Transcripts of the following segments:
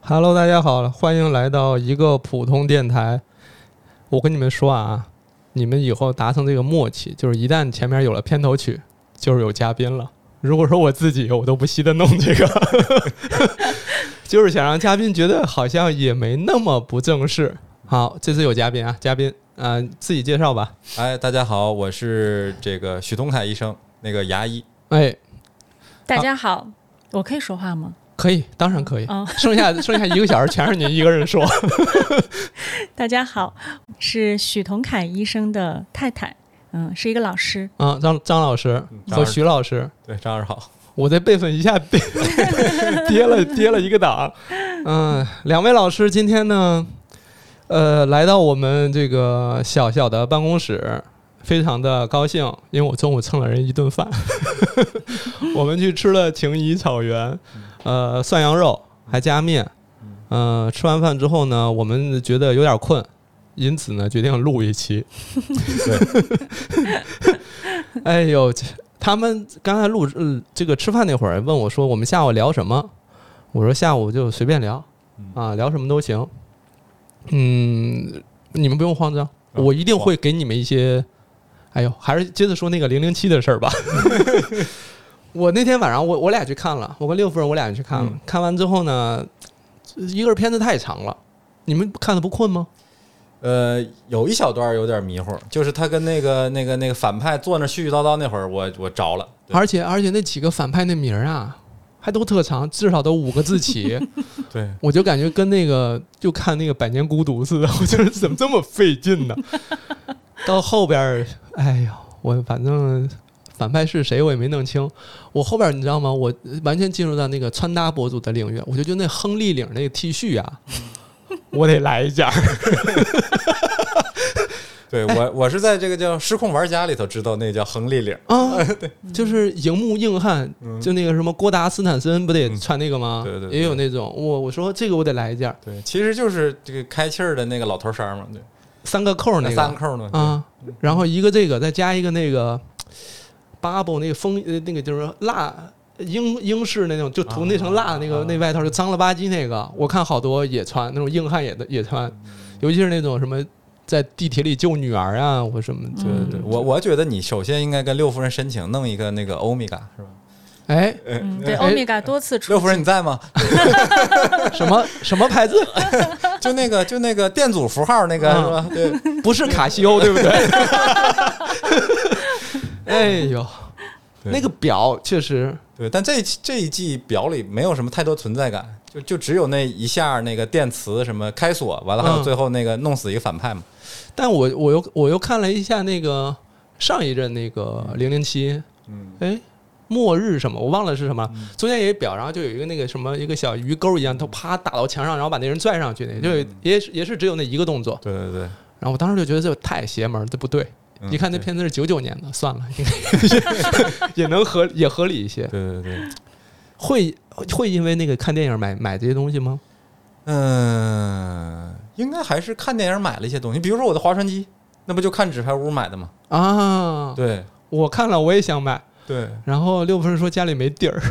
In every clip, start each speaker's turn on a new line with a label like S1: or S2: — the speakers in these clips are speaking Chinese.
S1: Hello，大家好，欢迎来到一个普通电台。我跟你们说啊，你们以后达成这个默契，就是一旦前面有了片头曲，就是有嘉宾了。如果说我自己，我都不稀得弄这个， 就是想让嘉宾觉得好像也没那么不正式。好，这次有嘉宾啊，嘉宾啊、呃自己介绍吧。
S2: 哎，大家好，我是这个许东凯医生，那个牙医。
S1: 哎，
S3: 大家好，我可以说话吗？
S1: 可以，当然可以。
S3: 嗯
S1: 剩下剩下一个小时全是您一个人说。
S3: 大家好，是许同凯医生的太太，嗯，是一个老师。
S1: 啊，张张老师
S2: 嗯张
S1: 和
S2: 老师
S1: 徐老师，
S2: 对，张二好。
S1: 我这辈分一下跌跌了跌了一个档。嗯，两位老师今天呢，呃，来到我们这个小小的办公室，非常的高兴，因为我中午蹭了人一顿饭， 我们去吃了情谊草原，呃，涮羊肉还加面。嗯、吃完饭之后呢，我们觉得有点困，因此呢，决定录一期。 哎呦，这他们刚才录、嗯这个吃饭那会儿问我说我们下午聊什么，我说下午就随便聊
S2: 嗯，
S1: 啊，聊什么都行。嗯，你们不用
S2: 啊
S1: 慌张，我一定会给你们一些。哎呦，还是接着说那个零零七的事儿吧。 我那天晚上我我俩去看了，我跟六夫人我俩去看了，
S2: 嗯
S1: 看完之后呢，一个片子太长了，你们看的不困吗？
S2: 呃，有一小段有点迷糊，就是他跟那个那个那个反派坐那絮絮叨叨那会儿，我我着了。对
S1: 而且而且那几个反派那名儿啊，还都特长，至少都五个字 起。
S2: 对，
S1: 我就感觉跟那个就看那个《百年孤独》似的，我 就是怎么这么费劲呢？到后边儿，哎呀，我反正反派是谁我也没弄清。我后边儿你知道吗？我完全进入到那个穿搭博主的领域，我就觉得那亨利领那个 T 恤啊，
S2: 嗯
S1: 我得来一件 儿。
S2: 对
S1: 哎
S2: 我我是在这个叫失控玩家里头知道那个叫亨利领。
S1: 啊，就是荧幕硬汉，就那个什么郭达斯坦森不得
S2: 嗯
S1: 穿那个吗？
S2: 对对对
S1: 也有那种。我我说这个我得来一件儿，
S2: 对，其实就是这个开气儿的那个老头衫嘛，对，
S1: 三个扣儿那个。
S2: 三扣呢。
S1: 啊，然后一个这个，再加一个那个 bubble 那个风呃那个就是蜡英英式那种，就涂那层蜡的那个、
S2: 啊
S1: 那外套，就脏了吧唧那个。我看好多也穿，那种硬汉也也穿，
S2: 嗯
S1: 尤其是那种什么在地铁里救女儿啊或什么
S2: 对
S1: 的。
S2: 对对，我我觉得你首先应该跟六夫人申请弄一个那个欧米伽，是吧？
S1: 哎，
S3: 嗯，对，
S1: 哎
S3: 欧米伽多次出
S2: 六夫人你在吗？
S1: 什么什么 牌子？
S2: 就那个就那个电阻符号那个
S1: 啊
S2: 是吧？对，
S1: 不是卡西欧对不 对？哎呦，
S2: 对
S1: 那个表确实
S2: 对，但这一期这一季表里没有什么太多存在感，就就只有那一下那个电磁什么开锁，完了还有
S1: 嗯
S2: 最后那个弄死一个反派嘛。
S1: 但我我又我又看了一下那个上一任那个零零七，
S2: 嗯，
S1: 哎，末日什么我忘了是什么，中间有一表，然后就有一个那个什么一个小鱼钩一样，它啪打到墙上，然后把那人拽上去，那
S2: 嗯
S1: 就有也是也是只有那一个动作。
S2: 对对对，
S1: 然后我当时就觉得这太邪门儿，这不对。
S2: 嗯
S1: 一看那，片子是九九年的，算了， 应该也也能合也合理一些。
S2: 对对对对，
S1: 会会因为那个看电影买买这些东西吗？
S2: 嗯，应该还是看电影买了一些东西，比如说我的划船机，那不就看纸牌屋买的吗？
S1: 啊，
S2: 对
S1: 我看了我也想买，
S2: 对，
S1: 然后六夫人说家里没地儿。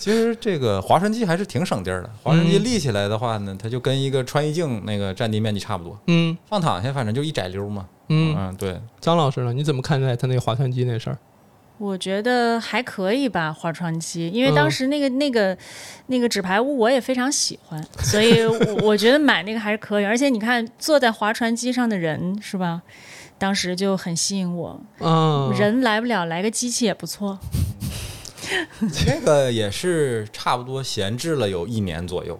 S2: 其实这个划船机还是挺省地儿的，划船机
S1: 嗯
S2: 立起来的话呢，它就跟一个穿衣镜那个占地面积差不多，
S1: 嗯
S2: 放躺下反正就一窄溜嘛。
S1: 嗯，
S2: 嗯，对，
S1: 张老师呢？你怎么看待他那个划船机那事儿？
S3: 我觉得还可以吧，划船机，因为
S1: 嗯
S3: 当时那个、那个那个纸牌屋我也非常喜欢，所以我 我觉得买那个还是可以。而且你看，坐在划船机上的人是吧？当时就很吸引我，
S1: 啊，
S3: 人来不了，来个机器也不错。
S2: 这个也是差不多闲置了有一年左右，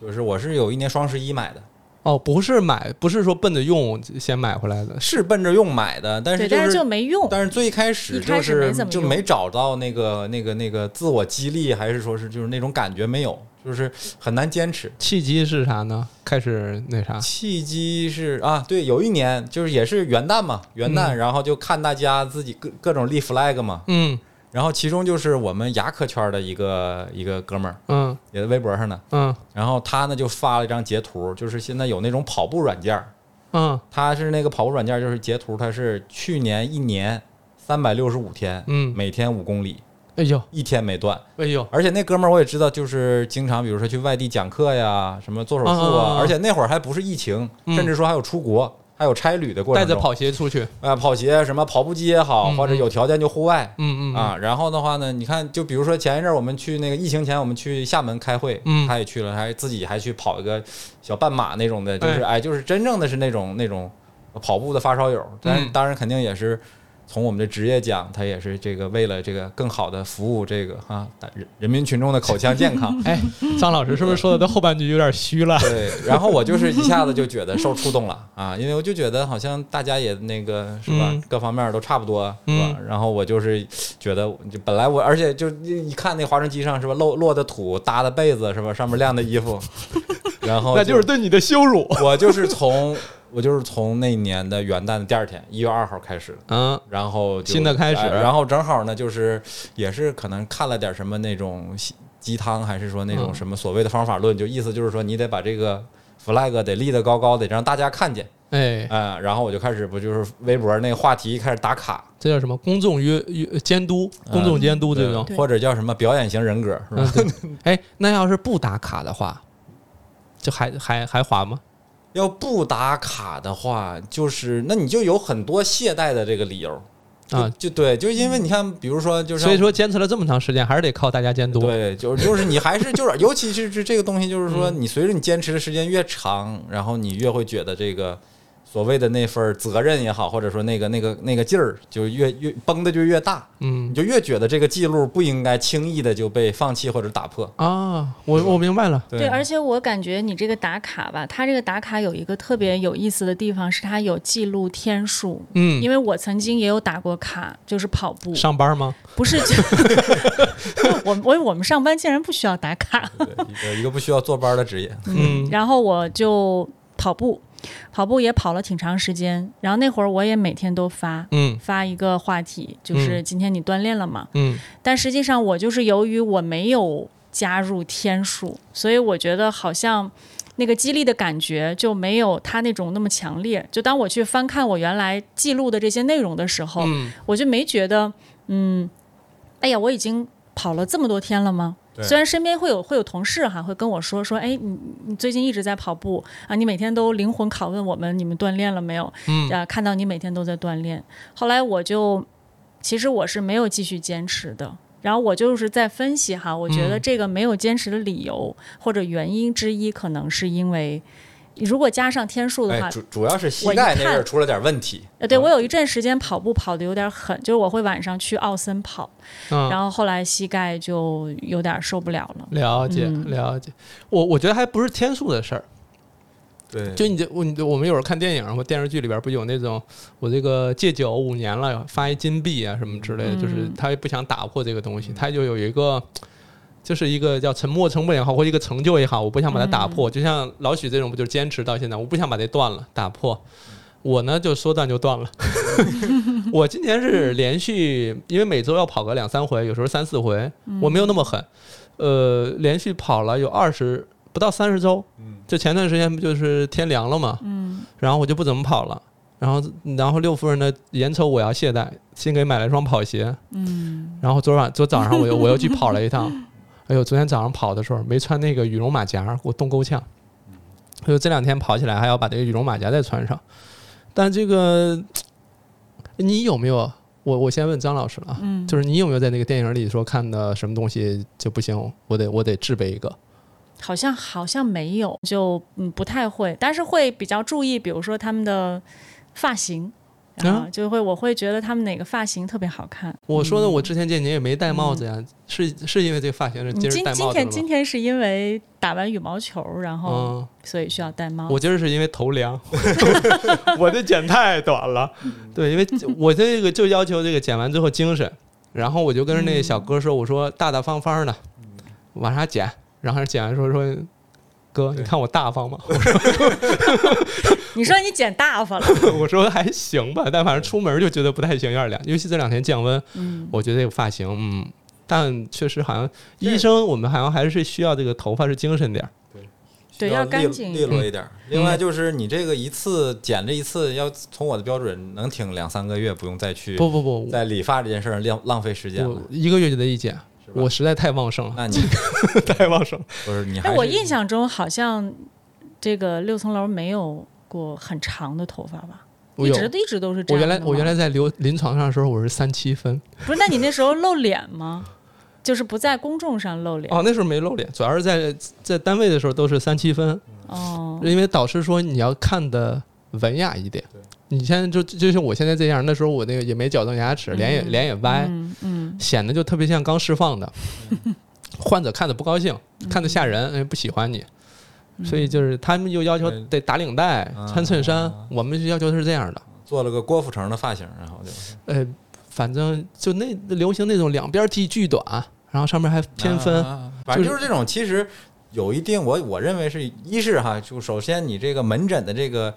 S2: 就是我是有一年双十一买的，
S1: 哦，不是买，不是说奔着用先买回来的。
S2: 是奔着用买的，但是
S3: 嗯对，
S2: 就
S3: 但
S2: 是
S3: 是就没用。
S2: 但是最开始
S3: 一
S2: 就
S3: 开始
S2: 是
S3: 没怎么
S2: 就
S3: 用
S2: 没找到那个那个那个自我激励，还是说是就是那种感觉没有，就是很难坚持。
S1: 契机是啥呢？开始那啥，
S3: 啊
S2: 契机是啊，对，有一年就是也是元旦嘛，元旦，
S3: 嗯
S2: 然后就看大家自己各各种立 flag 嘛，
S1: 嗯
S2: 然后其中就是我们牙科圈的一个一个哥们儿，
S1: 嗯
S2: 也在微博上呢，
S1: 嗯
S2: 然后他呢就发了一张截图，就是现在有那种跑步软件儿，
S1: 嗯
S2: 它是那个跑步软件，就是截图，它是去年一年三百六十五天，
S1: 嗯
S2: 每天五公里，
S1: 哎呦，
S2: 一天没断。
S1: 哎呦，
S2: 而且那哥们儿我也知道，就是经常比如说去外地讲课呀，什么做手术
S1: 啊啊啊
S2: 啊，而且那会儿还不是疫情，
S1: 嗯
S2: 甚至说还有出国，还有差旅的过程
S1: 带
S2: 中，
S1: 着跑鞋出去，
S2: 啊、跑鞋什么跑步机也好，
S1: 嗯
S2: 或者有条件就户外。
S1: 嗯嗯，
S2: 啊，然后的话呢，你看，就比如说前一阵儿我们去那个疫情前，我们去厦门开会，
S1: 嗯
S2: 他也去了，还自己还去跑一个小半马那种的，就是哎，就是真正的是那种那种跑步的发烧友，但是
S1: 嗯，
S2: 当然肯定也是从我们的职业讲，他也是这个为了这个更好的服务这个啊人人民群众的口腔健康
S1: 哎，张老师是不是说的到后半句有点虚了？
S2: 对，然后我就是一下子就觉得受触动了啊，因为我就觉得好像大家也那个是吧，
S1: 嗯
S2: 各方面都差不多是吧？然后我就是觉得，就本来我而且就一看那划船机上是吧，落落的土搭的被子是吧，上面晾的 衣服，然后
S1: 那就是对你的羞辱。
S2: 我哦就是从我就是从那年的元旦的第二天一月二号开始的
S1: 嗯
S2: 然后就
S1: 新的开始
S2: 哎然后正好呢，就是也是可能看了点什么那种西鸡汤，还是说那种
S1: 嗯
S2: 什么所谓的方法论，就意思就是说你得把这个 flag 得立得高高的，让大家看见
S1: 哎，
S2: 啊、然后我就开始不就是微博那个话题开始打卡，
S1: 这叫什么？公众约约监督，公
S2: 嗯
S1: 众监督这种。
S3: 对
S2: 或者叫什么表演型人格是吧？
S1: 哦嗯对哎，那要是不打卡的话，就还还还滑吗？
S2: 要不打卡的话，就是那你就有很多懈怠的这个理由
S1: 啊，
S2: 就就对，就因为你看，比如说就是
S1: 所以说坚持了这么长时间，还是得靠大家监督。
S2: 对，就是就是你还是就是，尤其是这这个东西，就是说
S1: 嗯
S2: 你随着你坚持的时间越长，然后你越会觉得这个所谓的那份儿责任也好，或者说那个那个那个劲儿就越越绷的就越大，你
S1: 嗯
S2: 就越觉得这个记录不应该轻易的就被放弃或者打破。
S1: 啊，我我明白了。
S3: 对，而且我感觉你这个打卡吧，它这个打卡有一个特别有意思的地方，是它有记录天数。
S1: 嗯，
S3: 因为我曾经也有打过卡，就是跑步，
S1: 上班吗？
S3: 不是就我我我们上班竟然不需要打卡，
S2: 对一个一个不需要坐班儿的职业，
S1: 嗯
S3: 然后我就跑步，跑步也跑了挺长时间，然后那会儿我也每天都发。
S1: 嗯
S3: 发一个话题，就是今天你锻炼了吗？
S1: 嗯
S3: 但实际上我就是由于我没有加入天数，所以我觉得好像那个激励的感觉就没有它那种那么强烈。就当我去翻看我原来记录的这些内容的时候，
S1: 嗯，
S3: 我就没觉得，嗯，哎呀，我已经跑了这么多天了吗？
S2: 对
S3: 虽然身边会有会有同事哈，会跟我说说，哎，你你最近一直在跑步啊，你每天都灵魂拷问我们，你们锻炼了没有？
S1: 嗯
S3: 啊，看到你每天都在锻炼。后来我就，其实我是没有继续坚持的。然后我就是在分析哈，我觉得
S1: 嗯
S3: 这个没有坚持的理由、或者原因之一，可能是因为如果加上天数的话，
S2: 哎，主主要是膝
S3: 我一
S2: 盖那
S3: 看
S2: 阵儿出了点问题。
S3: 呃，对
S2: 啊
S3: 我有一阵时间跑步跑的有点狠，就是我会晚上去奥森跑，
S1: 啊，
S3: 然后后来膝盖就有点受不了了。
S1: 了解
S3: 嗯
S1: 了解。我我觉得还不是天数的事儿，
S2: 对，
S1: 就你这我你我们有时候看电影或电视剧里边不有那种我这个戒酒五年了发一金币啊什么之类的，
S3: 嗯
S1: 就是他也不想打破这个东西，他就有一个。就是一个叫沉默成本也好，或一个成就也好，我不想把它打
S2: 嗯
S1: 破。就像老许这种，不就是坚持到现在？我不想把这断了，打破。我呢就说断就断 了。我今年是连续，因为每周要跑个两三回，有时候三四回，
S2: 嗯
S1: 我没有那么狠。呃，连续跑了有二十不到三十周，
S2: 嗯
S1: 就前段时间不就是天凉了嘛，
S3: 嗯，
S1: 然后我就不怎么跑了。然后，然后六夫人呢，眼瞅我要懈怠，新给买了一双跑鞋。嗯。然后昨晚、昨早上我又我又去跑了一趟。 哎呦，昨天早上跑的时候没穿那个羽绒马甲，给我冻够呛。所以这两天跑起来还要把这个羽绒马甲再穿上。但这个，你有没有？我我先问张老师了啊，就是你有没有在那个电影里说看的什么东西就不行，我得我得制备一个。
S3: 好像好像没有，就嗯不太会，但是会比较注意，比如说他们的发型，
S1: 啊
S3: 然后就会我会觉得他们哪个发型特别好看。
S1: 我说
S3: 嗯
S1: 的，我之前见你也没戴帽子呀，是是因为这个发型是
S3: 嗯
S1: 今儿
S3: 今
S1: 戴
S3: 今
S1: 帽子了
S3: 天
S1: 吗？
S3: 今天哦是因为打完羽毛球，然后、
S1: 嗯，
S3: 所以需要戴帽
S1: 我
S3: 子。
S1: 今儿是因为头 凉，我这剪太短了。
S3: 嗯
S1: 对，因为我这个就要求这个剪完之后精神，然后我就跟那
S3: 嗯
S1: 小哥说，我说大大方方的往下剪，然后剪完说说。哥，你
S2: 对
S1: 看我大方吗？
S3: 你说你剪大发了，
S1: 我说还行吧，但反正出门就觉得不太行，有点凉。尤其这两天降温，
S3: 嗯，
S1: 我觉得这个发型，嗯，但确实好像
S2: 对
S1: 医生，我们好像还是需要这个头发是精神点儿。
S3: 对
S2: 需要
S3: 要干
S2: 利
S3: 净嗯
S2: 利落一点儿。另外就是你这个一次剪这一次，要从我的标准能挺两三个月，不用再去
S1: 不不
S3: 嗯
S1: 不，
S2: 在理发这件事上浪浪费时间
S1: 我
S2: 了。
S1: 一个月就得一剪，
S2: 是吧
S1: 我实在太旺盛 了，
S2: 那你
S1: 太旺盛了。
S2: 不是你还
S3: 但
S2: 是
S3: 哎我印象中好像这个六层楼没有过很长的头发吧？
S1: 我
S3: 一
S1: 有，
S3: 直一直都是这
S1: 我
S3: 样
S1: 原
S3: 的吗。
S1: 来我原来在留临床上的时候我是三七分，
S3: 不是，那你那时候露脸吗？就是不在公众上露脸
S1: 哦，那时候没露脸，主要是在在单位的时候都是三七分，
S3: 哦，
S1: 因为导师说你要看的文雅一点
S2: 对。
S1: 你现在就就像我现在这样，那时候我那个也没矫正牙齿，脸也
S3: 嗯
S1: 脸也歪，
S3: 嗯嗯
S1: 显得就特别像刚释放的。患者看着不高兴，
S3: 嗯
S1: 看着吓人，哎，不喜欢你，所以就是他们又要求得
S2: 对
S1: 打领带、
S2: 啊
S1: 穿衬衫，我们就要求是这样的。
S2: 做了个郭富城的发型，然后就
S1: 呃，反正就那流行那种两边剃巨短，然后上面还偏分，
S2: 啊啊啊反正就是这种，其实有一定我我认为是一是哈，就首先你这个门诊的这个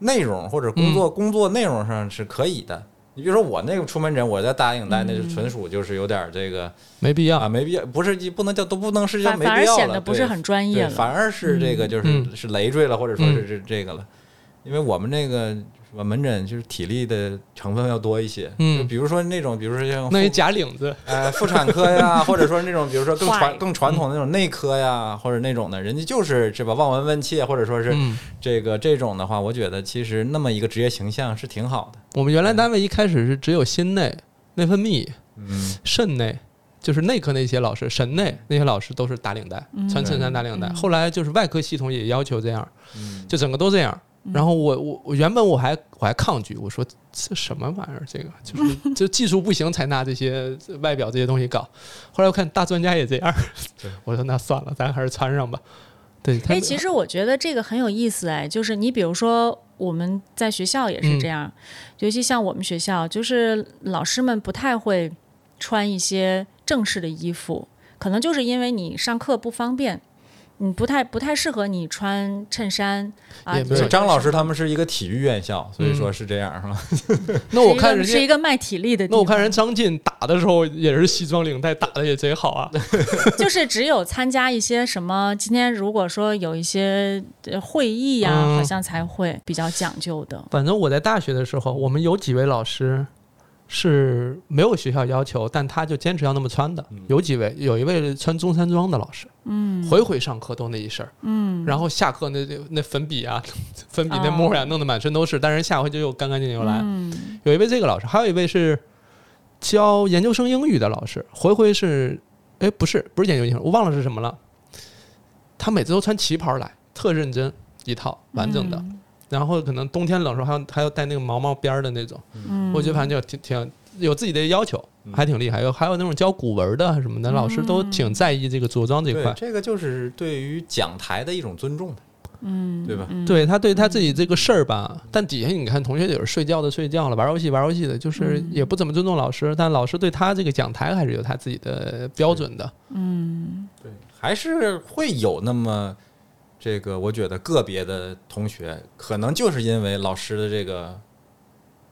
S2: 内容或者工作、
S3: 嗯
S2: 工作内容上是可以的。你比如说我那个出门诊，我在打领带，那就
S3: 嗯
S2: 纯属就是有点这个
S1: 没必要。
S2: 啊，没必要，不是不能叫都不能是叫
S3: 反
S2: 没
S3: 反
S2: 必
S3: 而
S2: 要
S3: 显
S2: 了，
S3: 得不是
S2: 对
S3: 很专业
S2: 对，
S3: 了。
S2: 反而是这个就是、
S1: 嗯
S2: 是累赘了，或者说
S1: 嗯
S2: 是这这个了，因为我们那个什么门诊就是体力的成分要多一些，
S1: 嗯
S2: 就比如说那种，比如说像
S1: 那
S2: 妇
S1: 一假领子，
S2: 呃，妇产科呀，或者说那种，比如说更
S3: 坏
S2: 传更传
S1: 嗯
S2: 统的那种内科呀，或者那种的，人家就是这吧望闻问切，或者说是
S1: 嗯，
S2: 这个这种的话，我觉得其实那么一个职业形象是挺好的。
S1: 我们原来单位一开始是只有心内、内分泌、
S2: 嗯，
S1: 肾内，就是内科那些老师，神内那些老师都是打领带，穿衬衫打领带。
S3: 嗯
S1: 后来就是外科系统也要求这样，
S2: 嗯
S1: 就整个都这样。
S3: 嗯
S1: 然后我我我原本我还我还抗拒，我说这什么玩意儿？这个就是 就技术不行才拿这些外表这些东西搞。后来我看大专家也这样
S2: 对，
S1: 我说那算了，咱还是穿上吧。对，他
S3: 哎，其实我觉得这个很有意思哎，就是你比如说我们在学校也
S2: 嗯
S3: 是这样，尤其像我们学校，就是老师们不太会穿一些正式的衣服，可能就是因为你上课不方便，你不太不太适合你穿衬衫啊。
S1: 也没有
S3: 这
S2: 对，
S3: 个
S2: 张老
S3: 是
S2: 师他们是一个体育院校，所以
S1: 嗯
S2: 说是这样，是吧？
S1: 那我
S3: 一
S1: 看
S3: 个
S1: 人
S3: 是一
S1: 家，
S3: 个卖体力的地
S1: 那
S3: 方，
S1: 我看人张晋打的时候也是西装领带，打的也贼好啊。
S3: 就是只有参加一些什么，今天如果说有一些呃会议呀、
S1: 嗯
S3: 好像才会比较讲究的。
S1: 反正我在大学的时候，我们有几位老师是没有学校要求，但他就坚持要那么穿的。有几位，有一位穿中山装的老师，嗯，回回上课都那一身儿，嗯，然后下课那那粉笔啊， 粉笔那墨啊呀、弄得满身都是，但是下回就又干干净净又来。
S3: 嗯，
S1: 有一位这个老师，还有一位是教研究生英语的老师，回回是，哎，不是，不是研究生，我忘了是什么了。他每次都穿旗袍来，特认真，一套完整的。然后可能冬天冷的时候还要还要带那个毛毛边儿的那种，
S3: 嗯，
S1: 我觉得反正就挺挺有自己的要求，
S2: 嗯
S1: 还挺厉害。有还有那种教古文的什么的，老师都挺在意这个着装这
S2: 对
S1: 块，。
S2: 这个就是对于讲台的一种尊重
S3: 嗯，
S2: 对吧嗯
S3: 嗯
S1: 对他对他自己这个事儿吧，但底下你看同学有睡觉的睡觉了，玩游戏玩游戏的，就是
S2: 嗯
S1: 也不怎么尊重老师，但老师对他这个讲台还是有他自己的标准的。
S3: 嗯
S2: 对，还是会有那么这个，我觉得个别的同学可能就是因为老师的这个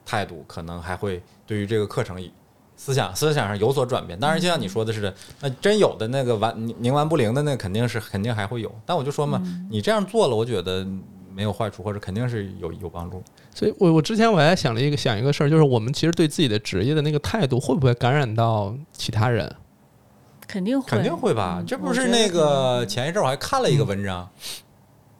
S2: 态度，可能还会对于这个课程思想思想上有所转变。当然，就像你说的似的，那真有的那个完宁宁顽不灵的那肯定是肯定还会有。但我就说嘛，你这样做了，我觉得没有坏处，或者肯定是有有帮助。
S1: 所以我我之前我还想了一个想一个事儿，就是我们其实对自己的职业的那个态度会不会感染到其他人？
S3: 肯定会，嗯
S2: 肯定会吧？这不
S3: 我觉
S2: 是
S3: 得嗯
S2: 那
S3: 肯定
S2: 个前一阵儿我还看了一个文章，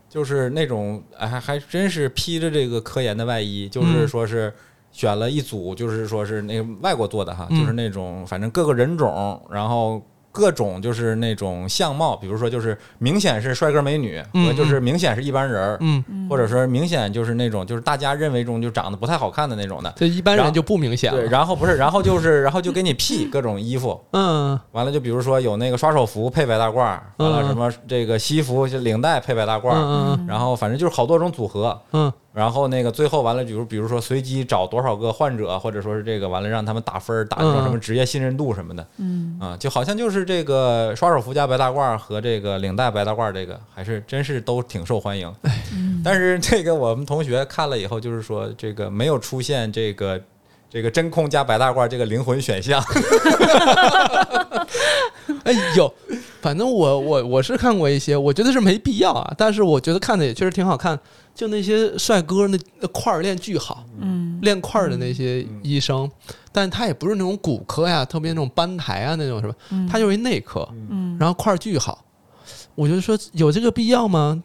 S2: 就是那种哎还还真是披着这个科研的外衣，就是
S1: 嗯
S2: 说是选了一组，就是说是那个外国做的哈，
S1: 嗯
S2: 就是那种反正各个人种，然后。各种就是那种相貌，比如说就是明显是帅哥美女，
S1: 嗯
S2: 和就
S1: 嗯
S2: 是明显是一般人儿，
S1: 嗯，
S3: 嗯
S2: 或者说明显就是那种就是大家认为中就长得不太好看的那种的。
S1: 这一般
S2: 然
S1: 人
S2: 后
S1: 就不明
S3: 嗯
S1: 显
S2: 对，
S1: 了。
S2: 然后不是，然后就是然后就给你 P 各种衣服，
S1: 嗯，
S2: 完了，就比如说有那个刷手服配白大褂儿，完了
S1: 嗯
S2: 什么这个西服就领带配白大褂
S1: 嗯
S2: 儿，
S1: 嗯
S2: 然后反正就是好多种组合。
S1: 嗯
S2: 然后那个最后完了，比如比如说随机找多少个患者，或者说是这个完了让他们打分儿，打出
S1: 嗯
S2: 什么职业信任度什么的
S3: 嗯，
S2: 啊，就好像就是这个刷手服加白大褂儿和这个领带白大褂儿这个还是真是都挺受欢迎。
S1: 哎
S2: 但是这个我们同学看了以后，就是说这个没有出现这个这个真空加白大褂儿这个灵魂选项。
S1: 嗯，哎有反正我我我是看过一些，我觉得是没必要啊，但是我觉得看的也确实挺好看。就那些帅哥那那块儿练巨好，
S3: 嗯，
S1: 练块儿的那些
S2: 嗯
S1: 医生，但他也不是那种骨科呀，特别那种班台啊那种什么，
S3: 嗯
S1: 他就是一内科，
S3: 嗯
S1: 然后块儿巨好。我就说有这个必要吗？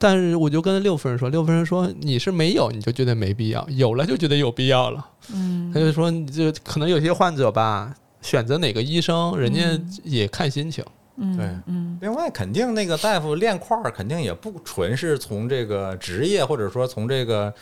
S1: 但是我就跟六夫人说，六夫人说你是没有，你就觉得没必要；有了就觉得有必要了。
S3: 嗯
S1: 他就说，你就可能有些患者吧，选择哪个医生，人家
S3: 嗯
S1: 也看心情。
S3: 嗯
S2: 对
S3: 嗯
S2: 另外，肯定那个大夫练块儿，肯定也不纯是从这个职业，或者说从这个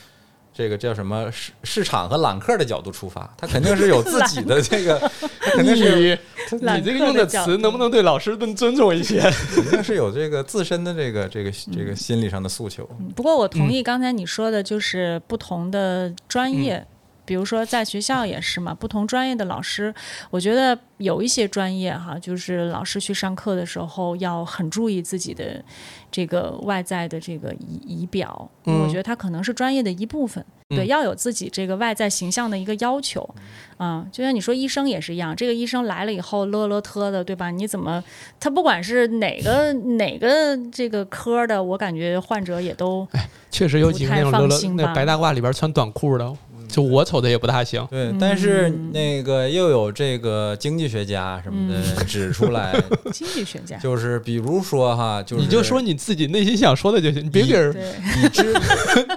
S2: 这个叫什么市市场和揽客的角度出发，他肯定是有自己的这个，他肯定是
S1: 你
S3: 懒
S1: 你这个
S3: 客
S1: 用
S3: 的
S1: 的
S3: 角
S1: 词
S3: 度
S1: 能不能对老师更尊重一些？
S2: 肯定是有这个自身的这个这个这个心理上的诉求。
S3: 嗯。不过我同意刚才你说的，就是不同的专业。
S1: 嗯
S3: 比如说，在学校也是嘛，不同专业的老师，我觉得有一些专业哈，就是老师去上课的时候要很注意自己的这个外在的这个仪仪表，
S1: 嗯
S3: 我觉得它可能是专业的一部分，
S1: 嗯
S3: 对，要有自己这个外在形象的一个要求，
S1: 嗯
S3: 啊、就像你说医生也是一样，这个医生来了以后乐乐特的，对吧？你怎么他不管是哪个哪个这个科的，我感觉患者也都
S1: 确实有几个那种
S3: 不太
S1: 乐
S3: 放
S1: 乐
S3: 心
S1: 那
S3: 吧
S1: 白大褂里边穿短裤的，就我瞅着也不大行。
S2: 对，但是
S1: 嗯
S2: 那个又有这个经济学家什么
S1: 嗯
S2: 的指出来，
S3: 经济学家。
S2: 就是比如说哈，就是
S1: 你就说你自己内心想说的就行，你别给人
S3: 对，
S2: 已知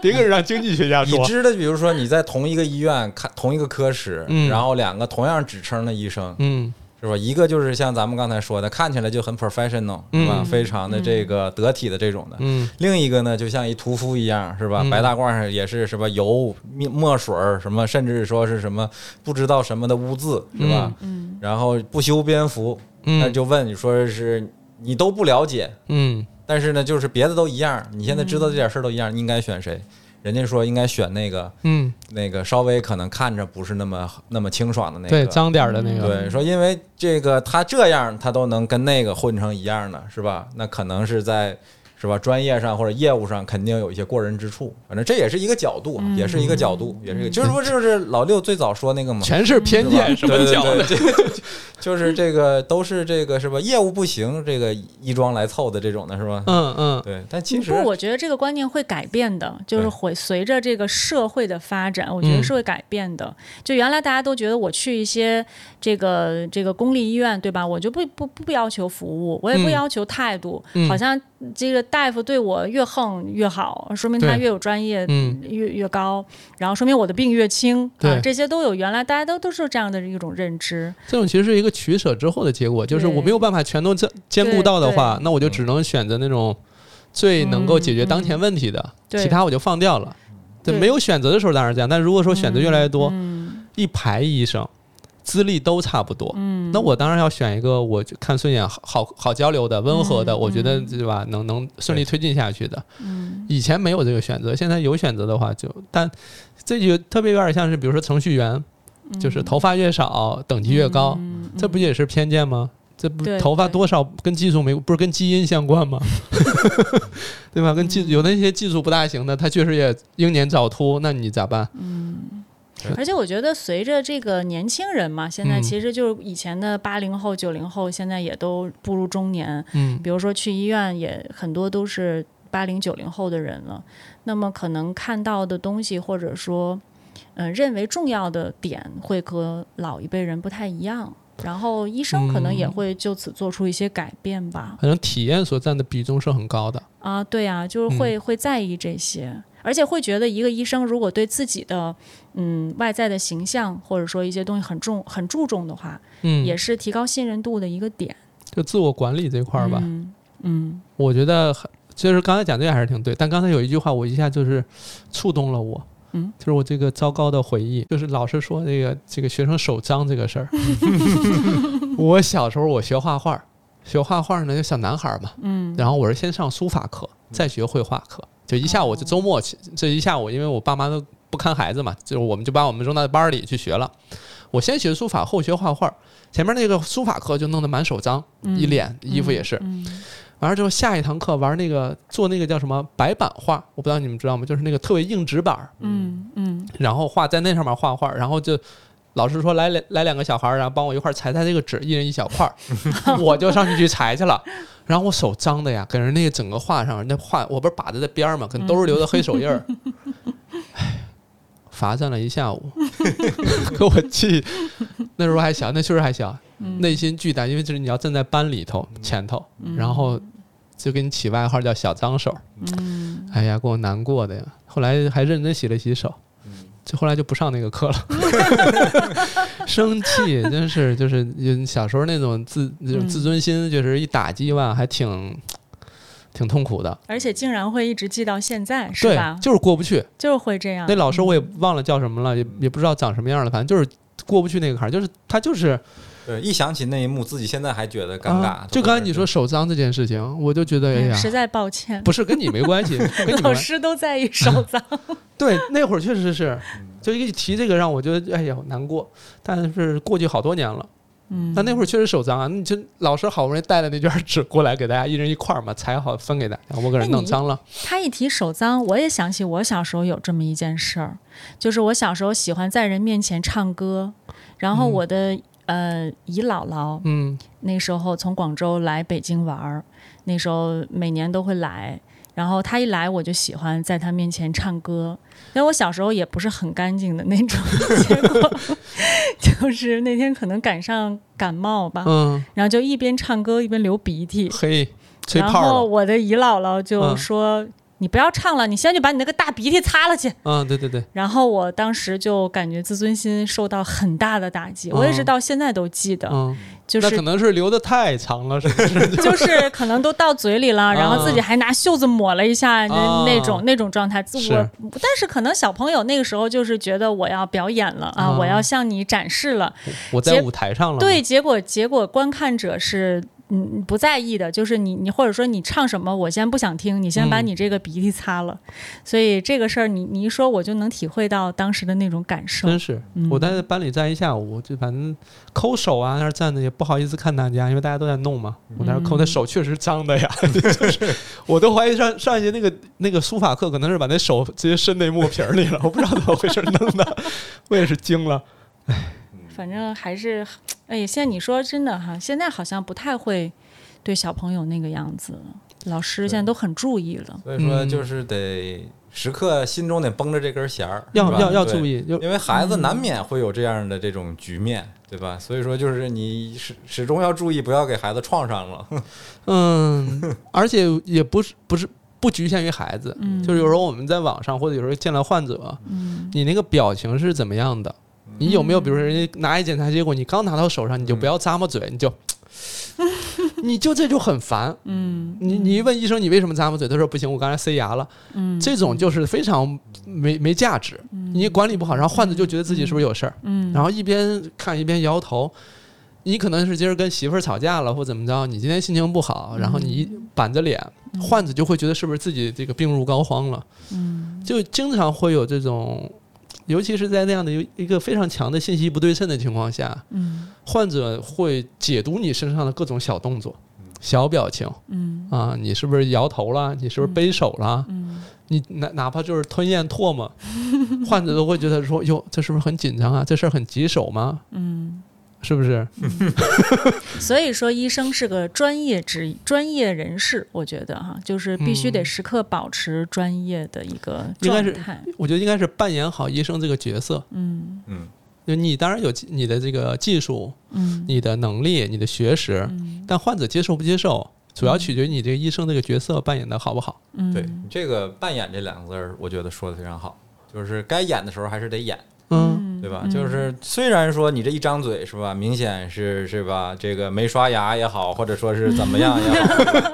S1: 别给人让经济学家
S2: 已
S1: 说。
S2: 知的，比如说你在同一个医院看同一个科室，
S1: 嗯
S2: 然后两个同样职称的医生，
S1: 嗯
S2: 是吧？一个就是像咱们刚才说的，看起来就很 professional，
S1: 嗯
S2: 是吧？非常的这个得体的这种的。
S1: 嗯
S2: 另一个呢，就像一屠夫一样，是吧？
S1: 嗯
S2: 白大褂上也是什么油、墨墨水儿什么，甚至说是什么不知道什么的污渍，是吧？
S3: 嗯
S2: 然后不修边幅，那
S1: 嗯
S2: 就问你说是你都不了解，
S1: 嗯
S2: 但是呢，就是别的都一样，你现在知道这点事儿都一样，你应该选谁？人家说应该选那个
S1: 嗯，
S2: 那个稍微可能看着不是那么那么清爽的那个，
S1: 对，脏点儿的那个。
S2: 对，说因为这个他这样，他都能跟那个混成一样的，是吧？那可能是在是吧专业上或者业务上肯定有一些过人之处，反正这也是一个角度，啊也是一
S1: 嗯
S2: 个角度，也是一个，就是说这就是老六最早说那个嘛。
S1: 全是偏
S2: 是吧
S1: 见，什么
S2: 对
S1: 角
S2: 对
S1: 的？
S2: 对这这就是这个都是这个是吧？业务不行，这个衣装来凑的这种的是吧？
S1: 嗯嗯，
S2: 对，但其实
S3: 不过我觉得这个观念会改变的，就是
S2: 对
S3: 会随着这个社会的发展，我觉得
S1: 嗯
S3: 是会改变的。就原来大家都觉得我去一些这个这个公立医院，对吧？我就不不不要求服务，我也不
S1: 嗯
S3: 要求态度，
S1: 嗯
S3: 好像这个大夫对我越横越好，说明他
S1: 对
S3: 越有专业，
S1: 嗯
S3: 越越高，然后说明我的病越轻啊
S1: 对，
S3: 这些都有。原来大家都都是有这样的一种认知，
S1: 这种其实是一个取舍之后的结果，就是
S3: 对
S1: 我没有办法全都兼兼顾到的话，那我就只能选择那种最能够解决当前问题的，
S3: 嗯对
S1: 其他我就放掉了。对，
S3: 对
S1: 没有选择的时候当然是这样，但如果说选择越来越多，
S3: 嗯
S1: 一排医生资历都差不多，
S3: 嗯，
S1: 那我当然要选一个我就看顺眼、好好好交流的、温和的，
S3: 嗯
S1: 我觉得
S3: 嗯
S1: 对吧？能能顺利推进下去的。
S3: 嗯
S1: 以前没有这个选择，现在有选择的话就，但这就特别有点像是，比如说程序员，就是头发越少，等级越高，
S3: 嗯
S1: 这不也是偏见吗？这不
S3: 对
S1: 头发多少跟技术没不是跟基因相关吗？ 对吧？跟
S3: 嗯
S1: 技有那些技术不大行的，他确实也英年早秃，那你咋办？
S3: 嗯而且我觉得，随着这个年轻人嘛，现在其实就是以前的八零后、九零后，现在也都步入中年。
S1: 嗯
S3: 比如说去医院，也很多都是八零九零后的人了。那么可能看到的东西，或者说，嗯、认为重要的点，会和老一辈人不太一样。然后医生可能也会就此做出一些改变吧。
S1: 反正体验所占的比重是很高的。
S3: 啊，对啊，就是会、
S1: 嗯
S3: 会在意这些，而且会觉得一个医生如果对自己的嗯外在的形象或者说一些东西很重很注重的话，
S1: 嗯，
S3: 也是提高信任度的一个点。
S1: 就自我管理这块儿吧，
S3: 嗯嗯
S1: 我觉得很就是刚才讲这个还是挺对，但刚才有一句话我一下就是触动了我，
S3: 嗯，
S1: 就是我这个糟糕的回忆，就是老师说这个这个学生手脏这个 事儿。我小时候我学画画，学画画呢就小男孩儿嘛，
S3: 嗯
S1: 然后我是先上书法课，再学绘画课，就一下午就周末去，
S3: 哦
S1: 这一下午因为我爸妈都不看孩子嘛，就我们就把我们扔到班儿里去学了。我先学书法，后学画画，前面那个书法课就弄得满手脏，一脸衣服也是。
S3: 嗯
S1: 完了之后，下一堂课玩那个做那个叫什么白板画，我不知道你们知道吗？就是那个特别硬纸板儿，
S3: 嗯嗯
S1: 然后画在那上面画画，然后就老师说来两来两个小孩儿，然后帮我一块儿裁裁这个纸，一人一小块儿，我就上去去裁去了。然后我手脏的呀，给人那个整个画上，那画我不是把着在边儿嘛，可能都是留的黑手印儿。唉，罚站了一下午， 给我气。那时候还小，那确实还小，内心巨大，因为就是你要站在班里头前头，
S3: 嗯
S1: 然后就给你起外号叫小脏手。
S3: 嗯
S1: 哎呀，给我难过的呀！后来还认真洗了洗手，
S2: 嗯
S1: 就后来就不上那个课 了，生气，真是就是嗯小时候那种自那种
S3: 嗯
S1: 自尊心，就是一打击吧，还挺挺痛苦的。
S3: 而且竟然会一直记到现在，是
S1: 对
S3: 吧，？嗯
S1: 就是过不去。
S3: 就是会这样
S1: 那。老师我也忘了叫什么了，也也不知道长什么样了，反正就是过不去那个坎儿，就是他就是
S2: 对，一想起那一幕，自己现在还觉得尴
S1: 啊
S2: 尬。
S1: 就刚才你说手脏这件事情，我就觉得哎
S3: 嗯
S1: 呀，
S3: 实在抱歉，
S1: 不是跟你没关 系，跟你没
S3: 老
S1: 关系。
S3: 师都在意 手脏。
S1: 对，那会儿确实是
S2: 嗯，
S1: 就一提这个让我觉得哎呀难过，但是过去好多年了。
S3: 嗯，
S1: 但那会儿确实手脏啊，你就老师好不容易带了那卷纸过来给大家一人一块儿嘛，裁好分给大家，我给人弄脏了。
S3: 他一提手脏，我也想起我小时候有这么一件事儿，就是我小时候喜欢在人面前唱歌，然后我的、呃姨姥姥
S1: 嗯
S3: 那时候从广州来北京玩儿，那时候每年都会来。然后她一来，我就喜欢在她面前唱歌，因为我小时候也不是很干净的那种，结果 就是那天可能赶上感冒吧，
S1: 嗯，
S3: 然后就一边唱歌一边流鼻涕，
S1: 嘿，吹
S3: 然后
S1: 泡了。
S3: 我的姨姥姥就
S1: 嗯
S3: 说：“你不要唱了，你先去把你那个大鼻涕擦了去。
S1: 嗯，对对对，”
S3: 然后我当时就感觉自尊心受到很大的打击，我一直
S1: 嗯
S3: 到现在都记得，
S1: 嗯，
S3: 啊就
S1: 那可
S3: 是
S1: 能是留的太长了，是 不是？
S3: 就是可能都到嘴 里了，然后自己还拿袖子抹了一下，那
S1: 啊
S3: 那种那种状态。
S1: 是
S3: 我但是可能小朋友那个时候就是觉得我要表演了啊，
S1: 嗯
S3: 我要向你展示了，
S1: 我在舞台上了。
S3: 对，，结果结果观看者是嗯不在意的，就是你你或者说你唱什么，我先不想听，你先把
S1: 嗯
S3: 你这个鼻涕擦了。所以这个事儿你你一说，我就能体会到当时的那种感受。嗯
S1: 真是，我
S2: 嗯
S1: 在班里站一下午，就反正抠手啊，那儿站着也不好意思看大家，因为大家都在弄嘛。
S2: 嗯
S1: 我在那儿抠，那手确实脏的呀， 就是我都怀疑上上一节那个那个书法课可能是把那手直接伸那墨瓶儿里了，我不知道怎么回事弄的， 我也是惊了。
S3: 反正还是，哎，现在你说真的哈，现在好像不太会对小朋友那个样子了，老师现在都很注意了。
S2: 所以说
S1: 嗯
S2: 就是得时刻心中得绷着这根弦儿，
S1: 要
S2: 是吧
S1: 要要
S2: 对
S1: 注意，就
S2: 因为孩子难免会有这样的这种局面，对吧？所以说就是你始始终要注意，不要给孩子创伤了。
S1: 嗯，而且也不是不是不局限于孩子，
S3: 嗯，
S1: 就是有时候我们在网上或者有时候见到患者，
S3: 嗯
S1: 你那个表情是怎么样的？你有没有比如说人家拿一检查结果，你刚拿到手上，你就
S3: 嗯
S1: 不要咂摸嘴，你就 你就这就很烦。
S3: 嗯
S1: 你你一问医生你为什么咂摸嘴，他说不行，我刚才塞牙了。
S3: 嗯，
S1: 这种就是非常没没价值，你管理不好，然后患者就觉得自己是不是有事儿，
S3: 嗯
S1: 然后一边看一边摇头。你可能是今儿跟媳妇儿吵架了，或怎么着，你今天心情不好，然后你一
S3: 嗯
S1: 板着脸，患者就会觉得是不是自己这个病入膏肓了，
S3: 嗯
S1: 就经常会有这种，尤其是在那样的一个非常强的信息不对称的情况下，
S3: 嗯
S1: 患者会解读你身上的各种小动作、小表情
S3: 嗯
S1: 啊，你是不是摇头了？你是不是背手了？
S3: 嗯
S1: 你哪哪怕就是吞咽唾沫，患者都会觉得说：“哟，这是不是很紧张啊？这事儿很棘手吗？
S3: 嗯。
S1: 是不是
S3: 所以说，医生是个专业职专业人士，我觉得哈，就是必须得时刻保持专业的一个
S1: 嗯应该
S3: 状
S1: 是
S3: 态。？”
S1: 我觉得应该是扮演好医生这个角色。
S3: 嗯
S2: 嗯，
S1: 就你当然有技你的这个技术、
S3: 嗯
S1: 你的能力、你的学识，
S3: 嗯
S1: 但患者接受不接受，主要取决于你这个医生这个角色扮演的好不好。
S3: 嗯，
S2: 对，这个“扮演”这两个字儿，我觉得说的非常好，就是该演的时候还是得演，
S1: 嗯，
S2: 对吧？就是虽然说你这一张嘴是吧，明显是是吧，这个没刷牙也好，或者说是怎么样也好， 是 吧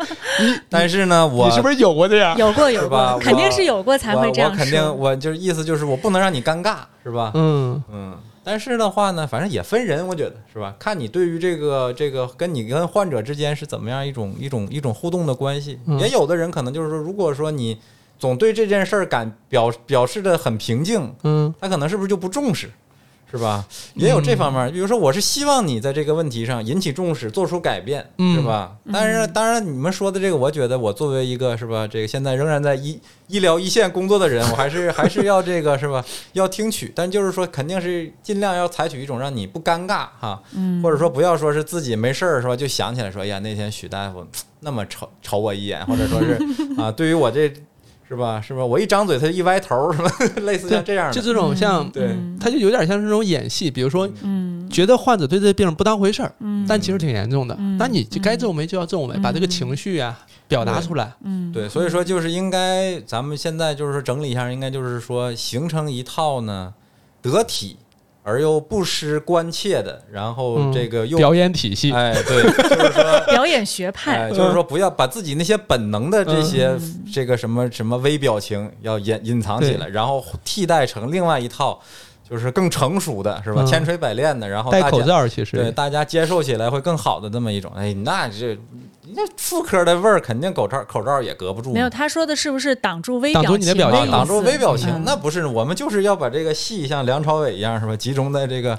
S2: 但是呢，我
S1: 你是不
S2: 是
S1: 是有过这样？
S3: 有过
S2: 是
S3: 有
S2: 吧
S3: 过，
S2: 我
S3: 肯定是有过才
S2: 我
S3: 会这
S2: 我
S3: 样
S2: 肯定
S3: 说。
S2: 我就是意思就是我不能让你尴尬，是吧？
S1: 嗯
S2: 嗯，但是的话呢，反正也分人，我觉得是吧？看你对于这个这个跟你跟患者之间是怎么样一种一种一种互动的关系。
S1: 嗯
S2: 也有的人可能就是说，如果说你总对这件事儿感表表示的很平静，
S1: 嗯
S2: 他可能是不是就不重视，是吧？也有这方面，比如说我是希望你在这个问题上引起重视，做出改变，
S1: 嗯
S2: 是吧？但是当然你们说的这个，我觉得我作为一个是吧，这个现在仍然在医医疗一线工作的人，我还是还是要这个是吧，要听取，但就是说肯定是尽量要采取一种让你不尴尬哈，
S3: 嗯
S2: 或者说不要说是自己没事儿是吧，就想起来说，哎呀那天许大夫那么瞅瞅我一眼，或者说是啊，对于我这。是吧？是吧？我一张嘴，他就一歪头，是吧？ 类似像这样的，
S1: 就这种像，
S2: 对
S3: 嗯
S1: 他就有点像是那种演戏，比如说
S3: 嗯
S1: 觉得患者对这病不当回事儿，
S3: 嗯
S1: 但其实挺严重的
S3: 嗯。
S1: 那你就该皱眉就要皱眉，
S3: 嗯
S1: 把这个情绪啊表达出来。
S3: 嗯，
S2: 对，所以说就是应该，咱们现在就是说整理一下，应该就是说形成一套呢得体而又不失关切的，然后
S1: 嗯
S2: 这个又、
S1: 表演体系，
S2: 哎对，就是 说。
S3: 表演学派
S1: 嗯
S2: 哎，就是说，不要把自己那些本能的这些、这个什么什么微表情要隐隐藏起来，然后替代成另外一套，就是更成熟的，是吧？
S1: 嗯
S2: 千锤百炼的，然后大
S1: 戴
S2: 家
S1: 口罩其实
S2: 对大家接受起来会更好的这么一种。哎，那这那妇科的味儿肯定口罩口罩也隔不住嘛。
S3: 没有他说的是不是挡住微
S1: 挡
S3: 表
S1: 住你的
S3: 情
S1: 表
S2: 啊，
S1: 情
S3: 意
S2: 挡住
S3: 思
S2: 微表情，
S3: 嗯
S2: 那不是我们就是要把这个戏像梁朝伟一样是吧，集中在这个
S3: 啊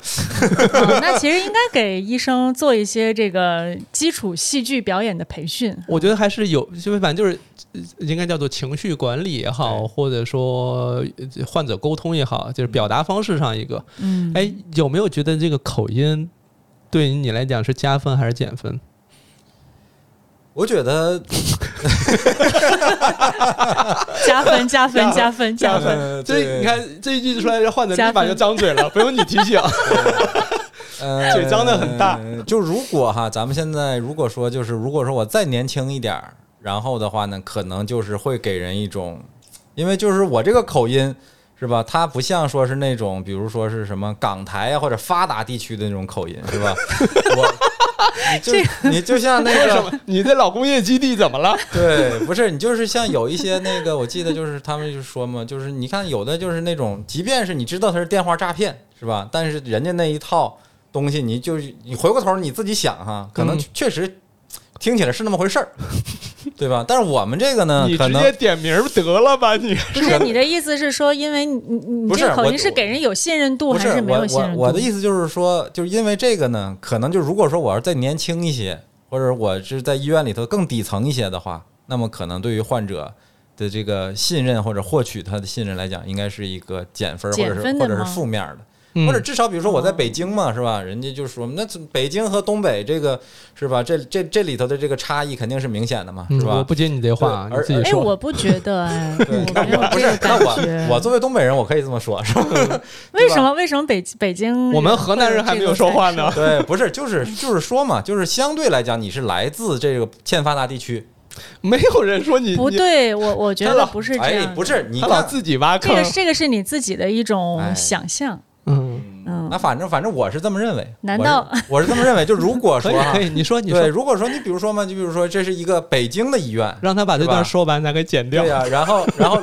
S3: 那其实应该给医生做一些这个基础戏剧表演的培训。
S1: 我觉得还是有，就是反正就是呃应该叫做情绪管理也好，
S2: 对
S1: 或者说呃患者沟通也好，就是表达方式上一个。
S3: 嗯，
S1: 哎，有没有觉得这个口音对于你来讲是加分还是减分？
S2: 我觉得
S3: 加分加分加分加分，
S2: 呃
S1: 这
S2: 对
S1: 你看这一句出来，这患者
S3: 加
S1: 立马就
S3: 分
S1: 张嘴了，不用你提 醒。
S2: 呃
S1: 嘴张得很大。
S2: 就如果哈，咱们现在如果说就是如果说我再年轻一点儿，然后的话呢，可能就是会给人一种，因为就是我这个口音。是吧？它不像说是那种，比如说是什么港台啊，或者发达地区的那种口音，是吧？我，你就你就像那
S1: 为
S2: 个
S1: 什么？你这老工业基地怎么了？
S2: 对，不是你就是像有一些那个，我记得就是他们就说嘛，就是你看有的就是那种，即便是你知道他是电话诈骗，是吧？但是人家那一套东西，你就是你回过头你自己想哈，可能
S1: 嗯
S2: 确实听起来是那么回事儿，对吧？但是我们这个呢，
S1: 你
S2: 可
S1: 直
S2: 能
S1: 接点名儿得了吧你。
S3: 不是你的意思是说，因为你你你
S2: 不
S3: 这
S2: 是
S3: 个口
S2: 我
S3: 音是给人有信任度
S2: 不
S3: 还
S2: 是
S3: 没
S2: 我
S3: 有信
S2: 我
S3: 任度？
S2: 我的意思就是说，就是因为这个呢，可能就如果说我要再年轻一些，或者我是在医院里头更底层一些的话，那么可能对于患者的这个信任或者获取他的信任来讲，应该是一个减分儿或
S3: 减
S2: 者是
S3: 分的
S2: 或者是
S3: 吗哦
S2: 负面的。
S1: 嗯
S2: 或者至少比如说我在北京嘛，是吧？人家就说那北京和东北这个是吧？这这这里头的这个差异肯定是明显的嘛，
S1: 嗯
S2: 是吧？
S1: 我不接你这话啊，
S2: 对
S1: 你
S2: 而
S1: 自己
S3: 哎，
S1: 说。
S3: 我不觉得哎，
S2: 对
S3: 我没有
S2: 不
S3: 这
S2: 是
S3: 个，
S2: 那
S3: 感觉。
S2: 我我作为东北人，我可以这么说，是吧？
S3: 为什么为什么北北京
S1: 我们
S3: 人
S1: 河
S3: 会
S1: 南人
S3: 这
S1: 还没有
S3: 个
S1: 说
S3: 感
S1: 话
S3: 受
S1: 呢。
S2: 对，不是，就是就是说嘛，就是相对来讲，你是来自这个欠发达地区，
S1: 没有人说你
S3: 不，对，我我觉
S1: 他
S3: 得
S1: 老
S3: 不是这
S2: 哎
S3: 样，的，
S2: 不是
S1: 你
S2: 你
S1: 他老
S2: 看，
S1: 自己挖
S3: 这
S1: 坑。
S3: 个这个是你自己的一种
S2: 哎
S3: 想象。
S1: 嗯，
S3: 嗯
S2: 那反正反正我是这么认为，
S3: 难道
S2: 我是我是这么认为？就如 果
S1: 可
S2: 说
S1: 以
S2: 哈
S1: 可，以，你说你
S2: 对，
S1: 说，
S2: 如果说你比如说嘛，就比如说这是一个北京的医 院，
S1: 让他把这段说完，咱给剪掉
S2: 对。呀、然后然后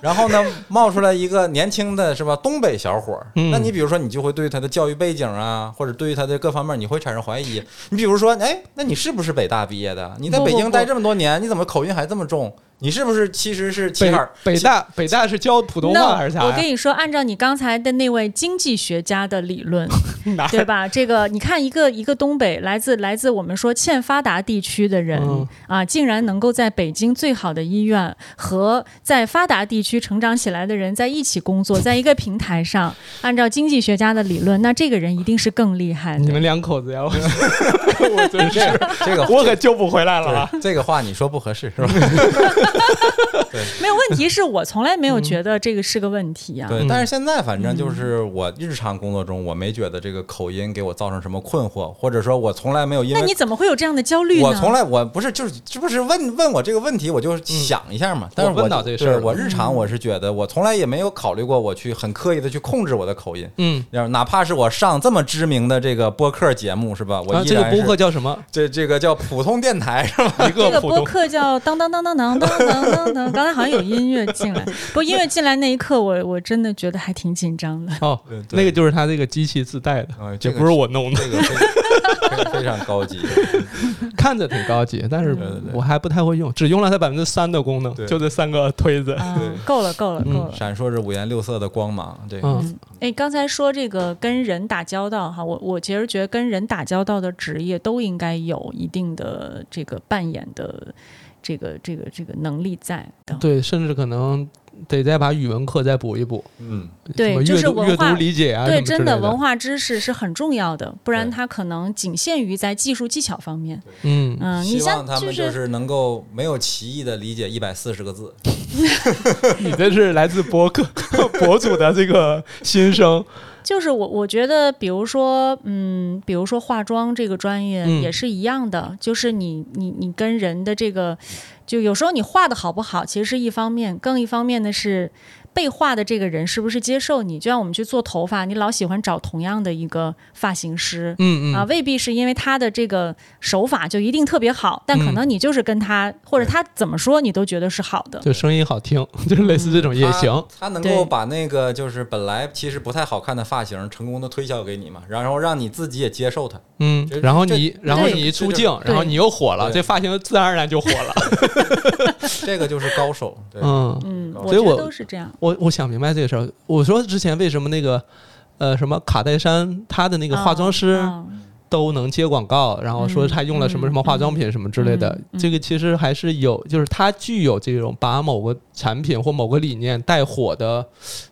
S2: 然后呢，冒出来一个年轻的是吧，东北小伙儿，
S1: 嗯
S2: 那你比如说你就会对他的教育背景啊，或者对于他的各方面，你会产生怀疑。你比如说，哎，那你是不是北大毕业的？你在
S3: 不
S2: 北
S3: 不
S2: 京
S3: 不
S2: 待这么多年，你怎么口音还这么重？你是不是其实是齐哈尔
S1: 北北大北大是教普通
S3: no，
S1: 话还是啥
S3: 我跟
S1: 呀？
S3: 你说，按照你刚才的那位经济学家的理论，
S1: 哪
S3: 对吧？这个你看，一个一个东北来自来自我们说欠发达地区的人、
S1: 嗯
S3: 啊，竟然能够在北京最好的医院和在发达地区成长起来的人在一起工作，在一个平台上，按照经济学家的理论，那这个人一定是更厉害
S1: 你
S3: 的。
S1: 们两口子呀，我我真 是，
S2: 这个
S1: 我可救不回来了嗯啊。
S2: 对这个话你说不合适是吧？
S3: 没有问 题，是我从来没有觉得这个是个问题啊。
S2: 对，
S1: 嗯
S2: 但是现在反正就是我日常工作中，我没觉得这个口音给我造成什么困惑，或者说我从来没有因
S3: 那
S2: 为
S3: 你怎么会有这样的焦虑呢？
S2: 我从来我不是就是这不是问问我这个问题，我就想一下嘛。但是
S1: 我
S2: 我
S1: 问到这个事儿
S2: 对
S1: 了
S2: 我日常我是觉得我从来也没有考虑过我去很刻意的去控制我的口音，
S1: 嗯，
S2: 要哪怕是我上这么知名的这个播客节目是吧？我
S1: 啊，
S2: 依
S1: 这个
S2: 然是、
S1: 播客叫什 么？
S2: 这这个叫普通电台是吧？
S1: 一
S3: 这
S1: 个
S3: 个
S1: 普
S3: 播
S1: 通。
S3: 客叫当当当当当当当当当，刚才好像有音乐进来，不过音乐进来那一刻我，我真的觉得还挺紧张的。
S1: 哦
S2: 对，对
S1: 那个就是他这个机器自带的，
S2: 哎
S1: 嗯这
S2: 这 个
S1: 不是我弄的。
S2: 这个这个非常高级。
S1: 看着挺高级，但是
S2: 对对对
S1: 我还不太会用，只用了它百分之三的功能，
S2: 对
S1: 就这三个推子。
S3: 啊
S2: 对，
S3: 够了，够了，
S1: 嗯
S3: 够了。
S2: 闪烁着五颜六色的光芒，对，
S1: 嗯
S3: 哎，刚才说这个跟人打交道哈，我我其实觉得跟人打交道的职业都应该有一定的这个扮演的这个这个这个能力在的。
S1: 对，甚至可能得再把语文课再补一补，
S2: 嗯，
S3: 对
S1: 什么
S3: 就
S1: 阅
S3: 是
S1: 读
S3: 文
S1: 阅读
S3: 化
S1: 理解啊，
S3: 对，
S1: 什么之
S3: 真
S1: 类
S3: 的
S1: 的
S3: 文，化知识是很重要的，不然
S2: 对
S3: 它可能仅限于在技术技巧方面。
S1: 嗯，
S3: 嗯，你
S2: 希望
S3: 像
S2: 他们
S3: 是
S2: 就是能够没有歧义的理解一百四十个字。
S1: 你这是来自博客 博主的这个心声，
S3: 就是我我觉得，比如说，嗯，比如说化妆这个专业
S1: 嗯
S3: 也是一样的，就是你你你跟人的这个，就有时候你画的好不好，其实是一方面，更一方面的是被画的这个人是不是接受你。就像我们去做头发，你老喜欢找同样的一个发型师。
S1: 嗯
S3: 啊，
S1: 嗯，
S3: 未必是因为他的这个手法就一定特别好，但可
S1: 嗯
S3: 能你就是跟他、或者
S2: 对
S3: 他怎么说你都觉得是好的。
S1: 就声音好听，就是类似这
S3: 嗯
S1: 种
S3: 啊
S1: 也行，
S2: 他能
S3: 对
S2: 够把那个就是本来其实不太好看的发型成功的推销给你嘛，然后让你自己也接受它。
S1: 嗯
S2: 这，
S1: 然后你
S2: 这
S1: 然后
S3: 对
S1: 你一出
S2: 这
S1: 镜，然后
S3: 对
S1: 你又火了，
S2: 对
S1: 这发型自然而然就火了，
S2: 这个就是高手。对，
S1: 嗯，
S3: 嗯，
S2: 所
S3: 我
S1: 以
S3: 觉
S1: 我
S3: 得都是这样。
S1: 我我想明白这个事儿，我说之前为什么那个。呃，什么卡戴珊，她的那个化妆师
S3: 嗯嗯
S1: 都能接广告，然后说她用了什么什么化妆品什么之类的
S3: 嗯嗯，嗯
S1: 这个其实还是有，就是她具有这种把某个产品或某个理念带火的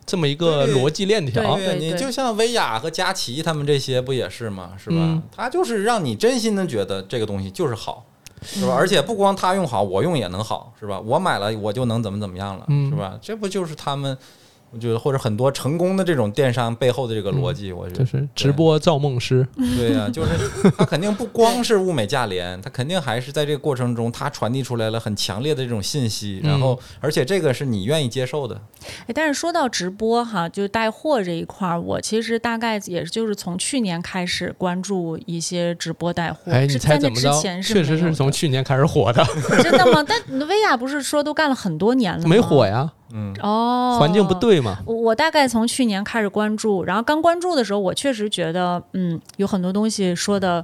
S1: 这么一个
S2: 对
S1: 逻辑链条。
S3: 对对
S2: 你
S3: 对
S2: 就像薇娅和佳琪他们这些不也是吗？是吧？
S1: 嗯
S2: 他就是让你真心的觉得这个东西就是好，是
S3: 嗯
S2: 吧？而且不光他用好，我用也能好，是吧？我买了我就能怎么怎么样了，
S1: 嗯
S2: 是吧？这不就是他们，我觉得或者很多成功的这种电商背后的这个逻辑，我觉
S1: 就
S2: 得
S1: 是直播造梦师，
S2: 对 呀、就是他肯定不光是物美价廉，他肯定还是在这个过程中，他传递出来了很强烈的这种信息，
S3: 嗯
S2: 然后而且这个是你愿意接受的，
S3: 哎，但是说到直播哈，就是带货这一块儿，我其实大概也就是从去年开始关注一些直播带货。
S1: 哎，你
S3: 是
S1: 猜
S3: 在
S1: 怎
S3: 那
S1: 么
S3: 之
S1: 着？
S3: 前是
S1: 确实
S3: 没有
S1: 是
S3: 的
S1: 从去年开始火的，
S3: 真的吗？但薇娅不是说都干了很多年了吗？
S1: 没火呀，
S2: 嗯，
S3: 哦，
S1: 环境不。对嘛。
S3: 我我大概从去年开始关注，然后刚关注的时候，我确实觉得，嗯，有很多东西说的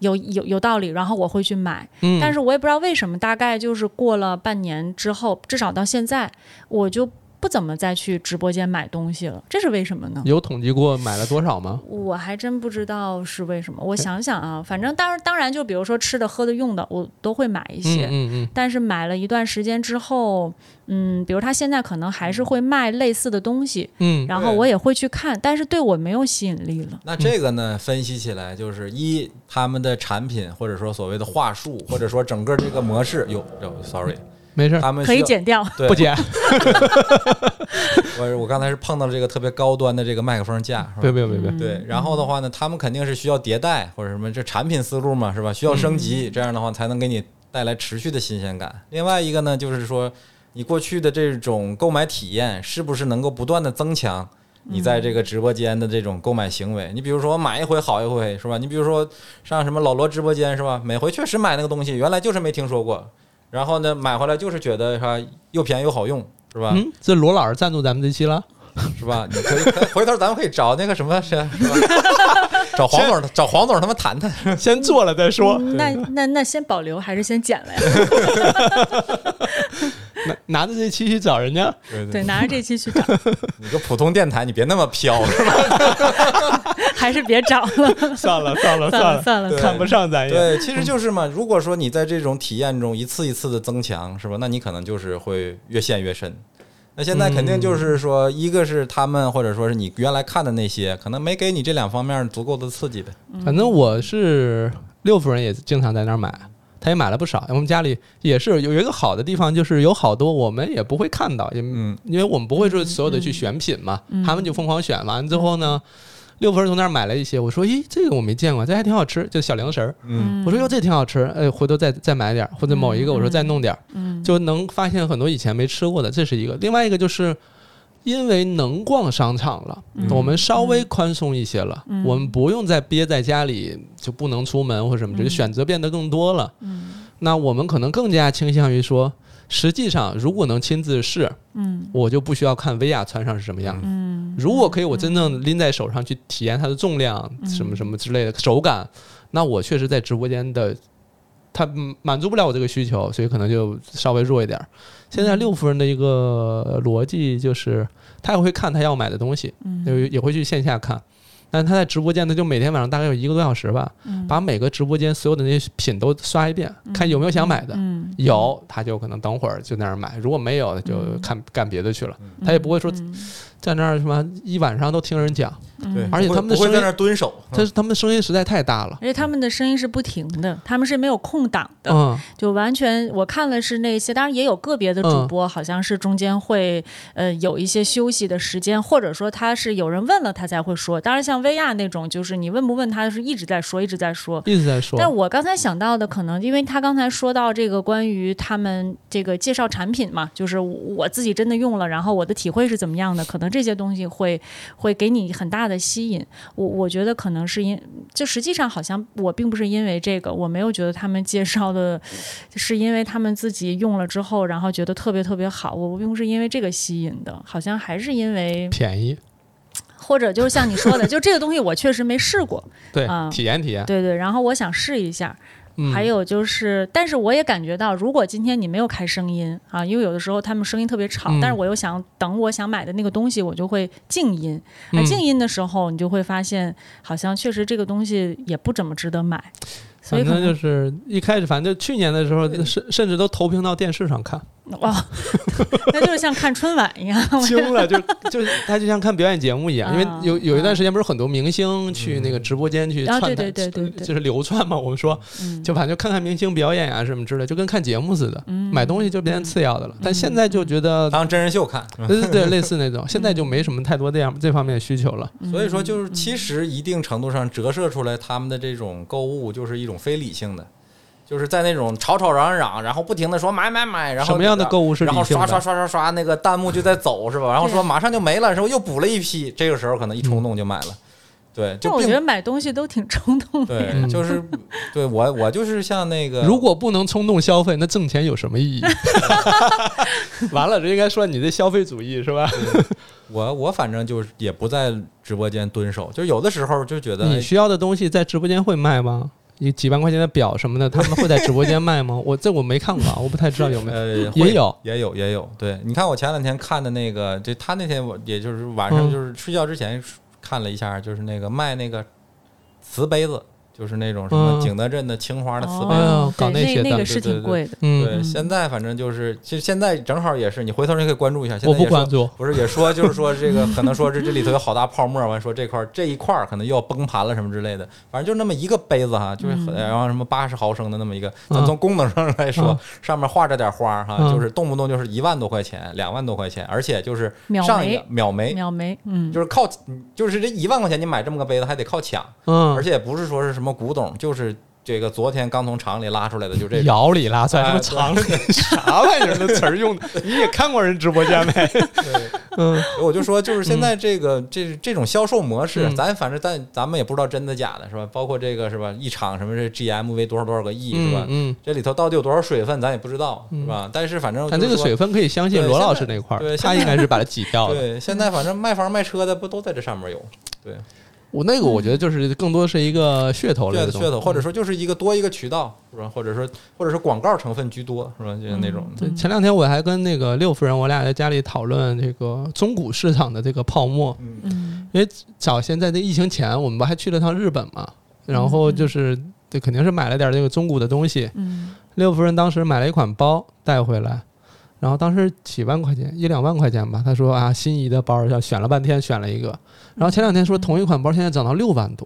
S3: 有有有道理，然后我会去买。
S1: 嗯，
S3: 但是我也不知道为什么，大概就是过了半年之后，至少到现在，我就不怎么再去直播间买东西了，这是为什么呢？
S1: 有统计过买了多少吗？
S3: 我还真不知道是为什么。
S1: 嗯
S3: 我想想啊，反正当当然，就比如说吃的、喝的、用的，我都会买一
S1: 嗯
S3: 些。
S1: 嗯嗯，
S3: 但是买了一段时间之后，嗯，比如他现在可能还是会卖类似的东西，
S1: 嗯，
S3: 然后
S2: 对
S3: 我也会去看，但是对我没有吸引力了。
S2: 那这个呢，分析起来就是
S3: 嗯
S2: 一他们的产品或者说所谓的话术，或者说整个这个模式，哟哟，sorry，
S1: 没事儿，
S2: 他们
S3: 可以
S2: 需要
S3: 减掉，
S2: 啊对
S1: 不，减，
S2: 我我刚才是碰到了这个特别高端的这个麦克风架，是 吧
S1: 别别别别，
S3: 嗯
S2: 对，然后的话呢，他们肯定是需要迭代或者什么，这产品思路嘛，是吧？需要升级，这样的话才能给你带来持续的新鲜感。另外一个呢，就是说你过去的这种购买体验是不是能够不断的增强你在这个直播间的这种购买行为？你比如说买一回好一回，是吧？你比如说上什么老罗直播间，是吧？每回确实买那个东西，原来就是没听说过，然后呢买回来就是觉得啥又便宜又好用，是吧？
S1: 嗯，这罗老师赞助咱们这期 了，
S2: 是吧？你可以回头咱们可以找那个什么是 吧？找黄总，找黄总他们谈谈。
S1: 先做了再说，
S3: 嗯那那那先保留还是先减了呀？
S1: 拿拿着这期去找人家，
S2: 对
S3: 对，，拿着这期去找，
S2: 你个普通电台，你别那么飘，是吧？
S3: 还是别找了，
S1: 算了 算了
S3: 算了
S1: 了，
S3: 算了。
S2: 对
S1: 看不上咱也，
S2: 对，其实就是嘛。如果说你在这种体验中一次一次的增强，是吧？那你可能就是会越陷越深。那现在肯定就是说，一个是他们，或者说是你原来看的那些，可能没给你这两方面足够的刺激呗。
S3: 嗯
S1: 反正我是六夫人也经常在那儿买。他也买了不少，我们家里也是有一个好的地方，就是有好多我们也不会看到，也
S2: 嗯，
S1: 因为我们不会说所有的去选品嘛，他们就疯狂选，完了之后呢，六夫人从那儿买了一些，我说，咦，这个我没见过，这还挺好吃，就小零食儿，
S2: 嗯
S1: 我说哟，这挺好吃，哎，回头再再买点儿，或者某一个我说再弄点儿，
S3: 嗯
S1: 就能发现很多以前没吃过的，这是一个，另外一个就是。因为能逛商场了，
S3: 嗯
S1: 我们稍微宽松一些了，
S3: 嗯
S1: 我们不用再憋在家里就不能出门或什么，就
S3: 嗯
S1: 选择变得更多了。
S3: 嗯
S1: 那我们可能更加倾向于说，实际上如果能亲自试，
S3: 嗯
S1: 我就不需要看薇娅穿上是什么样。
S3: 嗯
S1: 如果可以，我真正拎在手上去体验它的重量，什么什么之类的手感，那我确实在直播间的，他嗯满足不了我这个需求，所以可能就稍微弱一点儿。现在六夫人的一个逻辑就是，他也会看他要买的东西，
S3: 嗯
S1: 就也会去线下看。但是他在直播间，他就每天晚上大概有一个多小时吧，
S3: 嗯
S1: 把每个直播间所有的那些品都刷一遍，看有没有想买的。
S3: 嗯，
S1: 有，他就可能等会儿就在那儿买；如果没有，就看干别的去了。
S3: 嗯
S1: 他也不会说在那儿什么一晚上都听人讲，
S3: 嗯
S2: 对，
S1: 嗯而且他们的
S2: 不会
S1: 声
S2: 不会
S1: 音
S2: 在那儿蹲守，
S1: 但是他们的声音实在太大了
S3: 而。且他们的声音是不停的，他们是没有空档的，
S1: 嗯，
S3: 就完全我看了是那些，当然也有个别的
S1: 嗯
S3: 主播，好像是中间会呃有一些休息的时间，或者说他是有人问了他才会说。当然像薇娅那种，就是你问不问他是一直在说，一直在说。
S1: 一直在说。
S3: 但我刚才想到的，可能因为他刚才说到这个关于他们这个介绍产品嘛，就是我自己真的用了，然后我的体会是怎么样的，可能这些东西会会给你很大的吸引。我我觉得可能是因，就实际上好像我并不是因为这个，我没有觉得他们介绍的是因为他们自己用了之后，然后觉得特别特别好，我我并不是因为这个吸引的，好像还是因为
S1: 便宜，
S3: 或者就是像你说的，就这个东西我确实没试过，
S1: 对，
S3: 啊
S1: 体验体验。
S3: 对对，然后我想试一下。
S1: 嗯，
S3: 还有就是，但是我也感觉到，如果今天你没有开声音啊，因为有的时候他们声音特别吵，
S1: 嗯
S3: 但是我又想等我想买的那个东西，我就会静音。啊，
S1: 嗯
S3: 静音的时候，你就会发现，好像确实这个东西也不怎么值得买。所以
S1: 反
S3: 可
S1: 正就
S3: 能
S1: 是一开始，反正去年的时候，甚甚至都投屏到电视上看，
S3: 哇，哦 那就是像 看春晚一样。
S1: 惊了， 就就他就像看表演节目一样，因
S3: 啊
S1: 为有有一段时间不是很多明星去那个直播间去
S3: 啊
S1: 串台，
S3: 对对对对对
S1: 就是流窜嘛。我们说，
S3: 嗯，
S1: 就反正就看看明星表演啊什么之类，就跟看节目似的，
S3: 嗯
S1: 买东西就变成次要的了。但现在就觉得，
S2: 当真人秀看。嗯
S1: 对对对，类似那种，现在就没什么太多这样这方面的需求了。
S2: 所以说，
S1: 嗯
S2: 就是其实一定程度上折射出来他们的这种购物就是一种非理性的，就是在那种吵吵嚷嚷，然后不停的说买买买，
S3: 嗯
S2: 然后
S1: 什么样的购物是理
S2: 然后
S1: 性
S2: 刷刷
S1: 的？
S2: 刷刷刷，那个弹幕就在走是吧？然后说
S3: 对
S2: 马上就没了，然后又补了一批，这个时候可能一冲动就买
S1: 嗯
S2: 了，对，
S3: 但
S2: 就
S3: 我觉
S2: 并
S3: 得买东西都挺冲动的。
S2: 对，
S1: 嗯
S2: 就是对我我就是像那个，
S1: 如果不能冲动消费，那挣钱有什么 意义？完了，这应该说你这消费主义是吧？
S2: 我我反正就是也不在直播间蹲守，就有的时候就觉得哎
S1: 你需要的东西在直播间会卖吗？一几万块钱的表什么的，他们会在直播间卖 吗？我这我没看过啊，我不太知道有没有。
S2: 呃，
S1: 也
S2: 会
S1: 有
S2: 也有也有。对，你看我前两天看的那个，就他那天我也就是晚上
S1: 嗯
S2: 就是睡觉之前看了一下，就是那个卖那个瓷杯子，就是那种什
S1: 嗯
S2: 么景德镇的青花的瓷杯。
S1: 哎呦
S3: 哦，
S1: 搞
S3: 对，
S1: 那些
S3: 那
S1: 的
S3: 个是
S2: 对对
S3: 挺
S2: 对
S3: 贵的。
S1: 嗯，
S2: 对，现在反正就是，就现在正好也是，你回头你可以关注一下。现
S1: 我
S2: 在
S1: 不
S2: 也
S1: 关
S2: 说，
S1: 注。
S2: 不是也说，就是说这个可能说这这里头有好大泡沫，完说这块儿这一块儿可能又要崩盘了什么之类的。反正就那么一个杯子哈，就是很然后什么八十毫升的那么一个，咱
S1: 嗯
S2: 从功能上来
S1: 嗯
S2: 说，上面画着点花儿哈，
S1: 嗯
S2: 就是动不动就是一万多块钱、两万多块钱，而且就是
S3: 秒
S2: 上一
S3: 没
S2: 个秒没，
S3: 秒没，嗯，
S2: 就是靠就是这一万块钱你买这么个杯子还得靠抢，
S1: 嗯
S2: 而，且不是说是什么古董，就是这个昨天刚从厂里拉出来的，就这种。
S1: 窑里拉出来什
S2: 哎
S1: 么厂里啥玩意儿的词儿用 的？你也看过人直播间没？
S2: 对
S1: 嗯，
S2: 我就说，就是现在这个、这这种销售模式，
S1: 嗯
S2: 咱反正咱咱们也不知道真的假的，是吧？包括这个是吧，一场什么这 GMV 多少多少个亿，是吧？
S1: 嗯，
S2: 这里头到底有多少水分，咱也不知道，是吧？但是反正
S1: 嗯
S2: 就
S1: 但
S2: 是
S1: 这个
S2: 说
S1: 水分可以相信
S2: 对
S1: 罗
S2: 现
S1: 老
S2: 在
S1: 师那块儿，
S2: 对
S1: 他
S2: 现在
S1: 应该是把它挤掉了。
S2: 对，现在反正卖房卖车的不都在这上面有对
S1: 我那个我觉得就是更多是一个噱头类的
S2: 噱头
S1: 东
S2: 噱
S1: 西，嗯
S2: 头，或者说就是一个多一个渠道，是吧？或者说或者是广告成分居多，是吧？就是那种
S3: 嗯
S1: 对，前两天我还跟那个六夫人，我俩在家里讨论这个中古市场的这个泡沫。
S2: 嗯
S3: 嗯
S1: 早先在这疫情前，我们不还去了趟日本嘛？然后就是，对，肯定是买了点这个中古的东西。
S3: 嗯，
S1: 六夫人当时买了一款包带回来，然后当时几万块钱，一两万块钱吧。她说啊，心仪的包，要选了半天，选了一个。然后前两天说同一款包现在涨到六万多，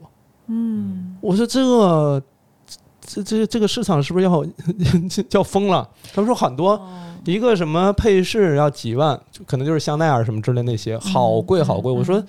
S3: 嗯，
S1: 我说这个这这这个市场是不是要 要疯了？他们说很多
S3: 哦
S1: 一个什么配饰要几万，就可能就是香奈儿什么之类那些，好贵好贵。
S3: 嗯
S1: 我说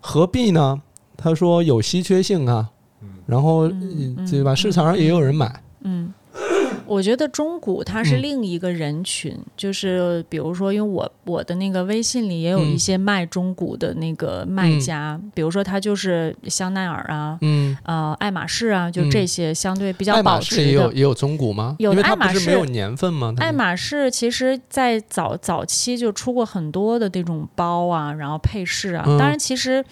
S1: 何必呢？他说有稀缺性啊，
S2: 嗯
S1: 然后
S3: 嗯嗯
S1: 对吧？市场上也有人买，
S3: 嗯， 我觉得中古它是
S1: 嗯
S3: 另一个人群，就是比如说，因为我我的那个微信里也有一
S1: 嗯
S3: 些卖中古的那个卖家，比如说他就是香奈儿啊，
S1: 嗯。
S3: 呃，爱马仕啊，就
S1: 嗯
S3: 这些相对比较
S1: 爱
S3: 保
S1: 马仕
S3: 值
S1: 也有
S3: 的。
S1: 也有中古吗？
S3: 有
S1: 因
S3: 的
S1: 为它
S3: 爱马
S1: 不是没
S3: 仕
S1: 有年份吗？它
S3: 爱
S1: 那
S3: 马仕其实，在早早期就出过很多的这种包啊，然后配饰啊。
S1: 嗯
S3: 当然，其实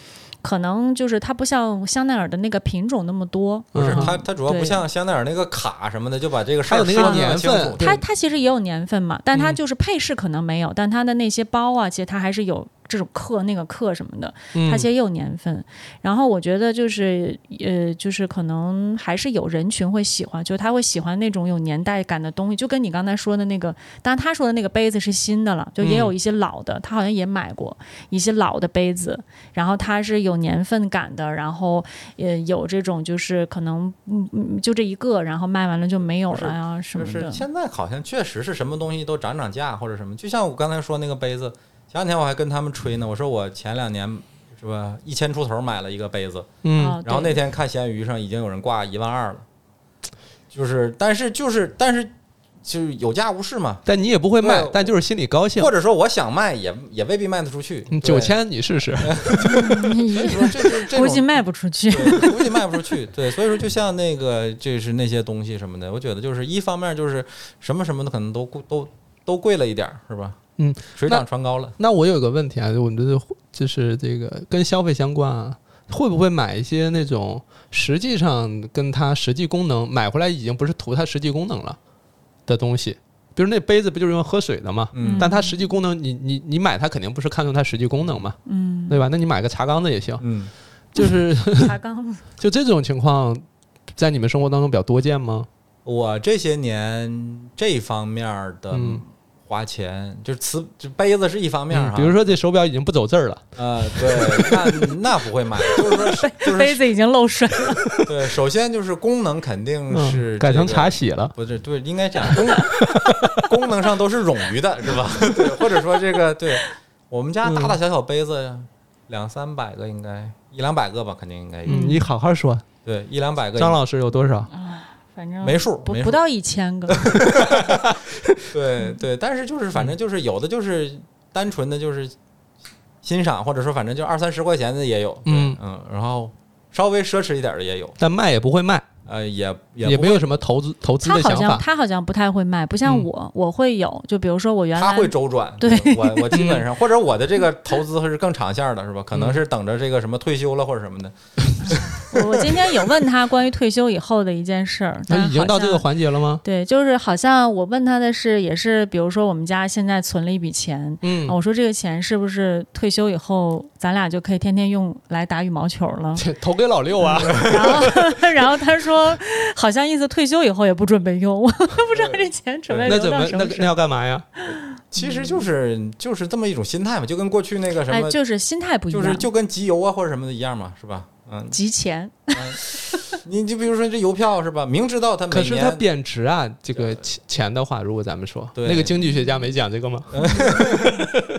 S3: 可能就是它不像香奈儿的那个品种那么多，
S2: 不是
S1: 嗯
S2: 它，它主要不
S3: 对
S2: 像香奈儿那个卡什么的，就把这个事
S1: 还有
S2: 儿
S1: 那个
S2: 说得么
S1: 年
S2: 清
S1: 份
S2: 楚。
S1: 对
S3: 它它其实也有年份嘛，但它
S1: 嗯
S3: 就是配饰可能没有，但它的那些包啊，其实它还是有这种刻那个刻什么的，它
S1: 嗯
S3: 其实也有年份。然后我觉得就是呃，就是可能还是有人群会喜欢，就是他会喜欢那种有年代感的东西，就跟你刚才说的那个，当然他说的那个杯子是新的了，就也有
S2: 嗯
S3: 一些老的，他好像也买过一些老的杯子，然后它是有年份感的，然后也有这种就是可能嗯嗯就这一个，然后卖完了就没有了呀、什
S2: 就
S3: 么
S2: 是
S3: 的。
S2: 现在好像确实是什么东西都涨涨价或者什么，就像我刚才说那个杯子，前两天我还跟他们吹呢，我说我前两年是吧一千出头买了一个杯子，
S1: 嗯
S3: 啊，
S2: 然后那
S3: 对
S2: 天看闲鱼上已经有人挂一万二了，就是但是就是但是就是有价无市嘛，
S1: 但你也不会卖
S2: 对，
S1: 但就是心里高兴嗯
S2: 或。者说我想卖也也未必卖得出去，
S3: 嗯
S1: 九
S2: 对，
S1: 千你试试，
S2: 所以说这这这
S3: 估
S2: 种
S3: 计卖不出去。
S2: 对，估计卖不出去。对，所以说就像那个就是那些东西什么的，我觉得就是一方面就是什么什么的可能都贵都都贵了一点儿，是吧？
S1: 嗯，
S2: 水涨船高了。
S1: 那我有个问题啊，我们这就是这个跟消费相关啊，会不会买一些那种实际上跟它实际功能买回来已经不是图它实际功能了的东西？比如那杯子不就是用来喝水的吗？
S2: 嗯
S1: 但它实际功能，你你你买它肯定不是看重它实际功能嘛，
S3: 嗯，
S1: 对吧？那你买个茶缸子也行，
S2: 嗯，
S1: 就是
S3: 茶缸
S1: 就这种情况，在你们生活当中比较多见吗？
S2: 我这些年这方面儿的
S1: 嗯
S2: 花钱，就是瓷就杯子是一方面儿
S1: 嗯，
S2: 哈。
S1: 比如说这手表已经不走字儿了，
S2: 呃，对，那那不会买，就是说 是就是
S3: 杯子已经漏水了。
S2: 对，首先就是功能肯定
S1: 嗯
S2: 是、
S1: 改成茶。洗了，
S2: 不是对，应该讲 功能功能上都是冗余的，是吧？对，或者说这个对我们家大大小小杯子、两三百个应该一两百个吧，肯定应该有。
S1: 嗯，你好好说，
S2: 对，一两百个
S1: 张老师有多少？
S3: 反正
S2: 没数，
S3: 不
S2: 没
S3: 不
S2: 数。
S3: 到一千个，
S2: 对对，但是就是
S1: 嗯
S2: 反正就是有的就是单纯的就是欣赏，或者说反正就二三十块钱的也有。对
S1: 嗯
S2: 嗯，然后稍微奢侈一点的也有，
S1: 但卖也不会卖，
S2: 呃，也也
S1: 也
S2: 不
S1: 没有什么投资投资
S3: 他
S1: 的
S3: 好
S1: 想
S3: 像
S1: 法。
S3: 他好像不太会卖，不像
S1: 嗯
S3: 我，我会有。就比如说我原
S2: 它
S3: 来
S2: 会周转，嗯
S3: 对
S2: 我我基本 上或者我的这个投资是更长线的，是吧？可能是等着这个什么退休了或者什么的，
S3: 我我今天有问他关于退休以后的一件事儿，
S1: 那
S3: 但
S1: 已经
S3: 好
S1: 到这个
S3: 像
S1: 环节了吗？
S3: 对，就是好像我问他的是，也是比如说我们家现在存了一笔钱，
S1: 嗯
S3: 啊，我说这个钱是不是退休以后咱俩就可以天天用来打羽毛球 了？
S1: 这投给老六啊，
S3: 然后 然后他说好像意思退休以后也不准备用，我 都不知道这钱准备
S1: 那
S3: 留
S1: 怎么
S3: 到什
S1: 那
S3: 么时
S1: 那
S3: 候。
S1: 要干嘛呀？
S2: 其实就是就是这么一种心态嘛，就跟过去那个什
S3: 哎，
S2: 么，
S3: 就是心态不一
S2: 就
S3: 样，
S2: 是就跟集邮啊或者什么的一样嘛，是吧？嗯，
S3: 集钱。
S2: 你就比如说这邮票是吧？明知道它每
S1: 可是它
S2: 年
S1: 贬值啊，这个钱钱的话，如果咱们说，
S2: 对
S1: 那个经济学家没讲这个吗？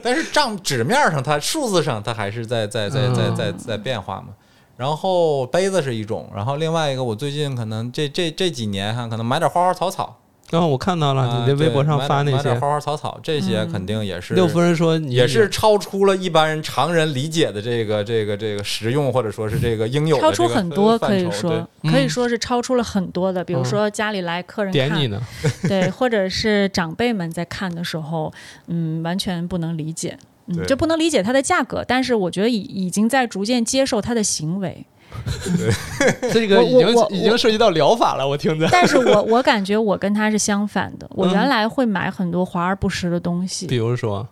S2: 但是账纸面上它数字上它还是在在在在在
S3: 嗯
S2: 在变化嘛。然后杯子是一种，然后另外一个我最近可能这这这几年哈，可能买点花花草草
S1: 然哦后我看到了你
S2: 啊
S1: 在微博
S2: 对
S1: 上
S2: 买
S1: 发
S2: 点
S1: 那
S2: 买点
S1: 些，
S2: 花花草草，这
S3: 嗯
S2: 些肯定也是
S1: 六夫人说你
S2: 也是超出了一般人常人理解的这个这个这个实用或者说是这个应有的
S3: 超
S2: 这
S3: 出
S2: 个呃
S3: 很多，
S2: 范
S3: 可以
S2: 畴
S3: 说
S1: 对
S3: 可以
S1: 嗯
S3: 说是超出了很多的。比如
S1: 嗯
S3: 说家里来客人
S1: 点你
S3: 看，
S1: 呢，
S3: 对，或者是长辈们在看的时候，嗯，完全不能理解，嗯，
S2: 对
S3: 就不能理解它的价格。但是我觉得已已经在逐渐接受它的行为。
S1: 这个
S3: 我
S1: 已
S3: 我
S1: 经
S3: 我啊
S1: 已经涉及到疗法了，我听着。
S3: 但是我我感觉我跟他是相反的，我
S1: 嗯
S3: 原来会买很多华而不实的东西
S1: 比，如说，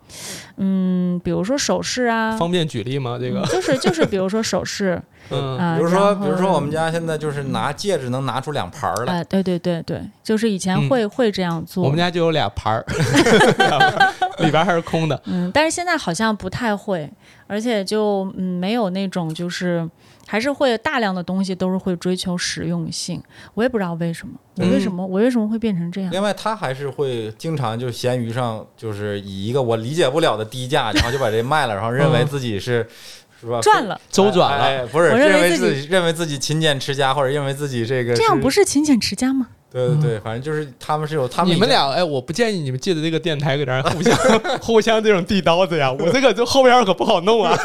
S3: 嗯，比如说首饰啊，
S1: 方便举例吗？这
S3: 嗯
S1: 个，
S3: 就是就是比如说首饰
S1: 嗯，
S3: 啊，
S2: 比如说，
S3: 然
S2: 比
S3: 后
S2: 如说我们家现在就是拿戒指能拿出两盘儿来，
S3: 啊，对对对对，就是以前
S1: 嗯
S3: 会会这样做。
S1: 我们家就有俩盘 儿， 两盘儿里边儿还是空的。
S3: 嗯，但是现在好像不太会，而且就嗯没有那种就是还是会大量的东西都是会追求实用性，我也不知道为什么，我为什么、我为什么会变成这样？
S2: 另外他还是会经常就闲鱼上就是以一个我理解不了的低价，然后就把这卖了，然后认为自己是是吧
S3: 嗯赚了，
S1: 周转了
S2: 哎哎不是
S3: 我认
S2: 认
S3: 为
S2: 为
S3: 自己
S2: 己认为自己勤俭持家，或者认为自己这个
S3: 这样不嗯
S2: 是
S3: 是勤俭持家吗？
S2: 对对对，反正就是他们是有他们
S1: 你们
S2: 已经
S1: 俩，哎，我不建议你们借着这个电台给人互相互相这种递刀子呀，我这个就后边可不好弄啊。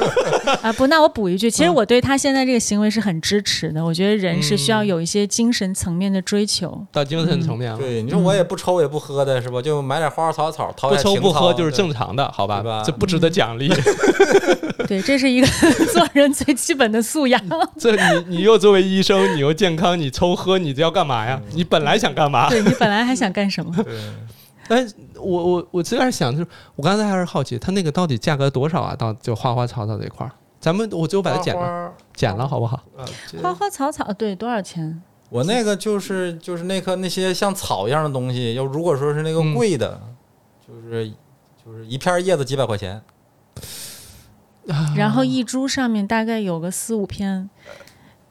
S3: 啊，不，那我补一句，其实我对他现在这个行为是很支持的。我觉得人是需要有一些精神层面的追求。
S1: 到精神层面了，
S2: 嗯对，你说我也不抽也不喝的是吧？就买点花花草草，淘
S1: 不
S2: 点
S1: 抽
S2: 情
S1: 不喝
S2: 操
S1: 就是
S2: 对
S1: 正常的，好吧
S2: 对吧？
S1: 这不值得奖励。
S3: 对，这是一个做人最基本的素养。
S1: 这你你又作为医生，你又健康，你抽喝，你这要干嘛
S2: 嗯
S1: 呀？你本来想干嘛？
S3: 对你本来还想干什么？
S2: 对
S1: 但是我我我最开始想就是，我刚才还是好奇，它那个到底价格多少啊？到就花花草草这一块儿，咱们我就把它剪
S2: 花
S1: 了，
S2: 花
S1: 剪了好不好？
S2: 啊这
S3: 花花草草，对，多少钱？
S2: 我那个就是就是那棵那些像草一样的东西，要如果说是那个
S1: 嗯
S2: 贵的，就是就是一片叶子几百块钱，
S3: 然后一株上面大概有个四五片、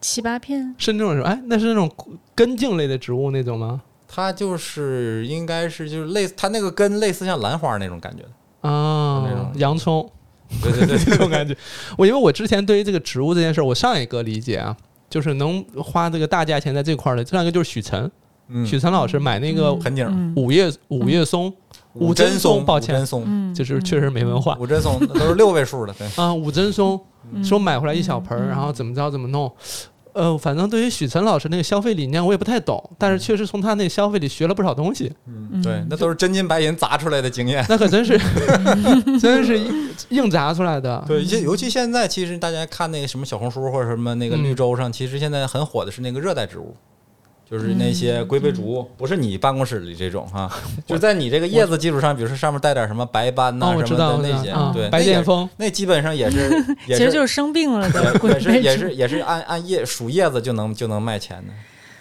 S3: 七八片。
S1: 是那种什么？哎，那是那种根茎类的植物那种吗？
S2: 它就是应该是就是类似它那个根类似像兰花那种感觉的，那
S1: 啊
S2: 种，
S1: 洋葱。
S2: 对 对对，
S1: 这 种感觉。我因为我之前对于这个植物这件事儿，我上一个理解啊，就是能花这个大价钱在这块儿的，上一个就是许晨，
S2: 嗯，
S1: 许晨老师买那个
S2: 盆景儿
S3: 嗯
S1: 五叶五叶松，五针
S2: 针
S1: 松
S2: 松，
S1: 抱
S2: 五
S1: 歉
S2: 针松，
S3: 嗯，
S1: 就是确实没文化
S2: 五针松那都是六位数的，对，
S1: 啊，五针松
S3: 嗯
S1: 说买回来一小盆儿，然后怎么着怎么弄。呃，反正对于许晨老师那个消费理念，我也不太懂，但是确实从他那消费里学了不少东西。
S2: 嗯，对，那都是真金白银砸出来的经验。
S1: 那可真是， 真是硬硬砸出来的。
S2: 对，尤尤其现在，其实大家看那个什么小红书或者什么那个
S1: 嗯
S2: 绿洲上，其实现在很火的是那个热带植物，就是那些
S1: 嗯
S2: 龟背竹，不是你办公室里这种哈、 就在你这个叶子基础上，比如说上面带点什么白斑呐、
S1: 啊，我
S2: 什
S1: 知
S2: 么
S1: 道，
S2: 的
S1: 我知
S2: 那些，
S1: 道，啊
S2: 对，
S1: 白
S2: 那也
S1: 癜风，
S2: 那基本上也 是也
S3: 其实就是是生病了的
S2: 也
S3: 龟
S2: 也是
S3: 背
S2: 也
S3: 竹
S2: 是也是按按叶数叶子就能就能卖钱的，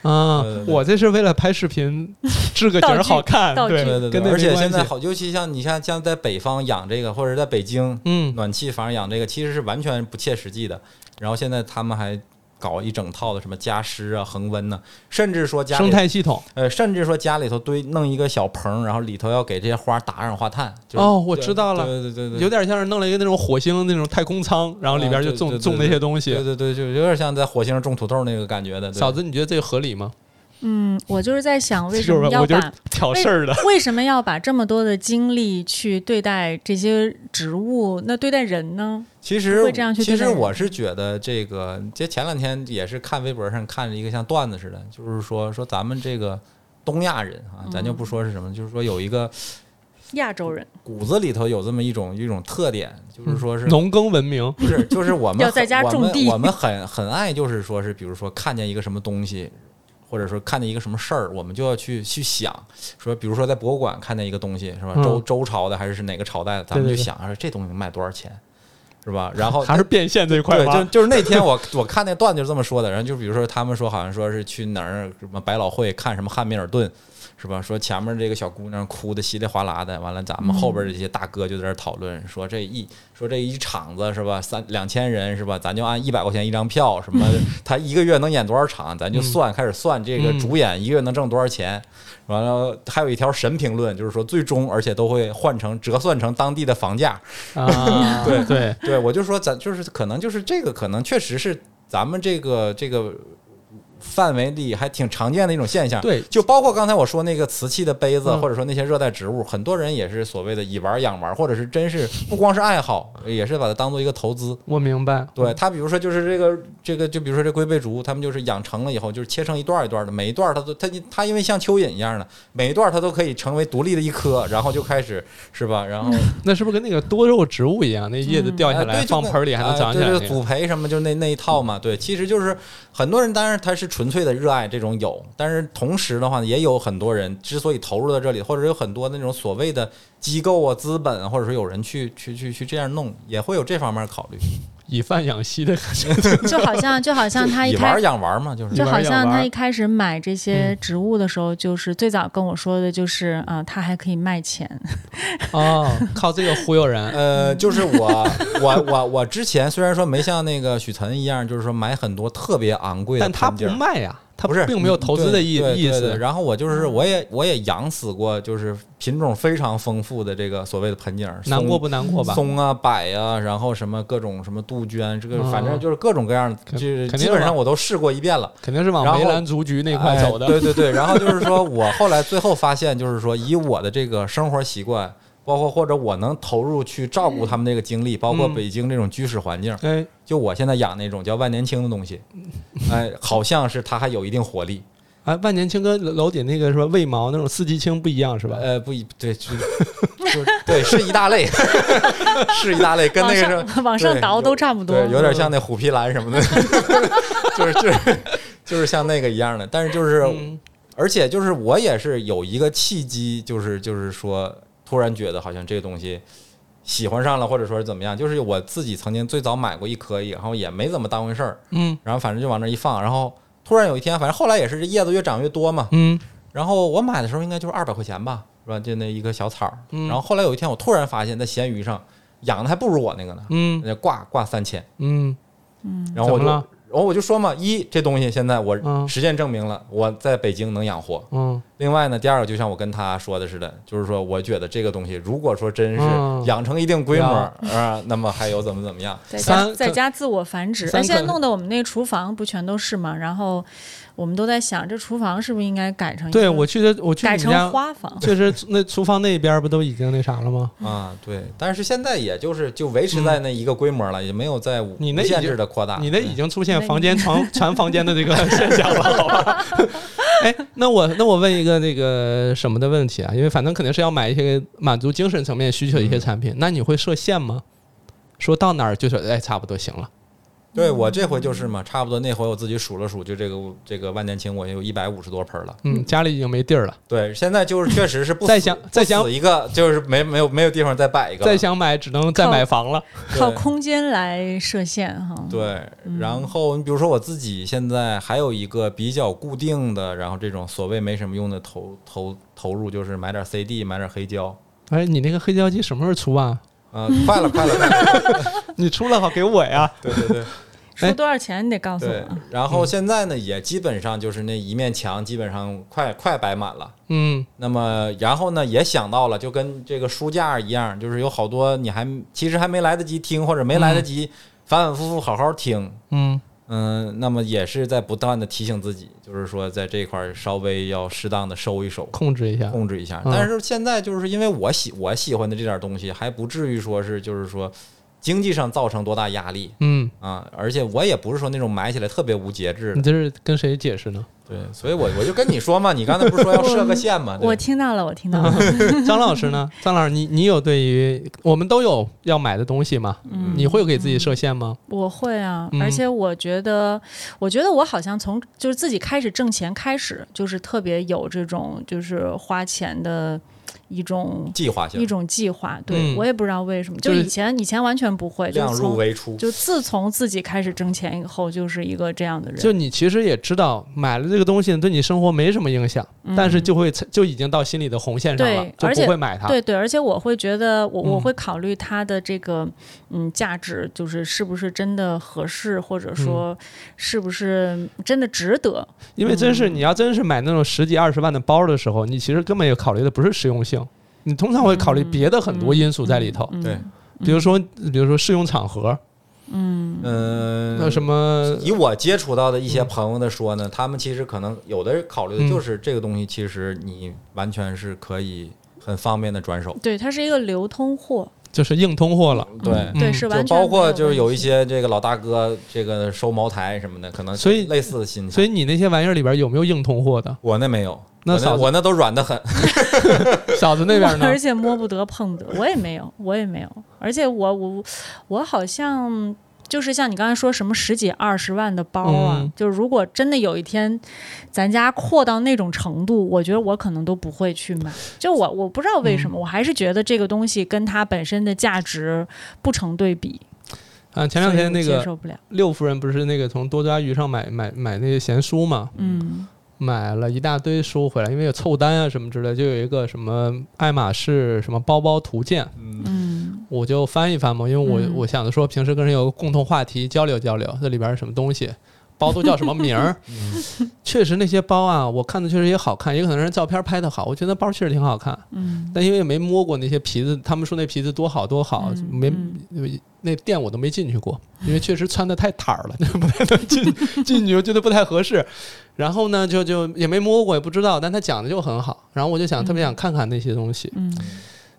S1: 啊
S2: 对对，对
S1: 我这是为了拍视 频，置个景儿好看，
S3: 道具
S1: 对
S3: 道具
S2: 对对
S1: 跟那
S2: 对，而且
S1: 没关
S2: 现在
S1: 系
S2: 好，尤其像你像像在北方养这个，或者在北京
S1: 嗯，
S2: 暖气房养这个其实是完全不切实际的。然后现在他们还搞一整套的什么加湿啊、恒温呐、甚至说家
S1: 生
S2: 里
S1: 态系统。
S2: 呃，甚至说家里头堆弄一个小棚，然后里头要给这些花打上花炭。就是
S1: 哦，我知道了，
S2: 对对对对
S1: 有
S2: 对，
S1: 点像是弄了一个那种火星那种太空舱，然后里边就
S2: 啊对
S1: 种
S2: 对对
S1: 种那些东
S2: 对
S1: 西。
S2: 对对，就有点像在火星上种土豆那个感觉的。对
S1: 嫂子，你觉得这个合理吗？
S3: 嗯，我就是在 想，为
S1: 这
S3: 什
S1: 就是
S3: 么要
S1: 我觉
S3: 把
S1: 得挑事儿的。
S3: 为什么要把这么多的精力去对待这些植物？那对待人呢？
S2: 其实
S3: 不会这样去
S2: 其
S3: 对待
S2: 实
S3: 人
S2: 我是觉得这个，这前两天也是看微博上看着一个像段子似的，就是说说咱们这个东亚人啊，咱
S3: 嗯
S2: 就不说是什么，就是说有一个
S3: 亚洲人
S2: 骨子里头有这么一种一种特点，就是说是
S1: 嗯
S2: 哦
S1: 农耕文明，
S2: 不是，就是我们
S3: 要
S2: 很
S3: 在家种地
S2: 我们我们很很爱，就是说是，比如说看见一个什么东西，或者说看见一个什么事儿，我们就要去去想，说比如说在博物馆看见一个东西，是吧？
S1: 嗯
S2: 周周朝的还是是哪个朝代的，咱们
S1: 对
S2: 就
S1: 对对
S2: 想，啊这东西卖多少钱，是吧？然后
S1: 还是变现这一块
S2: 对，就
S1: 吧。
S2: 就是那天我 我看那段就是这么说的，然后就比如说他们说好像说是去哪儿什么百老汇看什么汉密尔顿，是吧？说前面这个小姑娘哭的稀里哗啦的，完了咱们后边这些大哥就在这儿讨论说这一说这一场子是吧，三两千人是吧？咱就按一百块钱一张票，什么他一个月能演多少场，咱就算开始算这个
S1: 嗯
S2: 主演一个月能挣多少钱。完了，还有一条神评论，就是说最终，而且都会换成折算成当地的房价，
S1: 啊，
S2: 对
S1: 对，
S2: 对，我就说咱就是可能就是这个，可能确实是咱们这个这个范围里还挺常见的一种现象。
S1: 对
S2: 就包括刚才我说那个瓷器的杯子，
S1: 嗯
S2: 或者说那些热带植物，很多人也是所谓的以玩养玩，或者是真是不光是爱好，也是把它当做一个投资。
S1: 我明白。
S2: 对他，比如说就是这个这个，就比如说这龟背竹，他们就是养成了以后，就是切成一段儿一段儿的，每一段儿它都它它因为像蚯蚓一样的，每一段儿它都可以成为独立的一棵，然后就开始是吧？然后
S1: 那是不是跟那个多肉植物一样，那叶子掉下
S2: 啊
S1: 来
S2: 对就
S1: 放
S2: 跟
S1: 盆里还能
S2: 啊
S1: 长起来
S2: 对
S1: 那
S2: 就是
S1: 个？
S2: 骨培什么，就那那一套嘛。对，其实就是很多人，当然他是纯粹的热爱这种有，但是同时的话呢，也有很多人之所以投入到这里，或者有很多那种所谓的机构啊、资本啊，或者说有人去去去去这样弄，也会有这方面的考虑。
S1: 以贩养吸的感觉。
S3: 就好像就好像他一
S2: 以玩
S3: 开
S2: 儿养玩儿嘛，就是
S3: 就好像
S1: 你玩儿要玩
S3: 他
S1: 儿
S3: 一开始买这些植物的时候，就是最早跟我说的就是啊，他还可以卖钱。
S1: 哦，靠这个忽悠人。
S2: 呃，就是我我我我之前虽然说没像那个许岑一样，就是说买很多特别昂贵的
S1: 但他
S2: 盆景
S1: 不
S2: 儿，
S1: 卖呀，他
S2: 不是
S1: 并没有投资的意
S2: 对对
S1: 意
S2: 对对
S1: 思。嗯
S2: 然后我就是我也我也养死过，就是品种非常丰富的这个所谓的盆景儿，
S1: 难
S2: 松
S1: 过不难过吧？
S2: 松啊、柏呀、然后什么各种什么杜鹃，这个
S1: 嗯
S2: 反正就是各种各样的，
S1: 肯
S2: 就是
S1: 肯定
S2: 基本
S1: 是吧
S2: 上我都试过一遍了。
S1: 肯定是往
S2: 然后
S1: 梅兰竹菊那块走的。
S2: 哎对对对，然后就是说我后来最后发现，就是说以我的这个生活习惯，包括或者我能投入去照顾他们那个精力，包括
S1: 嗯
S2: 北京这种居室环境，
S1: 哎，
S2: 就我现在养那种叫万年青的东西，
S1: 嗯
S2: 哎，好像是它还有一定活力，
S1: 哎，万年青跟楼顶那个什么卫毛那种四季青不一样是吧？
S2: 呃，不一对，就就对，是一大类， 是一大类，跟那个是
S3: 往上往上
S2: 对
S3: 倒
S2: 有
S3: 都差不多。嗯
S2: 对，有点像那虎皮兰什么的， 就是就是就是像那个一样的。但是就是，
S1: 嗯
S2: 而且就是我也是有一个契机，就是就是说，突然觉得好像这个东西喜欢上了，或者说是怎么样。就是我自己曾经最早买过一颗，然后也没怎么当回事儿，
S1: 嗯
S2: 然后反正就往那儿一放，然后突然有一天，反正后来也是这叶子越长越多嘛，
S1: 嗯
S2: 然后我买的时候应该就是二百块钱吧，是吧？就那一个小草儿。
S1: 嗯
S2: 然后后来有一天，我突然发现，在闲鱼上养的还不如我那个呢，
S1: 嗯
S2: 那挂挂三千。
S1: 嗯
S2: 然后我
S1: 怎么
S2: 就，然
S1: 了
S2: 后我就说嘛，一这东西现在我
S1: 嗯
S2: 实践证明了，我在北京能养活。
S1: 嗯
S2: 另外呢，第二个就像我跟他说的似的，就是说我觉得这个东西如果说真
S1: 嗯
S2: 是养成一定规模
S1: 呀
S2: 啊，那么还有怎么怎么 样？
S3: 在
S1: 三
S3: 家在
S1: 可
S3: 家自我繁殖，
S1: 三
S3: 哎，现在
S1: 可
S3: 弄得我们那厨房不全都是嘛？然后我们都在想，这厨房是不是应该改成一
S1: 对
S3: 个
S1: 我去的，我去
S3: 改
S1: 你
S3: 成
S1: 家，
S3: 花房？
S1: 确实那厨房那边不都已经那啥了吗？
S2: 啊，对，但是现在也就是就维持在那一个规模了，也没有在无
S1: 嗯你那已
S2: 限
S1: 经
S2: 制的扩大。
S1: 你那已经出现
S3: 那
S1: 房间床 传房间的这个现象了，好吧？ 哎，那我那我问一个那个什么的问题啊，因为反正肯定是要买一些满足精神层面需求的
S2: 嗯
S1: 一些产品，那你会设限吗？说到哪儿就是哎，差不多行了。
S2: 对
S1: 嗯
S2: 我这回就是嘛，差不多那回我自己数了数，就这个这个万年青，我有一百五十多盆了。
S1: 嗯，家里已经没地儿了，
S2: 对，现在就是确实是不
S1: 再
S2: 死
S1: 想
S2: 不
S1: 再想
S2: 死一个，就是没没有没有地方再摆一个了，
S1: 再想买只能再买房了。
S3: 靠
S2: 对
S3: 空间来设限哈。
S2: 对，
S1: 嗯
S2: 然后你比如说我自己现在还有一个比较固定的，然后这种所谓没什么用的投投投入，就是买点 CD，买点黑胶。
S1: 哎，你那个黑胶机什么时候出啊？
S2: 呃，快了，快了，快了
S1: 你出了好给我呀。
S2: 对对对
S3: 说
S1: 哎
S3: 多少钱你得告诉
S2: 对
S3: 我啊。。
S2: 然
S1: 嗯
S2: 后现在呢，也基本上就是那一面墙基本上快快摆满了。
S1: 嗯
S2: 那么，然后呢，也想到了，就跟这个书架一样，就是有好多你还其实还没来得及听，或者没来得及反反复复好好听，
S1: 嗯
S2: 嗯，那么也是在不断的提醒自己，就是说在这块儿稍微要适当的收一收，
S1: 控制一下。
S2: 控制一下。
S1: 嗯
S2: 但是现在就是因为我喜我喜欢的这点东西，还不至于说是就是说经济上造成多大压力
S1: 嗯，
S2: 啊，而且我也不是说那种买起来特别无节制
S1: 你
S2: 的，
S1: 这是跟谁解释呢？
S2: 对，所以我我就跟你说嘛，你刚才不是说要设个线嘛？
S3: 我
S2: 对
S3: 听到了，我听到了。
S1: 张老师呢？张老师，你你有对于我们都有要买的东西吗？
S3: 嗯
S1: 你会给自己设限吗？
S3: 我会啊，
S1: 嗯
S3: 而且我觉得，我觉得我好像从就是自己开始挣钱开始，就是特别有这种就是花钱的一种
S2: 计划性
S3: 一，种计划。对、
S1: 嗯
S3: 我也不知道为什么，
S1: 就
S3: 就是以前以前完全不会，呃就
S2: 量
S3: 是
S2: 入
S3: 从
S2: 为出，
S3: 就自从自己开始挣钱以后，就是一个这样的人。
S1: 就你其实也知道买了这个东西对你生活没什么影响，
S3: 嗯
S1: 但是就会就已经到心里的红线上了
S3: 对，
S1: 就
S3: 而且
S1: 不会买它。
S3: 对对，而且我会觉得我，我
S1: 嗯
S3: 会考虑它的这个嗯价值，就是是不是真的合适，或者说是不是真的值得。
S1: 因为真
S3: 嗯
S1: 是你要真是买那种十几二十万的包的时候，你其实根本也考虑的不是实用性，你通常会考虑别的很多因素在里头，
S3: 嗯、
S2: 对，
S1: 比如说比如说适用场合，
S2: 嗯，
S1: 那什么
S2: 以我接触到的一些朋友的说呢，他们其实可能有的人考虑的
S1: 嗯
S2: 就是这个东西，其实你完全是可以很方便的转手。
S3: 对，它是一个流通货，
S1: 就是硬通货了。
S2: 对，
S1: 嗯
S3: 对，是完
S2: 就
S3: 全
S2: 包括就是
S3: 没有
S2: 有
S3: 问
S2: 一
S3: 题。
S2: 些这个老大哥这个收茅台什么的，可能
S1: 所以
S2: 类似的心
S1: 所
S2: 情。？
S1: 以你那些玩意儿里边有没有硬通货的
S2: 我那没有，
S1: 那
S2: 我那
S1: 嫂子
S2: 我那都软的很。
S1: 嫂子那边呢
S3: 而？且摸不得碰不得，我也没有，我也没有，而且我我我好像就是像你刚才说什么十几二十万的包啊，
S1: 嗯
S3: 就是如果真的有一天咱家扩到那种程度，我觉得我可能都不会去买。就我我不知道为什么，我还是觉得这个东西跟它本身的价值不成对比。
S1: 啊，前两天那
S3: 所以我
S1: 个
S3: 接受不了，
S1: 六夫人不是那个从多抓鱼上买买买那些闲书嘛，
S3: 嗯
S1: 买了一大堆书回来，因为有凑单啊什么之类，就有一个什么爱马仕什么包包图鉴，
S2: 嗯
S3: 嗯
S1: 我就翻一翻嘛，因为我、
S3: 嗯
S1: 我想着说平时跟人有个共同话题交流交流，这里边是什么东西。包都叫什么名 儿。
S2: 嗯
S1: 确实那些包啊，我看的确实也好看，也可能是照片拍的好，我觉得包确实挺好看。
S3: 嗯，
S1: 但因为没摸过那些皮子，他们说那皮子多好多好，
S3: 嗯
S1: 没那店我都没进去过，因为确实穿的太坦儿了，不太能进进去，我觉得不太合适。然后呢，就就也没摸过，也不知道，但他讲的就很好，然后我就想特别想看看那些东西，
S3: 嗯，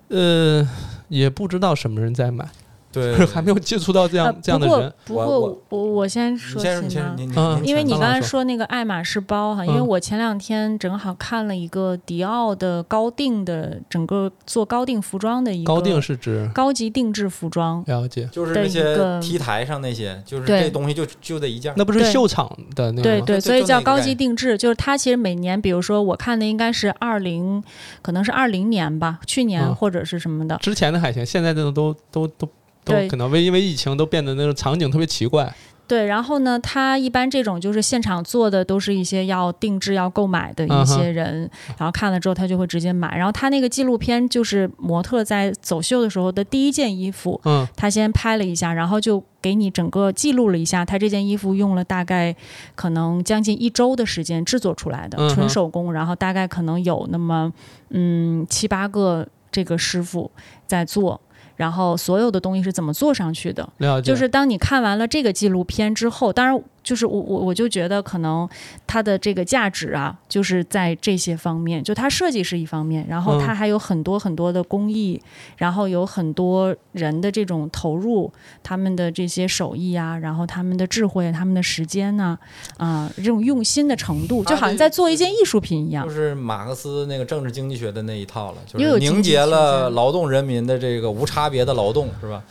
S1: 呃，也不知道什么人在买，
S2: 对
S1: 还没有接触到这样、
S3: 呃
S1: 这样的人。
S3: 不
S2: 我
S3: 过
S2: 我
S3: 我我我先说
S2: 你先说，你
S3: 行
S2: 先
S3: 吗
S2: 说，？您
S1: 嗯
S2: 您
S3: 因为你
S1: 当
S3: 刚
S1: 然
S3: 才
S1: 说
S3: 说那个爱马仕包哈，因为
S1: 嗯
S3: 我前两天正好看了一个迪奥的高定的整个做高定服装的一个
S1: 高定是指
S3: 高级定制服装，
S1: 了解，
S2: 就是
S3: 的
S2: 那
S3: 一
S2: 些
S3: 个
S2: T 台上那些，就是
S3: 对
S2: 这东西就就这一件儿。
S1: 那不是
S3: 对
S1: 秀场的那个吗？
S3: 对
S2: 就
S3: 对，所以
S2: 就那
S3: 叫
S2: 个
S3: 高
S2: 概
S3: 级
S2: 念
S3: 定制，就是它其实每年，比如说我看的应该是二零，可能是二零年吧，去年
S1: 嗯
S3: 或者是什么的，
S1: 之前的还行，现在这种都都都都
S3: 对
S1: 可能为因为疫情都变得那种场景特别奇怪。
S3: 对，然后呢，他一般这种就是现场做的，都是一些要定制、要购买的
S1: 嗯
S3: 一些人，然后看了之后他就会直接买。然后他那个纪录片就是模特在走秀的时候的第一件衣服，
S1: 嗯，
S3: 他先拍了一下，然后就给你整个记录了一下，他这件衣服用了大概可能将近一周的时间制作出来的，
S1: 嗯哼
S3: 纯手工，然后大概可能有那么嗯七八个这个师傅在做，然后所有的东西是怎么做上去的，
S1: 了解。
S3: 就是当你看完了这个纪录片之后，当然就是我我我就觉得可能它的这个价值啊，就是在这些方面，就它设计是一方面，然后它
S1: 嗯
S3: 还有很多很多的工艺，然后有很多人的这种投入，他们的这些手艺啊，然后他们的智慧、啊他们的时间呐、啊，这种用心的程度，
S1: 啊
S2: 它
S3: 就好像
S2: 这
S3: 在做一件艺术品一样
S2: 就。是马克思那个政治经济学的那一套了，就
S3: 又
S2: 是
S3: 有
S2: 凝
S3: 经济
S2: 结
S3: 学家
S2: 了劳动人民的这个无差别的劳动，是吧？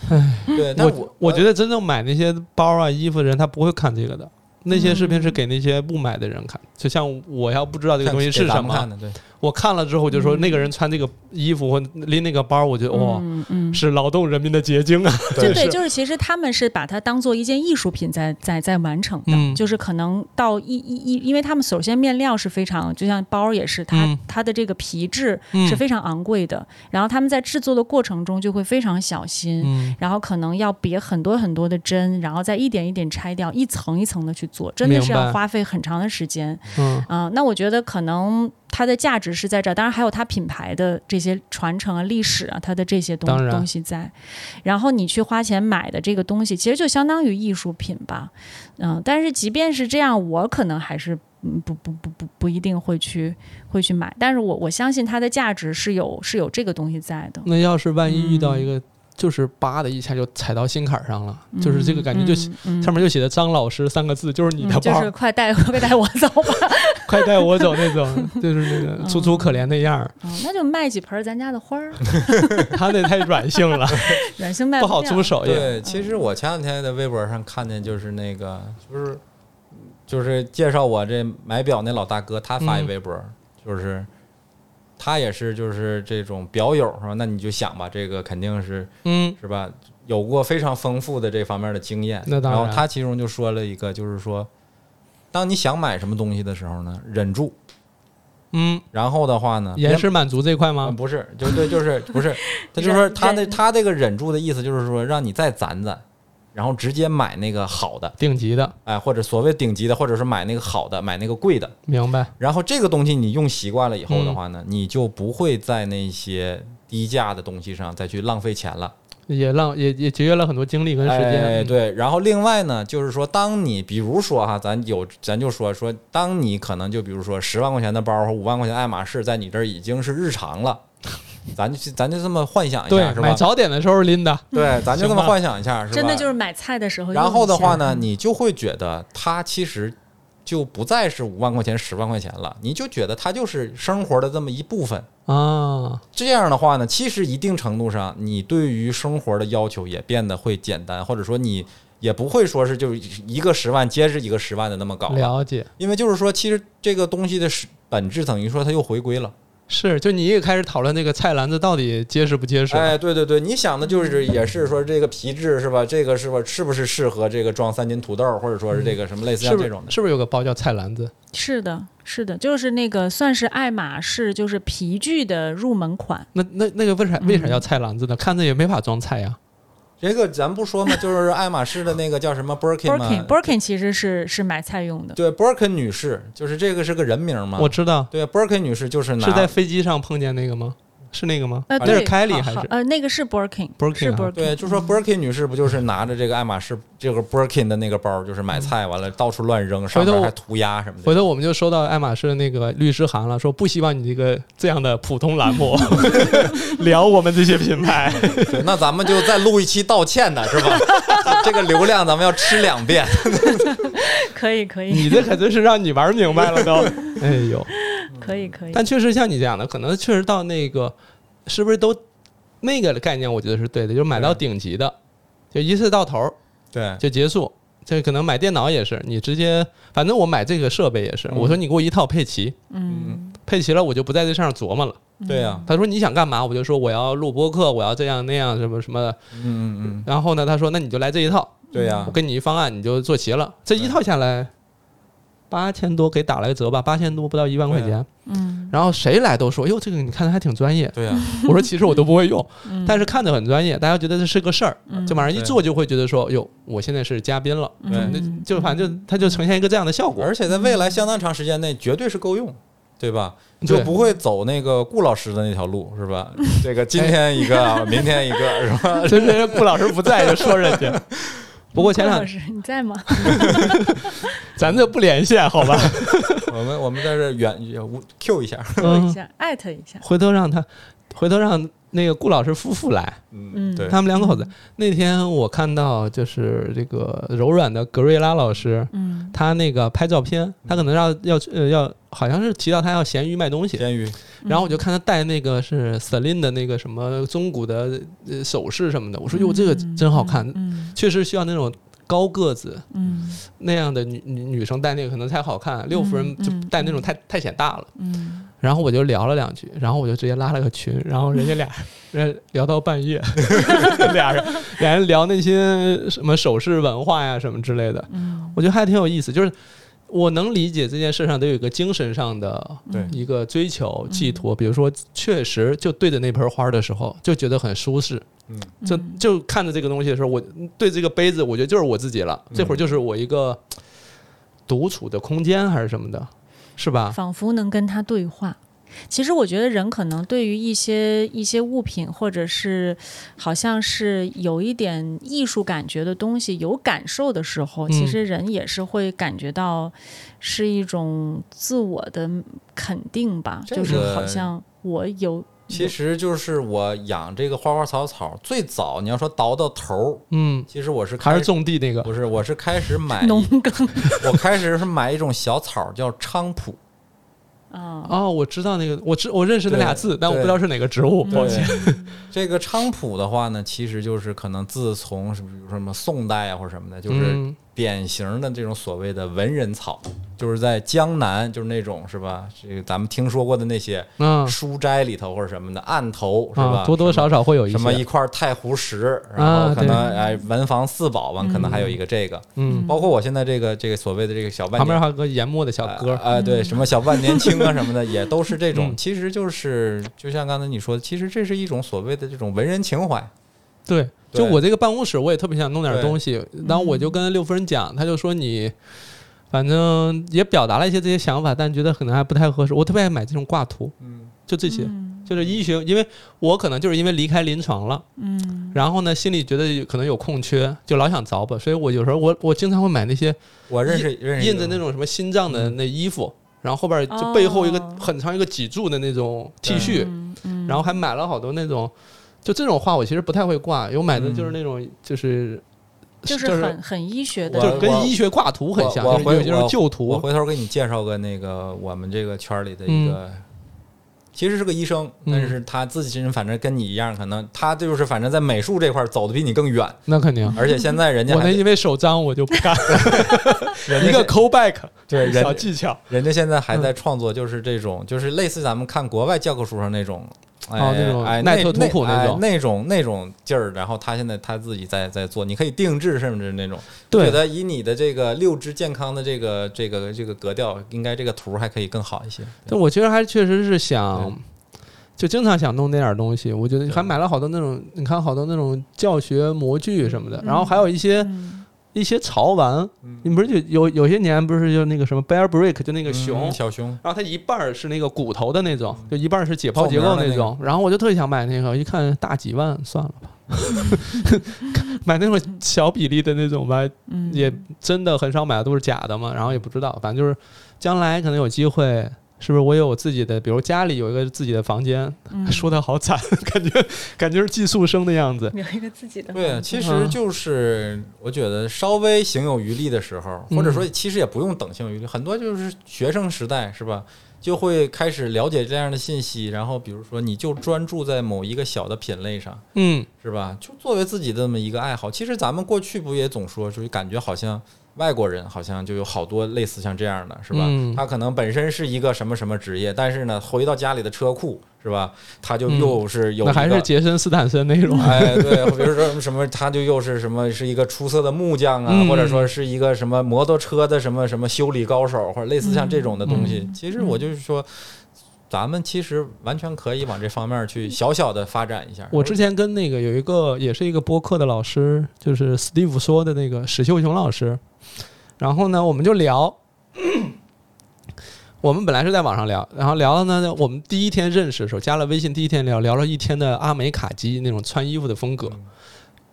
S2: 对，但
S1: 我
S2: 我
S1: 我
S3: 呃
S1: 觉得真正买那些包啊、衣服的人，他不会看这个的。那些视频
S3: 嗯
S1: 是给那些不买的人看，就像我要不知道这个
S2: 看
S1: 东西是
S2: 给咱
S1: 什
S2: 们
S1: 么
S2: 看，的，对，
S1: 我看了之后就说
S3: 嗯
S1: 那个人穿这个衣服或拎那个包，我觉得哇，
S3: 嗯嗯，
S1: 是劳动人民的结晶啊！
S3: 对
S1: 真
S3: 对，
S1: 是
S3: 就是其实他们是把它当做一件艺术品在在在完成的，
S1: 嗯
S3: 就是可能到一一一，因为他们首先面料是非常，就像包儿也是，它、
S1: 嗯
S3: 它的这个皮质
S1: 嗯
S3: 是非常昂贵的，然后他们在制作的过程中就会非常小心。
S1: 嗯，
S3: 然后可能要别很多很多的针，然后再一点一点拆掉，一层一层的去做，真的是
S1: 明白
S3: 要花费很长的时间。
S1: 嗯
S3: 啊、那我觉得可能它的价值是在这儿，当然还有它品牌的这些传承啊、历史啊，它的这些东
S1: 当然
S3: 东西在。然后你去花钱买的这个东西，其实就相当于艺术品吧，嗯、但是即便是这样，我可能还是嗯不不不不不一定会去会去买，但是我我相信它的价值是有是有这个东西在的，
S1: 那要是万一遇到一
S3: 嗯
S1: 个，就是叭的一下就踩到心坎上了，就是这个感觉就
S3: 嗯嗯
S1: 上面就写的“张老师”三个字，就是你的
S3: 嗯就
S1: 包，
S3: 是快带 快带我走吧，
S1: 快带我走那种，就是那个楚楚可怜的样儿，
S3: 嗯那就卖几盆咱家 的花儿，
S1: 他那太软性 了，
S3: 软性卖
S1: 不好
S3: 掉
S1: 出手也。
S2: 对，其实我前两天在微博上看见，就是那个，就是就是介绍我这买表那老大哥，他发一
S3: 嗯
S2: 微博，就是他也是就是这种表友是吧？那你就想吧，这个肯定是
S1: 嗯，
S2: 是吧？有过非常丰富的这方面的经验。
S1: 那当然
S2: 后他其中就说了一个，就是说，当你想买什么东西的时候呢，忍住，
S1: 嗯，
S2: 然后的话呢，别
S1: 延时满足这块
S2: 啊嗯
S1: 吗？
S2: 不是，就对，就是 不是，他就说他那他这个忍住的意思就是说，让你再攒攒，然后直接买那个好的，
S1: 顶级的，
S2: 哎，或者所谓顶级的，或者是买那个好的，买那个贵的。
S1: 明白。
S2: 然后这个东西你用习惯了以
S1: 嗯
S2: 后的话呢，你就不会在那些低价的东西上再去浪费钱了，
S1: 也浪也也节约了很多精力跟时间。啊
S2: 哎，对。然后另外呢，就是说，当你比如说哈，咱有咱就说说，当你可能就比如说十万块钱的包和五万块钱的爱马仕在你这儿已经是日常了，咱就咱就这么幻想一
S1: 嗯对
S2: 下，是吧
S1: 买？早点的时候拎的，
S2: 对，咱就这
S1: 行
S2: 么
S1: 吧
S2: 幻想一下，是吧？
S3: 真的就是买菜的时候用一下。嗯
S2: 然后的话呢，你就会觉得它其实就不再是五万块钱、十万块钱了，你就觉得它就是生活的这么一部分。
S1: 啊，
S2: 这样的话呢，其实一定程度上，你对于生活的要求也变得会简单，或者说你也不会说是就一个十万接着一个十万的那么搞了，
S1: 了解。
S2: 因为就是说，其实这个东西的实本质等于说它又回归了。
S1: 是，就你也开始讨论那个菜篮子到底结实不结实了。啊
S2: 哎，对对对，你想的就是也是说这个皮质是吧？这个是吧？是不是适合这个装三斤土豆，或者说是这个什么类似
S1: 是不
S2: 像这
S1: 是
S2: 种的？
S1: 是不是有个包叫菜篮子？
S3: 是的，是的，就是那个算是爱马仕，就是皮具的入门款。
S2: 嗯
S1: 那那那个为啥为啥叫菜篮子呢？看着也没法装菜呀。
S2: 这个咱不说嘛，就是爱马仕的那个叫什么 Birkin 嘛
S3: Birkin Birkin 其实是是买菜用的，
S2: 对 Birkin 女士，就是这个是个人名嘛
S1: 我。知道
S2: 对，Birkin 女士就是拿
S1: 是在飞机上碰见那个吗？是那个吗？
S3: 呃，
S1: 那
S3: 对
S1: 啊是凯莉
S3: 好
S1: 还
S3: 好
S1: 是
S3: 呃那个是 Birkin
S1: Birkin
S3: 是嗯
S1: 啊
S3: Birkin，
S2: 对，就说 Birkin 女士不就是拿着这个爱马仕这个 Birkin 的那个包，就是买菜完了到处乱扔，上
S1: 嗯头
S2: 面还涂鸦什么的。
S1: 回头我们就收到爱马仕的那个律师函了，说不希望你这个这样的普通栏目 聊我们这些品牌。
S2: 对，那咱们就再录一期道歉的 是吧？这个流量咱们要吃两遍。
S3: 可以可以
S1: 你这可真是让你玩明白了都。哎呦，
S3: 可以可以，
S1: 但确实像你这样的，可能确实到那个是不是都那个概念，我觉得是对的，就是买到顶级的，就一次到头儿
S2: 对，
S1: 就结束。这可能买电脑也是，你直接，反正我买这个设备也是，
S2: 嗯
S1: 我说你给我一套配齐，
S3: 嗯
S1: 配齐了我就不在这上琢磨了。
S2: 对呀、
S1: 他说你想干嘛，我就说我要录播客，我要这样那样什么什么的。
S2: 嗯嗯
S1: 然后呢，他说那你就来这一套，
S2: 嗯，对呀、
S1: 我给你一方案，你就做齐了。这一套下来，八千多给打来折吧，八千多不到一万块
S2: 对
S1: 钱。
S3: 嗯
S1: 然后谁来都说，哟，这个你看的还挺专 业。
S2: 对呀、
S1: 我说其实我都不会用，
S3: 嗯，
S1: 但是看着很专业，大家觉得这是个事儿，就往上一
S2: 对
S1: 坐就会觉得说，哟，我现在是嘉宾了。
S2: 对
S1: 那
S3: 嗯
S1: 就反正就它就呈现一个这样的效 果。
S2: 而且在未来相当长时间内绝对是够用，对吧？你就
S1: 对
S2: 不会走那个顾老师的那条路，是吧？这个
S1: 哎
S2: 今天一 个，啊明天一个，是吧？
S1: 就是顾老师不在就说人家。 不过前
S3: 郭
S1: 两
S3: 老师你 在吗？
S1: 咱这不连线 好吧？
S2: 我们我们在这远也无 Q 一下，
S3: 一下艾特一下，
S1: 嗯回头让他，回头让那个顾老师夫妇来，
S2: 嗯，
S3: 嗯
S2: 对，
S1: 他们两口子。那天我看到就是这个柔软的格瑞拉老师，
S3: 嗯
S1: 他那个拍照片，他可能要要呃要，好像是提到他要闲鱼卖东西，
S2: 监狱，
S1: 然后我就看他戴那个是 Celine 的那个什么中古的呃首饰什么的，我说哟这个真好看，
S3: 嗯
S1: 确实需要那种高个子
S3: 嗯
S1: 那样的女女女生戴那个可能才好看，六夫人就
S3: 嗯
S1: 戴那种太太显大了。
S3: 嗯，
S1: 然后我就聊了两句，然后我就直接拉了个群，然后人家 俩人聊到半夜，俩人 俩人聊那些什么首饰文化呀什么之类的，
S3: 嗯
S1: 我觉得还挺有意思。就是我能理解这件事上得有一个精神上的
S2: 对
S1: 一个追求寄托，比如说确实就对着那盆花的时候就觉得很舒适，
S2: 嗯，
S1: 就
S3: 嗯
S1: 就看着这个东西的时候，我对这个杯子，我觉得就是我自己
S2: 嗯
S1: 了，这会儿就是我一个独处的空间还是什么的，是吧？
S3: 仿佛能跟他对话。其实我觉得人可能对于一些一些物品，或者是好像是有一点艺术感觉的东西有感受的时候，
S1: 嗯
S3: 其实人也是会感觉到是一种自我的肯定吧，
S2: 这
S3: 就是
S2: 个
S3: 好像我有
S2: 其实就是我养这个花花草草，最早你要说倒到头儿，
S1: 嗯，
S2: 其实我是
S1: 还
S2: 开
S1: 是种地那个。
S2: 不是，我是 开始买，
S3: 农耕
S2: 我开始是买一种小草儿叫菖蒲，
S3: 啊，
S1: 哦，我知道那个，我知我认识那俩字，但我不知道是哪个植物。抱歉，
S2: 这个菖蒲的话呢，其实就是可能自从是比如说什么宋代啊或者什么的，就是
S1: 嗯
S2: 典型的这种所谓的文人草，就是在江南，就是那种是吧？这个咱们听说过的那些
S1: 嗯
S2: 书斋里头或者什么的案头是吧？
S1: 啊，多多少少会有一
S2: 什么一
S1: 些，
S2: 块太湖石，然
S1: 啊
S2: 后可
S1: 对
S2: 能哎文房四宝吧，可能还有一个这个，
S1: 嗯，
S2: 包括我现在这个这个所谓的这个小万
S1: 旁边
S2: 年
S1: 还有个研墨的小
S2: 啊
S1: 哥，
S2: 啊，对，什么小万年青啊什么的，也都是这种，
S1: 嗯
S2: 其实就是就像刚才你说的，其实这是一种所谓的这种文人情怀，
S1: 对，
S2: 对
S1: 就我这个办公室，我也特别想弄点
S2: 对
S1: 东西，然后我就跟六夫人讲，他就说你。反正也表达了一些这些想法，但觉得可能还不太合适。我特别爱买这种挂图，
S2: 嗯
S1: 就这些，
S3: 嗯
S1: 就是医学，因为我可能就是因为离开临床了，
S3: 嗯
S1: 然后呢，心里觉得有可能有空缺，就老想凿吧，所以我有时候我我经常会买那些
S2: 我认识认识
S1: 印着那种什么心脏的那衣服，然后后边就背后一个
S3: 哦
S1: 很长一个脊柱的那种 T
S2: 对
S1: 恤，
S3: 嗯嗯
S1: 然后还买了好多那种，就这种画我其实不太会挂，有买的就是那种就是
S3: 就是
S1: 就
S3: 很很医学
S1: 就
S3: 的，
S1: 是
S2: 我
S1: 跟医学挂图很像，
S2: 我
S1: 就是
S2: 我
S1: 有
S2: 回
S1: 这种
S2: 我
S1: 旧
S2: 我
S1: 图，
S2: 回头给你介绍个那个我们这个圈儿里的一个，其实是个医生，
S1: 嗯
S2: 但是他自己反正跟你一样，可能他就是反正在美术这块儿走的比你更远，
S1: 那肯定。
S2: 而且现在人家
S1: 我
S2: 还
S1: 那因为手脏，我就不 干
S2: 人家
S1: 一个
S2: 现
S1: call back
S2: 对人
S1: 小技巧。
S2: 人家现在还
S1: 嗯
S2: 在创作，就是这种，就是类似咱们看国外教科书上那种。哎
S1: 哦那种
S2: 哎，
S1: 耐
S2: 那
S1: 特图谱
S2: 那
S1: 那种
S2: 哎那种那种劲儿，然后他现在他自己在在做，你可以定制甚至那种。我
S1: 对，
S2: 觉得以你的这个六肢健康的这个这个这个格调，应该这个图还可以更好一些。
S1: 但我其实还确实是想
S2: 对，
S1: 就经常想弄那点儿东西。我觉得还买了好多那种，你看好多那种教学模具什么的，然后还有一些、
S3: 嗯
S1: 一些潮玩。
S2: 嗯
S1: 你不是就有有些年不是就那个什么 bear brick，就那个熊，
S2: 嗯小熊，
S1: 然后它一半儿是那个骨头的那种，就一半儿是解剖
S2: 透
S1: 结
S2: 明
S1: 构
S2: 的那
S1: 种。然后我就特别想买那个，一看大几万，算了吧， 买那种小比例的那种吧，
S3: 嗯，
S1: 也真的很少买，都是假的嘛。然后也不知道，反正就是将来可能有机会。是不是我有我自己的，比如家里有一个自己的房间？
S3: 嗯
S1: 说的好惨， 感觉感觉是寄宿生的样子。
S3: 有一个自己的
S2: 对，啊
S3: 房
S2: 其
S3: 间
S1: 嗯
S2: 实就是我觉得稍微行有余力的时候，
S1: 嗯
S2: 或者说其实也不用等行有余力，很多就是学生时代是吧，就会开始了解这样的信息，然后比如说你就专注在某一个小的品类上，
S1: 嗯，
S2: 是吧？就作为自己的这么一个爱好。其实咱们过去不也总说，就是感觉好像外国人好像就有好多类似像这样的，是吧？
S1: 嗯
S2: 他可能本身是一个什么什么职业，但是呢，回到家里的车库，是吧？他就又是有一
S1: 嗯那
S2: 个。
S1: 还是杰森斯坦森那 种。
S2: 哎，对，比如说什么，他就又是什么，是一个出色的木匠啊，
S1: 嗯
S2: 或者说是一个什么摩托车的什么什么修理高手，或者类似像这种的东西。
S3: 嗯
S2: 其实我就是说，咱们其实完全可以往这方面去小小的发展一下。
S1: 我之前跟那个有一个也是一个播客的老师，就是 Steve 说的那个史秀雄老师，然后呢，我们就聊， 我们本来是在网上聊，然后聊了呢，我们第一天认识的时候加了微信，第一天聊聊了一天的阿美卡基那种穿衣服的风格。
S2: 嗯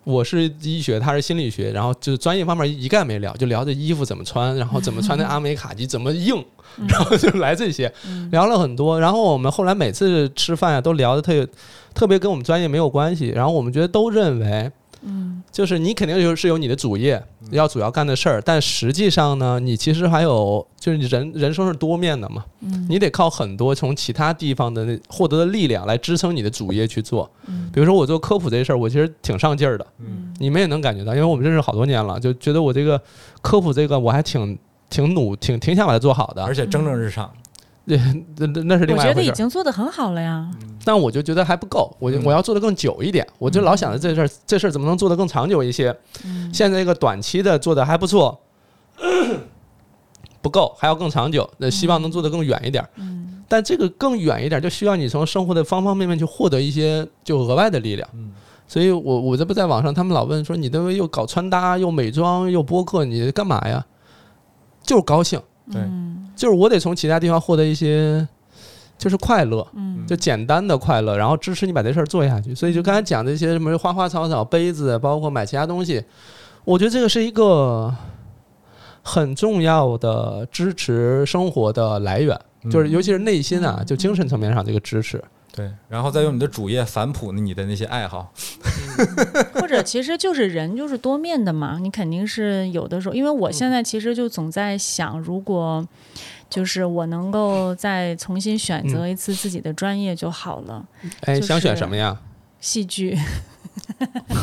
S1: 我是医学，他是心理学，然后就是专业方面一概没聊，就聊这衣服怎么穿，然后怎么穿那阿美卡基，怎么硬，
S3: 嗯
S1: 然后就来这些，聊了很多。然后我们后来每次吃饭啊，都聊的特别特别跟我们专业没有关系。然后我们觉得都认为，
S3: 嗯
S1: 就是你肯定有是有你的主业要主要干的事儿，但实际上呢，你其实还有就是你人人生是多面的嘛，
S3: 嗯
S1: 你得靠很多从其他地方的那获得的力量来支撑你的主业去做。
S3: 嗯
S1: 比如说我做科普这事儿，我其实挺上劲儿的。
S2: 嗯
S1: 你们也能感觉到，因为我们认识好多年了，就觉得我这个科普这个我还挺挺努挺挺想把它做好的
S2: 而，且蒸蒸日上，
S1: 那那那是另
S3: 我
S1: 外
S3: 觉
S1: 一
S3: 得
S1: 回
S3: 已
S1: 事儿。
S3: 经做得很好了呀。
S1: 但我就觉得还不够，我就
S2: 嗯
S1: 我要做的更久一点，我就老想着这事儿这事儿怎么能做得更长久一些。
S3: 嗯
S1: 现在这个短期的做的还不错， 不够，还要更长久，那希望能做得更远一点儿。
S3: 嗯
S1: 但这个更远一点，就需要你从生活的方方面面去获得一些就额外的力量。
S2: 嗯
S1: 所以我我这不在网上，他们老问说你都又搞穿搭，又美妆，又播客，你干嘛呀？就是高兴，
S2: 对
S3: 嗯
S1: 就是我得从其他地方获得一些，就是快乐，
S3: 嗯
S1: 就简单的快乐，然后支持你把这事儿做下去。所以就刚才讲这些什么花花草草、杯子，包括买其他东西，我觉得这个是一个很重要的支持生活的来源，
S2: 嗯
S1: 就是尤其是内心啊，就精神层面上这个支持。
S2: 对，然后再用你的主业反哺你的那些爱好。
S3: 或者其实就是人就是多面的嘛，你肯定是有的时候，因为我现在其实就总在想，如果就是我能够再重新选择一次自己的专业就好了，
S1: 哎，
S3: 就是
S1: 想选什么呀？
S3: 戏剧，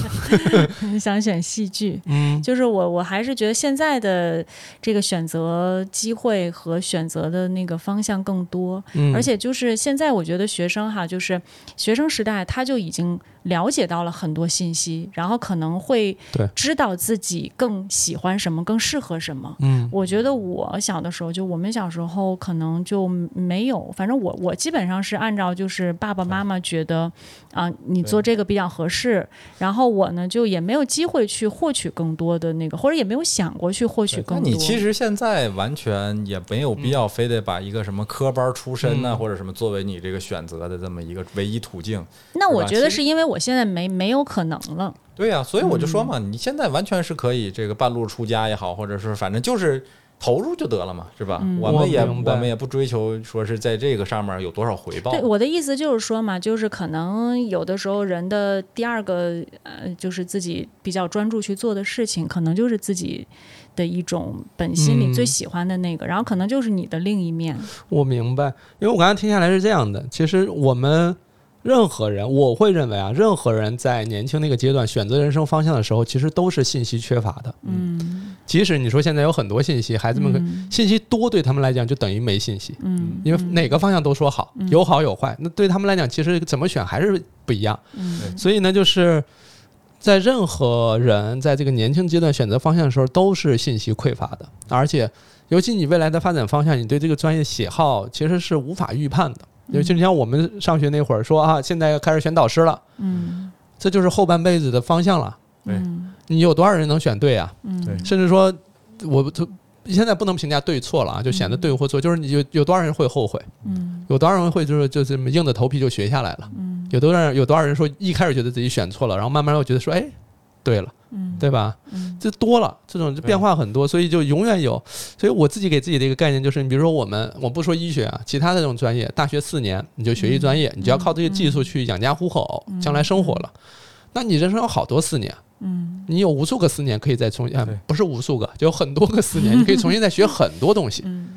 S3: 想选戏剧。
S1: 嗯
S3: 就是我，我还是觉得现在的这个选择机会和选择的那个方向更多，
S1: 嗯，
S3: 而且就是现在，我觉得学生哈，就是学生时代他就已经了解到了很多信息，然后可能会
S1: 对
S3: 知道自己更喜欢什么，更适合什么。
S1: 嗯
S3: 我觉得我小的时候，就我们小时候可能就没有，反正我我基本上是按照就是爸爸妈妈觉得啊、你做这个比较合适，然后我呢就也没有机会去获取更多的那个，或者也没有想过去获取
S2: 那
S3: 更多。
S2: 你其实现在完全也没有必要非得把一个什么科班出身呐、
S1: 嗯
S2: 或者什么作为你这个选择的这么一个唯一途径。
S3: 那我
S2: 是吧
S3: 觉得
S2: 其
S3: 是因为我现在没没有可能了。
S2: 对呀、所以我就
S1: 嗯
S2: 说嘛，你现在完全是可以这个半路出家也好，或者是反正就是投入就得了嘛，是吧？
S3: 嗯
S2: 我们也
S1: 我明白
S2: 我们也不追求说是在这个上面有多少回报。
S3: 对，我的意思就是说嘛，就是可能有的时候人的第二个呃，就是自己比较专注去做的事情，可能就是自己的一种本心里
S1: 嗯
S3: 最喜欢的那个，然后可能就是你的另一面。
S1: 我明白，因为我刚才听下来是这样的，其实我们任何人，我会认为啊，任何人在年轻那个阶段选择人生方向的时候，其实都是信息缺乏的。
S3: 嗯，
S1: 即使你说现在有很多信息，孩子们可、
S3: 嗯
S1: 信息多，对他们来讲就等于没信息，
S3: 嗯，
S1: 因为哪个方向都说好，有好有坏，那对他们来讲，其实怎么选还是不一样。
S3: 嗯
S1: 所以呢，就是在任何人在这个年轻阶段选择方向的时候，都是信息匮乏的，而且尤其你未来的发展方向，你对这个专业喜好其实是无法预判的。
S3: 嗯
S1: 尤其是像我们上学那会儿说啊，现在开始选导师了，
S3: 嗯
S1: 这就是后半辈子的方向了。
S2: 对
S3: 嗯
S1: 你有多少人能选对啊？
S2: 对
S3: 嗯
S1: 甚至说，我就现在不能评价对错了啊，就显得对或错，就是你有有多少人会后悔，
S3: 嗯
S1: 有多少人会就是就这么硬着头皮就学下来了，
S3: 嗯
S1: 有多少人有多少人说一开始觉得自己选错了，然后慢慢又觉得说哎，对了，
S3: 嗯
S1: 对吧？
S3: 嗯
S1: 这多了，这种变化很多，所以就永远有。所以我自己给自己的一个概念就是，你比如说我们，我不说医学啊，其他的这种专业，大学四年你就学一专
S2: 嗯
S1: 业，你就要靠这些技术去养家糊口，将来生活了。那你人生有好多四年，
S3: 嗯
S1: 你有无数个四年可以再重新，啊
S2: 对
S1: 不是无数个，就有很多个四 年，你可以重新再学很多东西。
S3: 嗯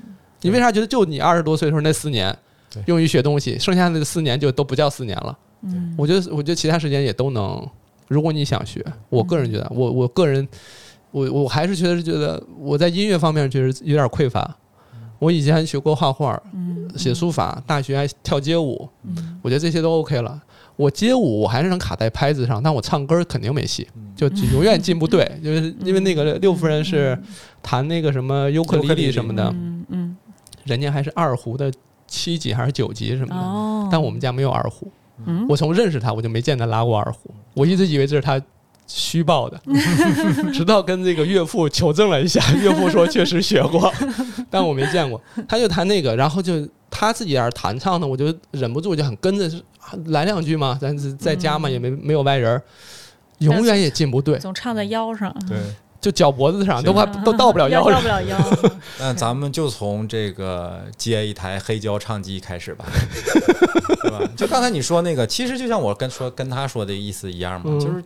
S1: 你为啥觉得就你二十多岁的时候那四年
S2: 对
S1: 用于学东西，剩下的四年就都不叫四年了？
S3: 嗯
S1: 我觉得，我觉得其他时间也都能。如果你想学，我个人觉得，啊我我个人，我我还是觉得是觉得我在音乐方面确实有点匮乏。我以前学过画画、
S3: 嗯
S1: 写书法，大学还跳街舞，
S3: 嗯
S1: 我觉得这些都 OK 了。我街舞我还是能卡在拍子上，但我唱歌肯定没戏，
S2: 嗯
S1: 就就永远进不对，就是因为那个六夫人是弹那个什么尤克里里什么的，
S3: 嗯嗯
S1: 人家还是二胡的七级还是九级什么的，
S3: 哦，
S1: 但我们家没有二胡。
S3: 嗯
S1: 我从认识他，我就没见他拉过二胡，我一直以为这是他虚报的，直到跟这个岳父求证了一下，岳父说确实学过，但我没见过。他就弹那个，然后就他自己在那儿弹唱呢，我就忍不住就很跟着啊来两句嘛，咱在家嘛也没没有外人儿，永远也进不对，
S3: 总唱在腰上，
S2: 对。
S1: 就脚脖子上
S2: 行
S1: 都快都到不了腰
S3: 嗯要到
S1: 上
S3: 不。了腰，
S2: 那咱们就从这个接一台黑胶唱机开始吧，对吧？就刚才你说那个，其实就像我跟说跟他说的意思一样嘛，
S1: 嗯
S2: 就是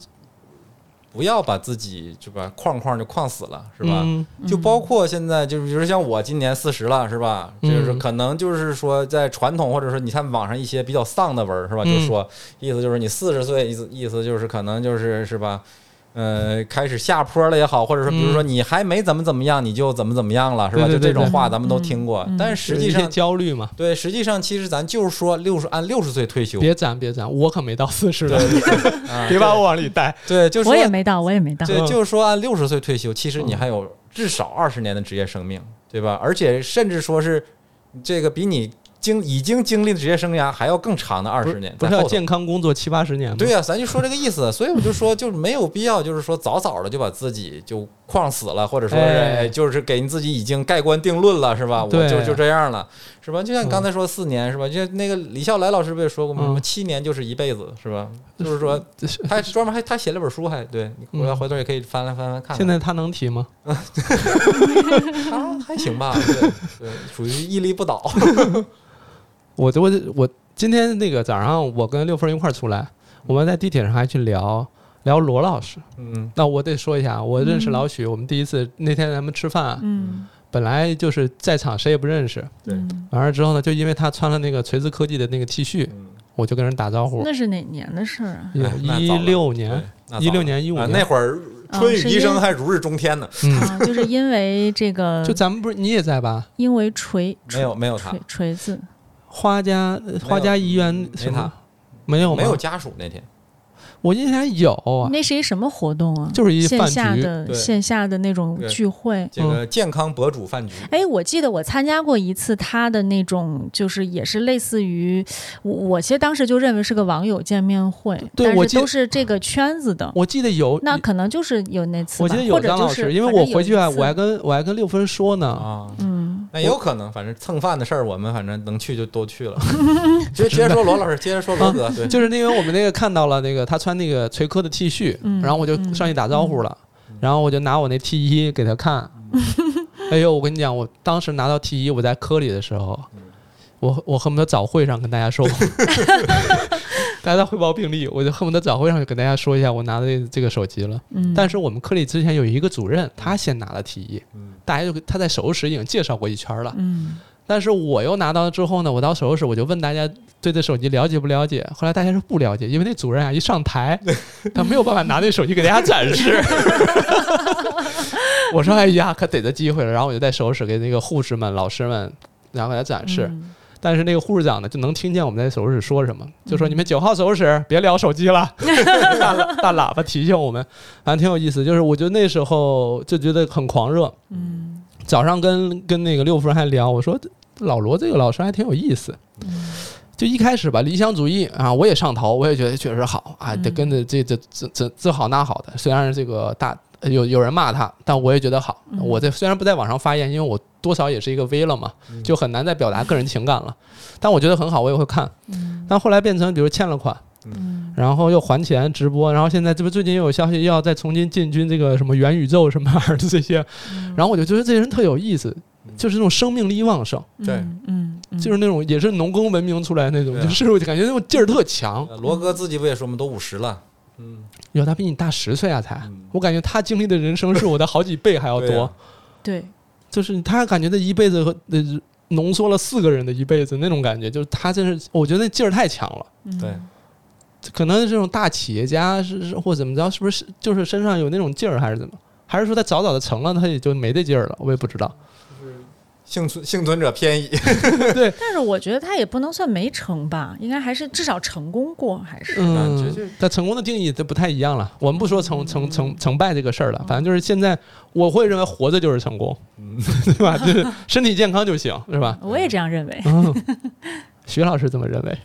S2: 不要把自己就把框框就框死了，是吧？
S1: 嗯
S2: 就包括现在，就是比如像我今年四十了，是吧？就是
S1: 嗯
S2: 可能就是说，在传统或者说你看网上一些比较丧的文儿，是吧？
S1: 嗯
S2: 就说意思就是你四十岁，意思意思就是可能就是是吧？呃，开始下坡了也好，或者说比如说你还没怎么怎么样，你就怎么怎么样了，是吧？
S1: 嗯对对
S2: 就这
S1: 对
S2: 种
S1: 对
S2: 话咱们都听过
S3: 嗯嗯，
S2: 但实际
S1: 有一
S2: 上
S1: 些焦虑嘛，
S2: 对，实际上其实咱就是说六十按六十岁退休，
S1: 别攒别攒，我可没到四十 呢，
S2: 啊
S1: 别把我往里带。
S2: 对，就
S3: 我
S2: 说
S3: 也没到，我也没到，
S2: 对，
S1: 嗯
S2: 就是说按六十岁退休，其实你还有至少二十年的职业生命，对吧？而且甚至说是这个比你经已经经历的职业生涯还要更长的二十年，
S1: 不是
S2: 在
S1: 要
S2: 后头
S1: 健康工作七八十年吗？
S2: 对呀、咱就说这个意思，所以我就说，就是没有必要，就是说早早的就把自己就框死了，或者说是、
S1: 哎
S2: 哎就是给你自己已经盖棺定论了，是吧？我
S1: 对
S2: 就就这样了，是吧？就像你刚才说四年，是吧？就那个李笑来老师不也说过吗？
S1: 嗯
S2: 什么七年就是一辈子，是吧？就 是说
S1: 这是，
S2: 他还专门还他写了本书还，对你
S1: 嗯
S2: 回来回头也可以翻来翻翻看看。
S1: 现在他能提吗？
S2: 他还 行吧，对对，属于屹立不倒。
S1: 我我我今天那个早上我跟六分一块儿出来，我们在地铁上还去聊聊罗老师。
S2: 嗯
S1: 那我得说一下，我认识老许，我们第一次那天咱们吃饭，
S3: 嗯
S1: 本来就是在场谁也不认识，
S2: 对
S3: 嗯
S1: 完了之后呢，就因为他穿了那个锤子科技的那个 T 恤，
S2: 嗯，
S1: 我就跟人打招呼。
S3: 那是哪年的事儿啊？
S2: 哎那
S1: 一
S2: 早了
S1: 六
S2: 对
S1: 年，，
S2: 那
S1: 一
S2: 早
S1: 六
S2: 了
S1: 年一五
S2: 啊
S1: 年，
S2: 那会儿，
S3: 啊
S2: 春雨
S3: 是
S2: 医
S3: 因
S2: 生还如日中天呢。
S1: 嗯，，
S3: 啊，就是因为这个
S1: 就啊咱们不是你也在吧？
S3: 因为锤
S2: 没有没有他
S3: 锤，锤子，
S1: 花家呃花家怡园
S2: 没
S1: 什
S2: 他
S1: 么？没有吗
S2: 没有，家属那天，
S1: 我印象有啊，
S3: 那是一什么活动啊？
S1: 就是一
S3: 线
S1: 饭
S3: 下
S1: 局
S3: 的
S2: 对
S3: 线下的那种
S2: 对
S3: 聚会。
S2: 这
S1: 嗯
S2: 个健康博主饭局，
S3: 哎，我记得我参加过一次他的那种，就是也是类似于我，我其实当时就认为是个网友见面会，
S1: 对
S3: 但
S1: 我
S3: 是
S1: 记得
S3: 都是这个圈子的，
S1: 我记得有
S3: 那可能就是有那次吧，
S1: 我记得有
S3: 或者
S1: 张老
S3: 就
S1: 师，
S3: 是
S1: 因为
S3: 反正
S1: 我
S3: 有
S1: 回去啊，
S3: 一次
S1: 我还跟我还跟六分说呢。
S2: 啊，
S3: 嗯
S2: 那也有可能，反正蹭饭的事儿，我们反正能去就都去了。 接接着说罗老师，接着说罗哥，
S3: 嗯
S2: 对，
S1: 就是因为我们那个看到了那个他穿那个锤科的 T 恤，
S3: 嗯
S1: 然后我就上去打招呼了，然后我就拿我那 T 一给他 看。哎呦，我跟你讲，我当时拿到 T 一，我在科里的时候，我我恨不得早会上跟大家说， 大家在汇报病例，我就恨不得早会上就跟大家说一下我拿的这这个手机了。
S3: 嗯，
S1: 但是我们科里之前有一个主任，他先拿了 T 一
S2: 嗯，
S1: 大家就他在手术室已经介绍过一圈了。
S3: 嗯
S1: 但是我又拿到了之后呢，我到手术室我就问大家对这手机了解不了解，后来大家说不了解，因为那主任啊一上台， 他没有办法拿那手机给大家展示。 我说哎呀，可逮着机会了，然后我就在手术室给那个护士们、老师们，然后给他展示。
S3: 嗯
S1: 但是那个护士长呢，就能听见我们在手术室说什么，就说你们九号手术室别聊手机了， 大喇大喇叭提醒我们，反正挺有意思。就是我觉得那时候就觉得很狂热，
S3: 嗯嗯
S1: 早上跟跟那个六夫人还聊，我说老罗这个老师还挺有意思。就一开始吧，理想主义啊，我也上头，我也觉得确实好啊，得跟着这这这这这好那好的。虽然这个大呃有有人骂他，但我也觉得好。我在虽然不在网上发言，因为我多少也是一个 V 了嘛，
S2: 嗯
S1: 就很难再表达个人情感了。但我觉得很好，我也会看。但后来变成比如欠了款，
S3: 嗯
S1: 然后又还钱直播，然后现在这不最近又有消息要再重新进军这个什么元宇宙什么玩意儿的这些，
S3: 嗯
S1: 然后我就觉得这些人特有意思，
S2: 嗯
S1: 就是那种生命力旺盛，
S2: 对
S3: 嗯嗯，嗯
S1: 就是那种也是农耕文明出来那种，
S2: 对啊
S1: 就是我就感觉那种劲儿特强。
S2: 呃罗哥自己不也说吗？都五十了，嗯，
S1: 哟，他比你大十岁啊，才
S2: 嗯，
S1: 我感觉他经历的人生是我的好几倍还要
S2: 对
S1: 多
S2: 啊，
S3: 对，
S1: 就是他感觉这一辈子和呃浓缩了四个人的一辈子那种感觉，就是他真是我觉得那劲儿太强了。
S3: 嗯
S2: 对，
S1: 可能这种大企业家是是或怎么着，是不是就是身上有那种劲儿，还是怎么？还是说他早早的成了，他也就没这劲儿了？我也不知道。
S2: 幸存幸存者偏倚，
S1: 对，
S3: 但是我觉得他也不能算没成吧，应该还是至少成功过，还是
S2: 感觉就
S1: 嗯，他成功的定义都不太一样了。我们不说
S2: 嗯
S1: 成成成成败这个事儿了，反正就是现在我会认为活着就是成功，对吧？ 就是身体健康就行，是吧？
S3: 我也这样认为。
S1: 嗯，徐老师这么认为，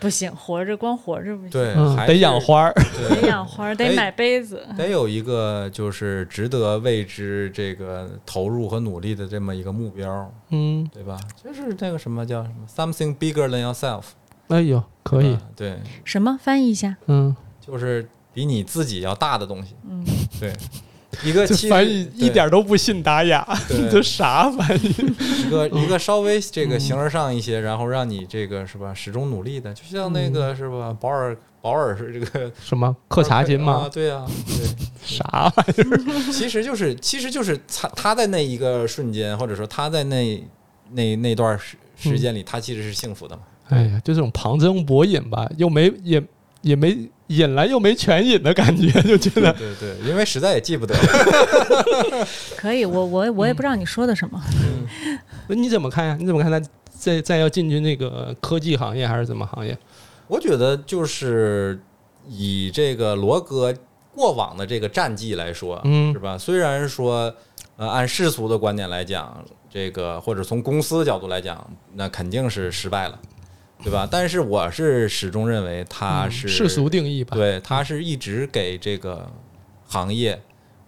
S3: 不行，活着光活着不行，
S2: 对，
S1: 嗯，
S2: 还
S1: 得
S2: 是
S1: 养，花儿，
S2: 对
S3: 得养花儿，得
S2: 哎
S3: 买杯子。
S2: 得有一个就是值得为之这个投入和努力的这么一个目标，
S1: 嗯，
S2: 对吧？就是那个什么叫什么 something bigger than yourself，
S1: 哎呦，可以
S2: 对，吧对，
S1: 哎
S3: 什么？翻译一下。
S1: 嗯，
S2: 就是比你自己要大的东西，
S3: 嗯，
S2: 对，一个
S1: 这
S2: 其实
S1: 翻译一
S2: 对
S1: 点都不信达雅，
S2: 对
S1: 这啥翻译？
S2: 一个一个稍微这个
S1: 嗯
S2: 形而上一些，然后让你这个是吧，始终努力的，就
S1: 嗯
S2: 像那个是吧，保尔保尔是这个
S1: 什么克察金
S2: 啊
S1: 吗？
S2: 对啊，对，
S1: 啥？
S2: 其实就是其实就是他他在那一个瞬间，或者说他在那那那段时时间里，他其实是幸福的嘛，
S1: 哎呀，就这种旁征博引吧，又没也也没引来又没全引的感觉，就觉得
S2: 对对，因为实在也记不得，
S3: 可以，我我
S1: 嗯
S3: 我也不知道你说的什么。
S1: 那你怎么看呀？你怎么看他再再要进军这个科技行业还是什么行业？
S2: 我觉得就是以这个罗哥过往的这个战绩来说，
S1: 嗯
S2: 是吧？虽然说，呃，按世俗的观点来讲，这个或者从公司的角度来讲，那肯定是失败了，对吧？但是我是始终认为他是、
S1: 嗯世俗定义吧？，
S2: 对，他是一直给这个行业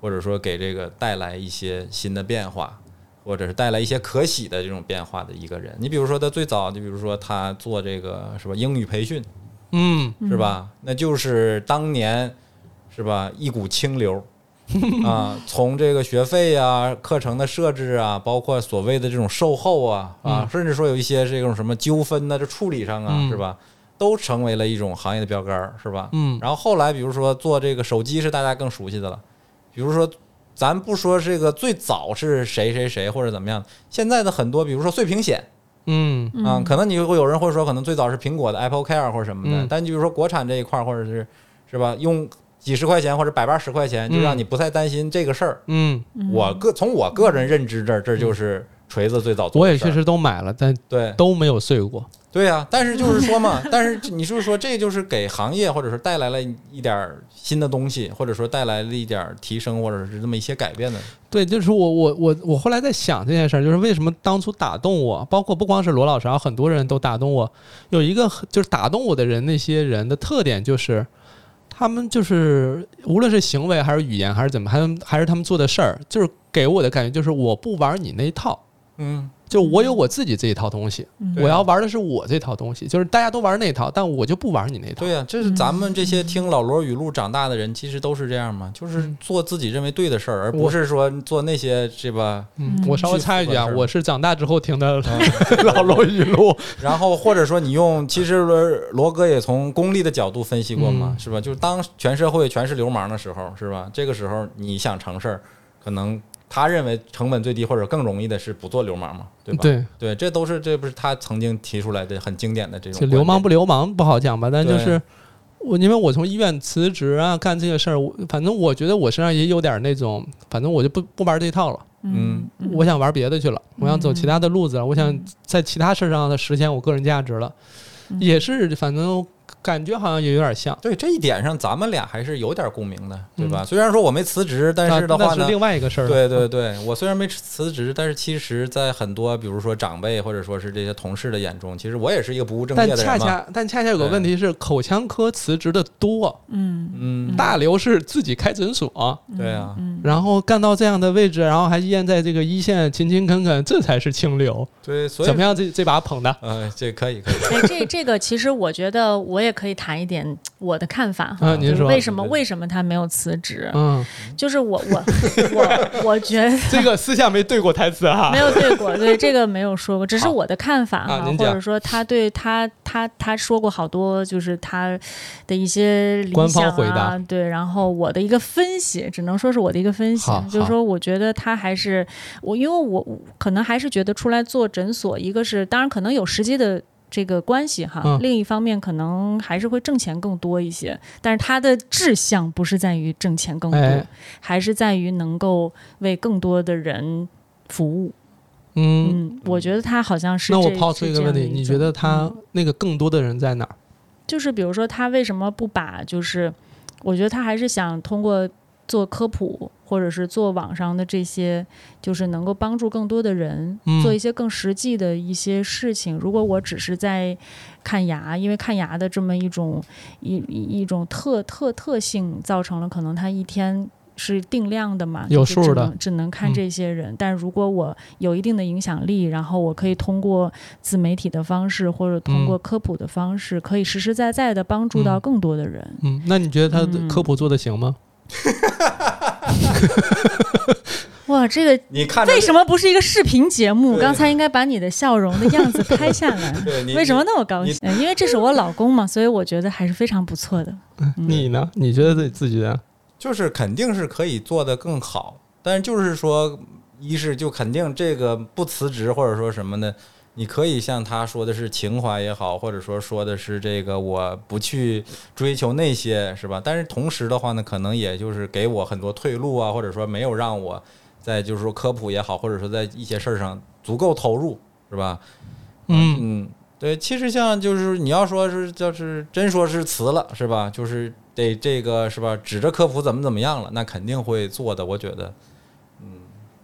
S2: 或者说给这个带来一些新的变化，或者是带来一些可喜的这种变化的一个人。你比如说，他最早就比如说他做这个是吧英语培训。
S1: 嗯，
S2: 是吧？那就是当年是吧一股清流 啊，从这个学费啊、课程的设置啊，包括所谓的这种售后啊啊，甚至说有一些这种什么纠纷呢、这处理上啊，
S1: 嗯
S2: 是吧？都成为了一种行业的标杆儿，是吧？
S1: 嗯
S2: 然后后来，比如说做这个手机是大家更熟悉的了，比如说，咱不说这个最早是谁谁谁或者怎么样，现在的很多，比如说碎屏险，
S1: 嗯
S3: 嗯
S2: 啊，可能你会有人会说，可能最早是苹果的 Apple Care 或者什么的，
S1: 嗯
S2: 但你比如说国产这一块儿，或者是是吧，用几十块钱或者百八十块钱，
S1: 嗯
S2: 就让你不太担心这个事儿。
S1: 嗯，
S2: 我个从我个人认知这儿，这就是锤子最早做
S1: 我
S2: 的
S1: 也
S2: 事儿。
S1: 确实都买了，但
S2: 对
S1: 都没有睡过。
S2: 对呀、但是就是说嘛， 但是你是不是说这就是给行业或者说带来了一点儿新的东西，或者说带来了一点儿提升，或者是这么一些改变的？
S1: 对，就是我我我我后来在想这件事儿，就是为什么当初打动我，包括不光是罗老师啊，很多人都打动我。有一个很就是打动我的人，那些人的特点就是，他们就是无论是行为还是语言还是怎么，还有还是他们做的事儿，就是给我的感觉就是我不玩你那一套，
S2: 嗯，
S1: 就我有我自己这一套东西，
S2: 对啊
S1: 我要玩的是我这套东西，就是大家都玩那一套，但我就不玩你那一套
S2: 对。呀、这是咱
S1: 嗯
S2: 们这些听老罗语录长大的人，其实都是这样嘛，就是做自己认为对的事儿，而不
S1: 嗯我
S2: 是说做那些是吧？
S1: 嗯，我稍微插一句啊，
S2: 嗯
S1: 我是长大之后听
S2: 啊
S1: 的 老罗语录，
S2: 然后或者说你用，其实罗罗哥也从功利的角度分析过嘛，
S1: 嗯
S2: 是吧？就是当全社会全是流氓的时候，是吧？这个时候你想成事儿，可能他认为成本最低或者更容易的是不做流氓嘛，对吧？
S1: 对。
S2: 对这都是这不是他曾经提出来的很经典的这种
S1: 这流氓
S2: 观
S1: 不流氓不好讲吧，但就
S2: 对
S1: 是我因为我从医院辞职啊，干这个事儿，我反正我觉得我身上也有点那种，反正我就不不玩这一套了，
S2: 嗯
S1: 我想玩别的去了，我想走其他的
S2: 嗯
S1: 路子了，我想在其他事儿上的实现我个人价值了，也是反正感觉好像也有点像，
S2: 对这一点上，咱们俩还是有点共鸣的，对吧？虽然说我没辞职，但是的
S1: 那嗯那
S2: 话呢
S1: 是，另外一个事儿了。
S2: 对对对，我虽然没辞职，但是其实，在很多比如说长辈或者说是这些同事的眼中，其实我也是一个不务正
S1: 但
S2: 业的
S1: 恰
S2: 人嘛。
S1: 恰但恰恰有个问题是，口腔科辞职的多，
S3: 嗯，嗯
S2: 嗯，
S1: 大刘是自己开诊所，
S2: 对啊，
S1: 然后干到这样的位置，然后还咽在这个一线勤勤恳恳，这才是清流。
S2: 对，所
S1: 怎么
S2: 以
S1: 样？这这把捧的，
S2: 呃，这可 以可以，
S3: 哎，这这个其实我觉得我也可以谈一点我的看法哈，
S1: 啊您
S3: 就是
S1: 说
S3: 为什么
S2: 您
S3: 为什么他没有辞职？
S1: 嗯，
S3: 就是我 我我我觉得
S1: 这个私下没对过台词啊哈
S3: 没。有对过，对这个没有说过，只是
S1: 好
S3: 我的看法哈，
S1: 啊
S3: 或
S1: 您讲
S3: 者说他对他他他说过好多，就是他的一些理
S1: 官方
S3: 想啊，
S1: 回答
S3: 对，然后我的一个分析，只能说是我的一个分析
S1: 好，
S3: 就是
S1: 好
S3: 说我觉得他还是我，因为我我可能还是觉得出来做诊所，一个是当然可能有实际的。这个关系哈，
S1: 嗯
S3: 另一方面可能还是会挣钱更多一些，但是他的志向不是在于挣钱更多，
S1: 哎
S3: 还是在于能够为更多的人服务。
S1: 嗯，
S3: 嗯，我觉得他好像是
S1: 那
S3: 这。
S1: 我抛出
S3: 是
S1: 一
S3: 这
S1: 个问
S3: 样的
S1: 题，
S3: 一
S1: 你
S3: 种
S1: 觉得他
S3: 嗯
S1: 那个更多的人在哪儿？
S3: 就是比如说他为什么不把就是，我觉得他还是想通过做科普或者是做网上的这些，就是能够帮助更多的人、
S1: 嗯
S3: 做一些更实际的一些事情。如果我只是在看牙，因为看牙的这么一种一一一种特特特性，造成了可能他一天。是定量的嘛，
S1: 有
S3: 就是只
S1: 数的
S3: 能只能看
S1: 嗯
S3: 这些人。但如果我有一定的影响力，然后我可以通过自媒体的方式，或者
S1: 嗯
S3: 通过科普的方式，可以实实在在的帮助到更多的人。
S1: 嗯，那你觉得他的
S3: 嗯
S1: 科普做的行吗？
S3: 哇，这个
S2: 你看着
S3: 为什么不是一个视频节目？
S2: 对
S3: 刚才应该把你的笑容的样子拍下来。
S2: 对你
S3: 为什么那么高兴？呃因为这是我老公嘛，所以我觉得还是非常不错的。嗯
S1: 你呢？你觉得自己自己的？
S2: 就是肯定是可以做得更好，但是就是说，一是就肯定这个不辞职或者说什么的，你可以像他说的是情怀也好，或者说说的是这个我不去追求那些是吧？但是同时的话呢，可能也就是给我很多退路啊，或者说没有让我在就是说科普也好，或者说在一些事儿上足够投入是吧？
S1: 嗯，
S2: 嗯，对，其实像就是你要说是就是真说是辞了是吧？就是得这个是吧？指着科普怎么怎么样了，那肯定会做的，我觉得。嗯，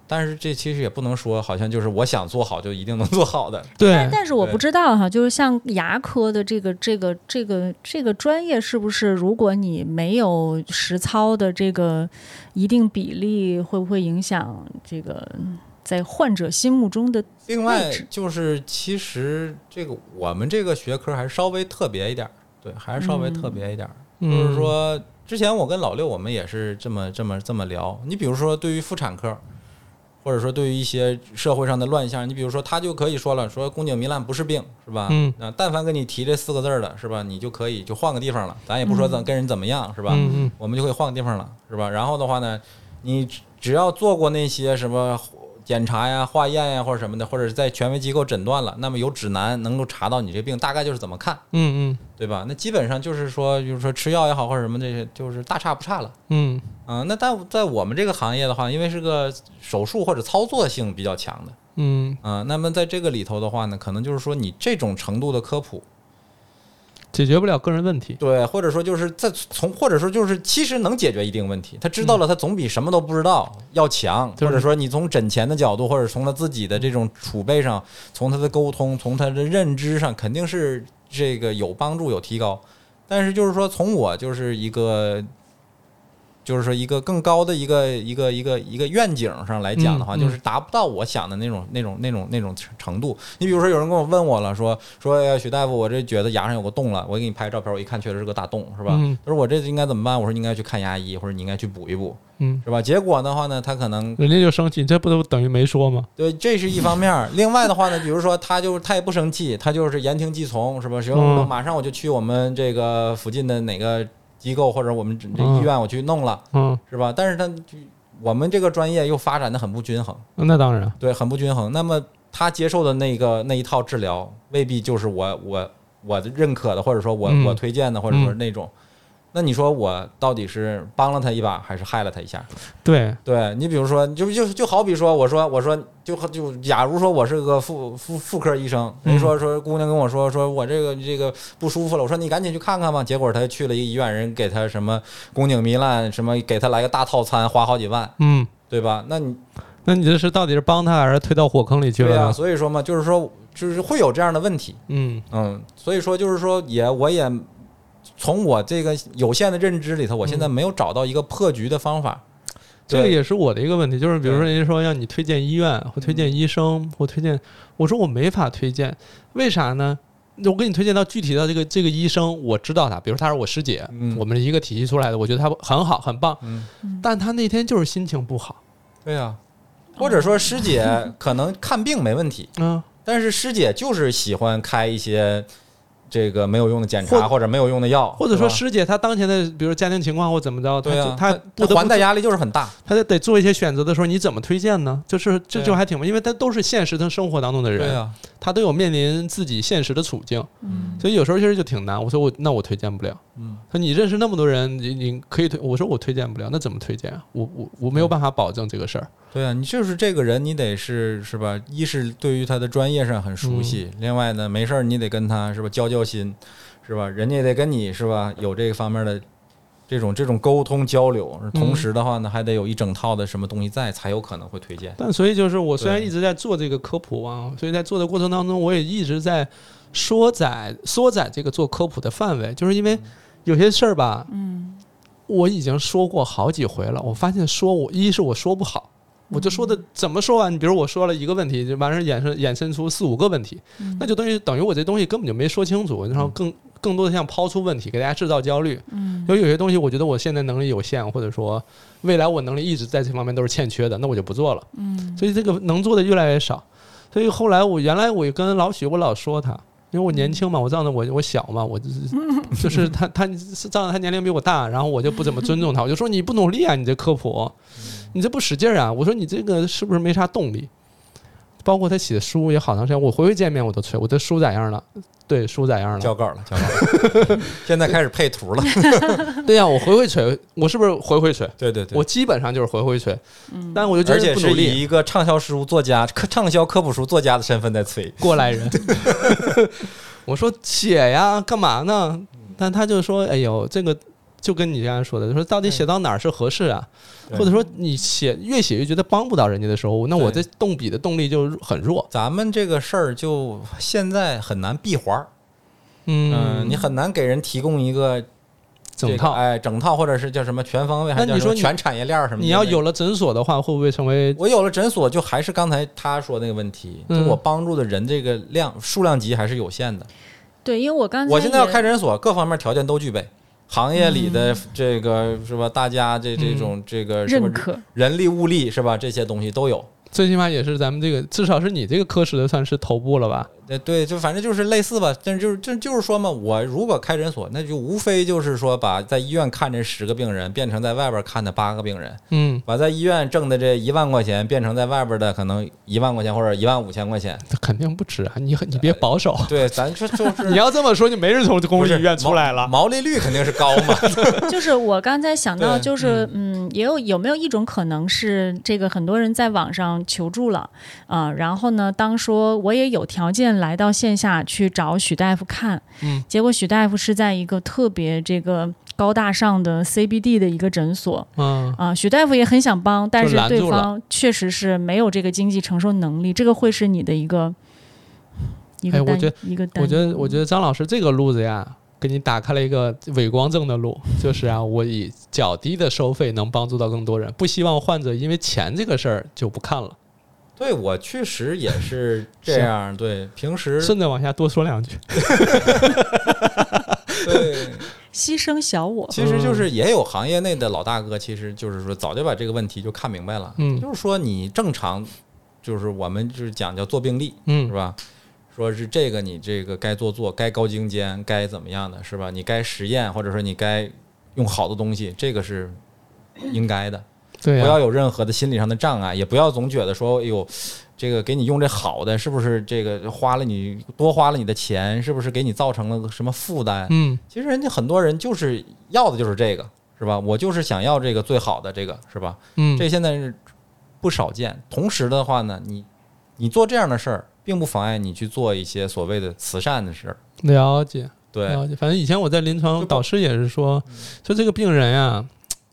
S2: 但是这其实也不能说，好像就是我想做好就一定能做好的。
S1: 对，
S3: 但是我
S2: 对
S3: 不知道哈，就是像牙科的这个这个这个这个专业，是不是如果你没有实操的这个一定比例，会不会影响这个在患者心目中的
S2: 另外
S3: 位置
S2: 就是，其实这个我们这个学科还是稍微特别一点儿，对，还是稍微特别一点儿。就是
S1: 嗯，
S2: 说，之前我跟老六我们也是这么这么这么聊。你比如说，对于妇产科，或者说对于一些社会上的乱象，你比如说他就可以说了，说宫颈糜烂不是病，是吧？
S1: 嗯，
S2: 那但凡跟你提这四个字儿了，是吧？你就可以就换个地方了，咱也不说咱跟人怎么样，是吧？
S1: 嗯嗯
S2: 我们就可以换个地方了，是吧？然后的话呢，你只只要做过那些什么检查呀、化验呀或者什么的，或者是在权威机构诊断了，那么有指南能够查到你这病大概就是怎么看。
S1: 嗯
S2: 对吧？那基本上就是说，就是说吃药也好或者什么这些，就是大差不差了。
S1: 嗯
S2: 嗯，那但在我们这个行业的话，因为是个手术或者操作性比较强的，
S1: 嗯嗯，
S2: 嗯，那么在这个里头的话呢，可能就是说你这种程度的科普，
S1: 解决不了个人问题。
S2: 对，或者说就是在从，或者说就是其实能解决一定问题，他知道了，他总比什么都不知道要强。
S1: 嗯就是
S2: 或者说你从诊钱的角度，或者从他自己的这种储备上，从他的沟通，从他的认知上，肯定是这个有帮助有提高。但是就是说，从我就是一个。就是说，一个更高的一个一个一个一个愿景上来讲的话，
S1: 嗯嗯
S2: 就是达不到我想的那种那种那种那种程度。你比如说，有人跟我问我了，说说哎呀许大夫，我这觉得牙上有个洞了，我给你拍照片，我一看确实是个大洞，是吧？
S1: 嗯
S2: 他说我这应该怎么办？我说你应该去看牙医，或者你应该去补一补，
S1: 嗯，
S2: 是吧？结果的话呢，他可能
S1: 人家就生气，这不都等于没说吗？
S2: 对这是一方面儿，另外的话呢，比如说他就是他也不生气，他就是言听计从，是吧？行，
S1: 嗯
S2: 我马上我就去我们这个附近的哪个机构或者我们这这医院我去弄了，
S1: 嗯，
S2: 是吧？但是他就我们这个专业又发展的很不均衡，
S1: 那当然。
S2: 对，很不均衡。那么他接受的那个那一套治疗，未必就是我我我认可的，或者说我、
S1: 嗯
S2: 我推荐的，或者说
S1: 嗯
S2: 那种。那你说我到底是帮了他一把，还是害了他一下？
S1: 对，
S2: 对你比如说，就就就好比说，我说我说就就假如说我是个妇妇妇科医生，
S1: 嗯
S2: 人说说姑娘跟我说说我这个这个不舒服了，我说你赶紧去看看吧。结果她去了一个医院，人给她什么宫颈糜烂，什么给她来个大套餐，花好几万，
S1: 嗯，
S2: 对吧？那你
S1: 那你这是到底是帮他还是推到火坑里去
S2: 对
S1: 了
S2: 呀、
S1: 呢？
S2: 所以说嘛，就是说就是会有这样的问题，
S1: 嗯
S2: 嗯，所以说就是说也我也从我这个有限的认知里头，我现在没有找到一个破局的方法。
S1: 嗯这个
S2: 对
S1: 也是我的一个问题，就是比如说人家说让你推荐医院或推
S2: 嗯
S1: 荐医生或推荐，我说我没法推荐，为啥呢？我给你推荐到具体到这个这个医生，我知道他，比如他是我师姐，
S2: 嗯
S1: 我们一个体系出来的，我觉得他很好很棒，
S2: 嗯
S1: 但他那天就是心情不好，
S2: 对呀、或者说师姐 可能看病没问题，
S1: 嗯，
S2: 但是师姐就是喜欢开一些这个没有用的检查或者没有用的药，
S1: 或者说
S2: 对吧
S1: 师姐她当前的比如家庭情况或怎么着，
S2: 对
S1: 她
S2: 啊，
S1: 她不
S2: 她
S1: 得
S2: 还
S1: 不
S2: 贷压力就是很大。
S1: 她得得做一些选择的时候，你怎么推荐呢？就是这
S2: 对啊
S1: 就还挺，因为她都是现实的生活当中的
S2: 对啊
S1: 人，
S2: 呀，
S1: 她都有面临自己现实的处境，
S3: 嗯
S1: 所以有时候其实就挺难。我说我那我推荐不了。
S2: 嗯，
S1: 他说你认识那么多人，你你可以推，我说我推荐不了，那怎么推荐啊？我我我没有办法保证这个事儿。
S2: 对啊呀，你就是这个人，你得是是吧？一是对于他的专业上很
S1: 嗯
S2: 熟悉，另外呢，没事儿你得跟他是吧交交心，是吧？人家也得跟你是吧有这方面的。这种这种沟通交流，同
S1: 嗯
S2: 时的话呢，还得有一整套的什么东西在，才有可能会推荐。
S1: 但所以就是我虽然
S2: 对
S1: 一直在做这个科普啊，所以在做的过程当中，我也一直在缩窄缩窄这个做科普的范围，就是因为有些事儿吧，
S3: 嗯
S1: 我已经说过好几回了，我发现说我一是我说不好。
S3: 嗯
S1: 我就说的怎么说完？啊你比如我说了一个问题，就完事儿衍生衍生出四五个问题，
S3: 嗯
S1: 那就等于等于我这东西根本就没说清楚，然后更更多的像抛出问题，给大家制造焦虑。
S3: 嗯
S1: 因为有些东西，我觉得我现在能力有限，或者说未来我能力一直在这方面都是欠缺的，那我就不做了。
S3: 嗯
S1: 所以这个能做的越来越少。所以后来我原来我跟老许，我老说他，因为我年轻嘛，我仗着我我小嘛，我就是就是他他是仗着他年龄比我大，然后我就不怎么尊重他，我就说你不努力啊，你这科普，你这不使劲儿啊，我说你这个是不是没啥动力？包括他写书也好长时间，我回回见面我都催，我这书咋样了？对，书咋样了？
S2: 交稿了，交稿了， 现在开始配图了。
S1: 对呀、我回回催，我是不是回回催？
S2: 对对对，
S1: 我基本上就是回回催，但我就
S2: 而
S1: 觉
S2: 且
S1: 得不
S2: 是
S1: 努力
S2: 以，一个畅销书作家、科畅销科普书作家的身份在催。
S1: 过来人。 我说写呀，干嘛呢？但他就说：“哎呦，这个就跟你刚才说的，就说到底写到哪儿是合适啊？
S2: 对
S1: 或者说你写越写越觉得帮不到人家的时候，那我这
S2: 对
S1: 动笔的动力就很弱。
S2: 咱们这个事儿就现在很难闭环儿，
S1: 嗯，
S2: 你很难给人提供一个这
S1: 整
S2: 个
S1: 套。
S2: 哎，整套或者是叫什么全方位，
S1: 那
S2: 还
S1: 你
S2: 叫什
S1: 说
S2: 么
S1: 你
S2: 全产业链儿什么？
S1: 你要有，了诊所的话，会不会成为
S2: 我有了诊所，就还是刚才他说那个问题，就
S1: 嗯
S2: 我帮助的人这个量数量级还是有限的。
S3: 对，因为我刚才
S2: 我现在要
S3: 也嗯
S2: 开诊所，各方面条件都具备。行业里的这个是吧？大家这这
S1: 嗯
S2: 种这个什么
S3: 认可，
S2: 人力物力是吧？这些东西都有。
S1: 最起码也是咱们这个，至少是你这个科室的算是头部了吧？
S2: 呃，对，就反正就是类似吧，但是就是这就是说嘛，我如果开诊所，那就无非就是说把在医院看这十个病人变成在外边看的八个病人，
S1: 嗯，
S2: 把在医院挣的这一万块钱变成在外边的可能一万块钱或者一万五千块钱。
S1: 肯定不止啊！你很你别保守，
S2: 对，咱就就是
S1: 你要这么说，就没人从公
S2: 不是
S1: 立医院出
S2: 毛
S1: 来了。
S2: 毛利率肯定是高嘛。
S3: 就是我刚才想到，
S2: 对
S3: 就是嗯，也有有没有一种可能是这个很多人在网上求助了啊、然后呢，当说我也有条件来到线下去找许大夫看，
S1: 嗯，
S3: 结果许大夫是在一个特别这个高大上的 CBD 的一个诊所。
S1: 嗯，
S3: 啊、许大夫也很想帮，但
S1: 就是拦
S3: 对
S1: 住了
S3: 方确实是没有这个经济承受能力，这个会是你的一个一
S1: 哎
S3: 个
S1: 我
S3: 担、
S1: 觉
S3: 一个担
S1: 我觉得，我觉得张老师这个路子呀，给你打开了一个伪光正的路，就是啊，我以较低的收费能帮助到更多人，不希望患者因为钱这个事儿就不看了。
S2: 对我确实也是这
S1: 是
S2: 样，对，平时
S1: 顺着往下多说两 句，
S2: 对。
S3: 牺牲小我，
S2: 其实就是也有行业内的老大哥，其实就是说早就把这个问题就看明白了。
S1: 嗯
S2: 就是说你正常，就是我们就是讲叫做病例，是
S1: 嗯
S2: 吧？说是这个你这个该做做，该高精尖，该怎么样的是吧？你该实验，或者说你该用好的东西，这个是应该的。
S1: 对呀、
S2: 不
S1: 啊
S2: 要有任何的心理上的障碍，也不要总觉得说，哎呦，这个给你用这好的，是不是这个花了你多花了你的钱，是不是给你造成了什么负担？
S1: 嗯
S2: 其实人家很多人就是要的就是这个，是吧？我就是想要这个最好的这个，是吧？
S1: 嗯，
S2: 这现在是不少见。同时的话呢，你你做这样的事儿，并不妨碍你去做一些所谓的慈善的事儿。
S1: 了解
S2: 对，
S1: 了解。反正以前我在临床
S2: 就嗯
S1: 导师也是说，说这个病人呀，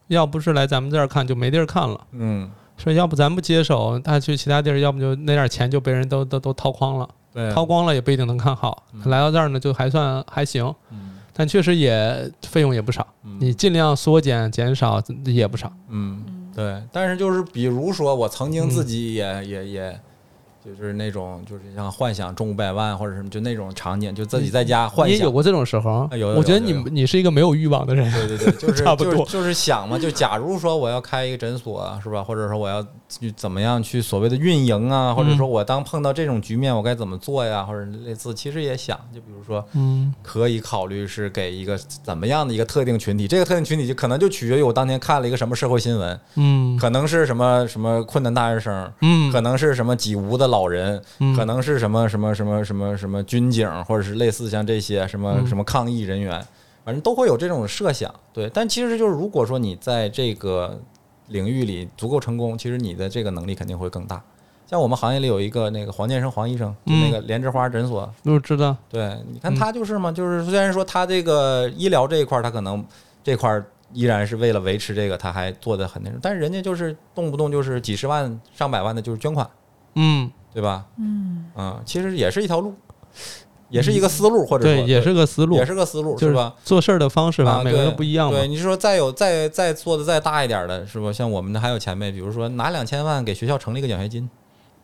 S1: 要不是来咱们这儿看，就没地儿看了。
S2: 嗯，
S1: 说要不咱不接手，他去其他地儿，要不就那点钱就被人都都都掏光了，
S2: 对，
S1: 掏光了也不一定能看好。
S2: 嗯
S1: 来到这儿呢，就还算还行，
S2: 嗯
S1: 但确实也费用也不少。
S2: 嗯
S1: 你尽量缩减减少也不少。
S2: 嗯，对。但是就是比如说，我曾经自己也、
S1: 嗯
S2: 也也。就是那种，就是像幻想中五百万或者什么，就那种场景，就自己在家幻
S1: 你也
S2: 想
S1: 有。过这种时候？
S2: 哎有有
S1: 我觉得
S2: 有
S1: 你
S2: 有
S1: 你是一个没有欲望的人。
S2: 对对对，就是
S1: 差不多
S2: 就是就是想嘛，就假如说我要开一个诊所啊，是吧？或者说我要去怎么样去所谓的运营啊，
S1: 嗯
S2: 或者说我当碰到这种局面，我该怎么做呀？或者类似，其实也想，就比如说
S1: 嗯
S2: 可以考虑是给一个怎么样的一个特定群体，这个特定群体就可能就取决于我当天看了一个什么社会新闻，
S1: 嗯
S2: 可能是什么什么困难大学生，
S1: 嗯，
S2: 可能是什么几无的老人，
S1: 嗯
S2: 可能是什么什么什么什么什么军警，或者是类似像这些什么
S1: 嗯
S2: 什么抗议人员，反正都会有这种设想。对，但其实就是如果说你在这个领域里足够成功，其实你的这个能力肯定会更大。像我们行业里有一个那个黄健生黄医生，
S1: 嗯
S2: 就那个莲之花诊所，
S1: 我知道。
S2: 对，你看
S1: 嗯
S2: 他就是嘛，就是虽然说他这个医疗这一块儿，他可能这块儿依然是为了维持这个，他还做的很那种，但是人家就是动不动就是几十万、上百万的，就是捐款，
S1: 嗯，
S2: 对吧？
S3: 嗯，
S2: 嗯，其实也是一条路，也是一个思路，或者说
S1: 对，也是个思路
S2: 也，是个思路，
S1: 就是
S2: 吧？
S1: 做事儿的方式吧，
S2: 啊
S1: 每个人
S2: 对
S1: 都不一样嘛。
S2: 对，你是说再有再再做的再大一点的，是吧？像我们的还有前辈，比如说拿两千万给学校成立一个奖学金，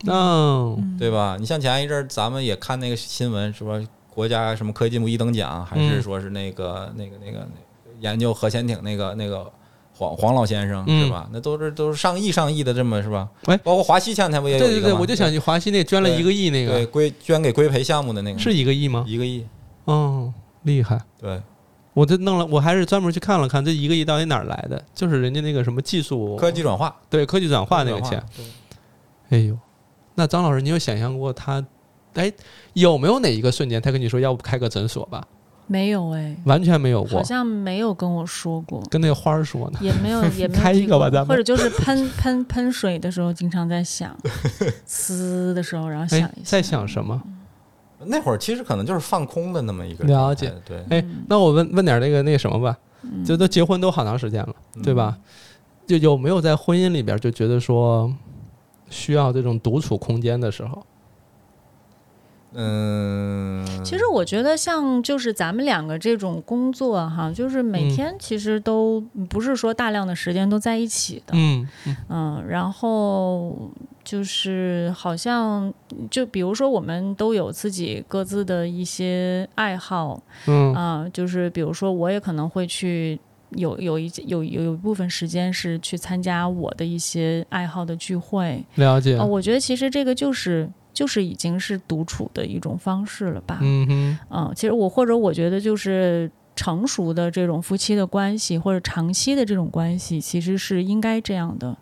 S1: 嗯
S2: 对吧？你像前一阵儿咱们也看那个新闻，是吧？国家什么科技进步一等奖，还是
S1: 嗯
S2: 说是那个、那个那个那研究核潜艇那个那个黄黄老先生、
S1: 嗯
S2: 是吧？那都是都是上亿上亿的这么是吧？
S1: 哎
S2: 包括华西前两天不也
S1: 对
S2: 有
S1: 对
S2: 一个
S1: 对，
S2: 吗
S1: 我就想起华西那捐了
S2: 对
S1: 一个亿那
S2: 对
S1: 个，
S2: 归捐给规培项目的那个
S1: 是一个亿吗？
S2: 一个亿，
S1: 哦，厉害！
S2: 对，
S1: 我这弄了，我还是专门去看了看这一个亿到底哪儿来的，就是人家那个什么技术
S2: 科技转化，
S1: 对科技转化那
S2: 科
S1: 个
S2: 技转
S1: 钱。，哎呦，那张老师，你有想象过他？哎，有没有哪一个瞬间他跟你说要不开个诊所吧？
S3: 没有哎，
S1: 完全没有过
S3: 好，像没有跟我说过，
S1: 跟那个花儿说呢。
S3: 也 没有也没有
S1: 开一
S3: 这
S1: 个吧咱们
S3: 或者就是喷 喷喷水的时候经常在想，呲的时候然后想
S1: 哎，
S3: 一下，
S1: 在想什么？
S2: 那会儿其实可能就是放空的那么一个
S1: 了
S2: 状态，对，
S1: 哎，那我问问点儿那个那什么吧，
S3: 嗯
S1: 就都结婚都好长时间了，
S2: 嗯
S1: 对吧？就有没有在婚姻里边就觉得说需要这种独处空间的时候？
S2: 嗯？嗯，
S3: 其实我觉得像就是咱们两个这种工作哈，就是每
S1: 嗯
S3: 天其实都不是说大量的时间都在一起的，
S1: 嗯
S3: 嗯，然后就是好像就比如说我们都有自己各自的一些爱好
S1: 嗯
S3: 啊、就是比如说我也可能会去。有有一有有有一部分时间是去参加我的一些爱好的聚会，
S1: 了解
S3: 哦，。我觉得其实这个就是就是已经是独处的一种方式了吧，
S1: 嗯哼，
S3: 嗯，其实我或者我觉得就是成熟的这种夫妻的关系，或者长期的这种关系，其实是应该这样的。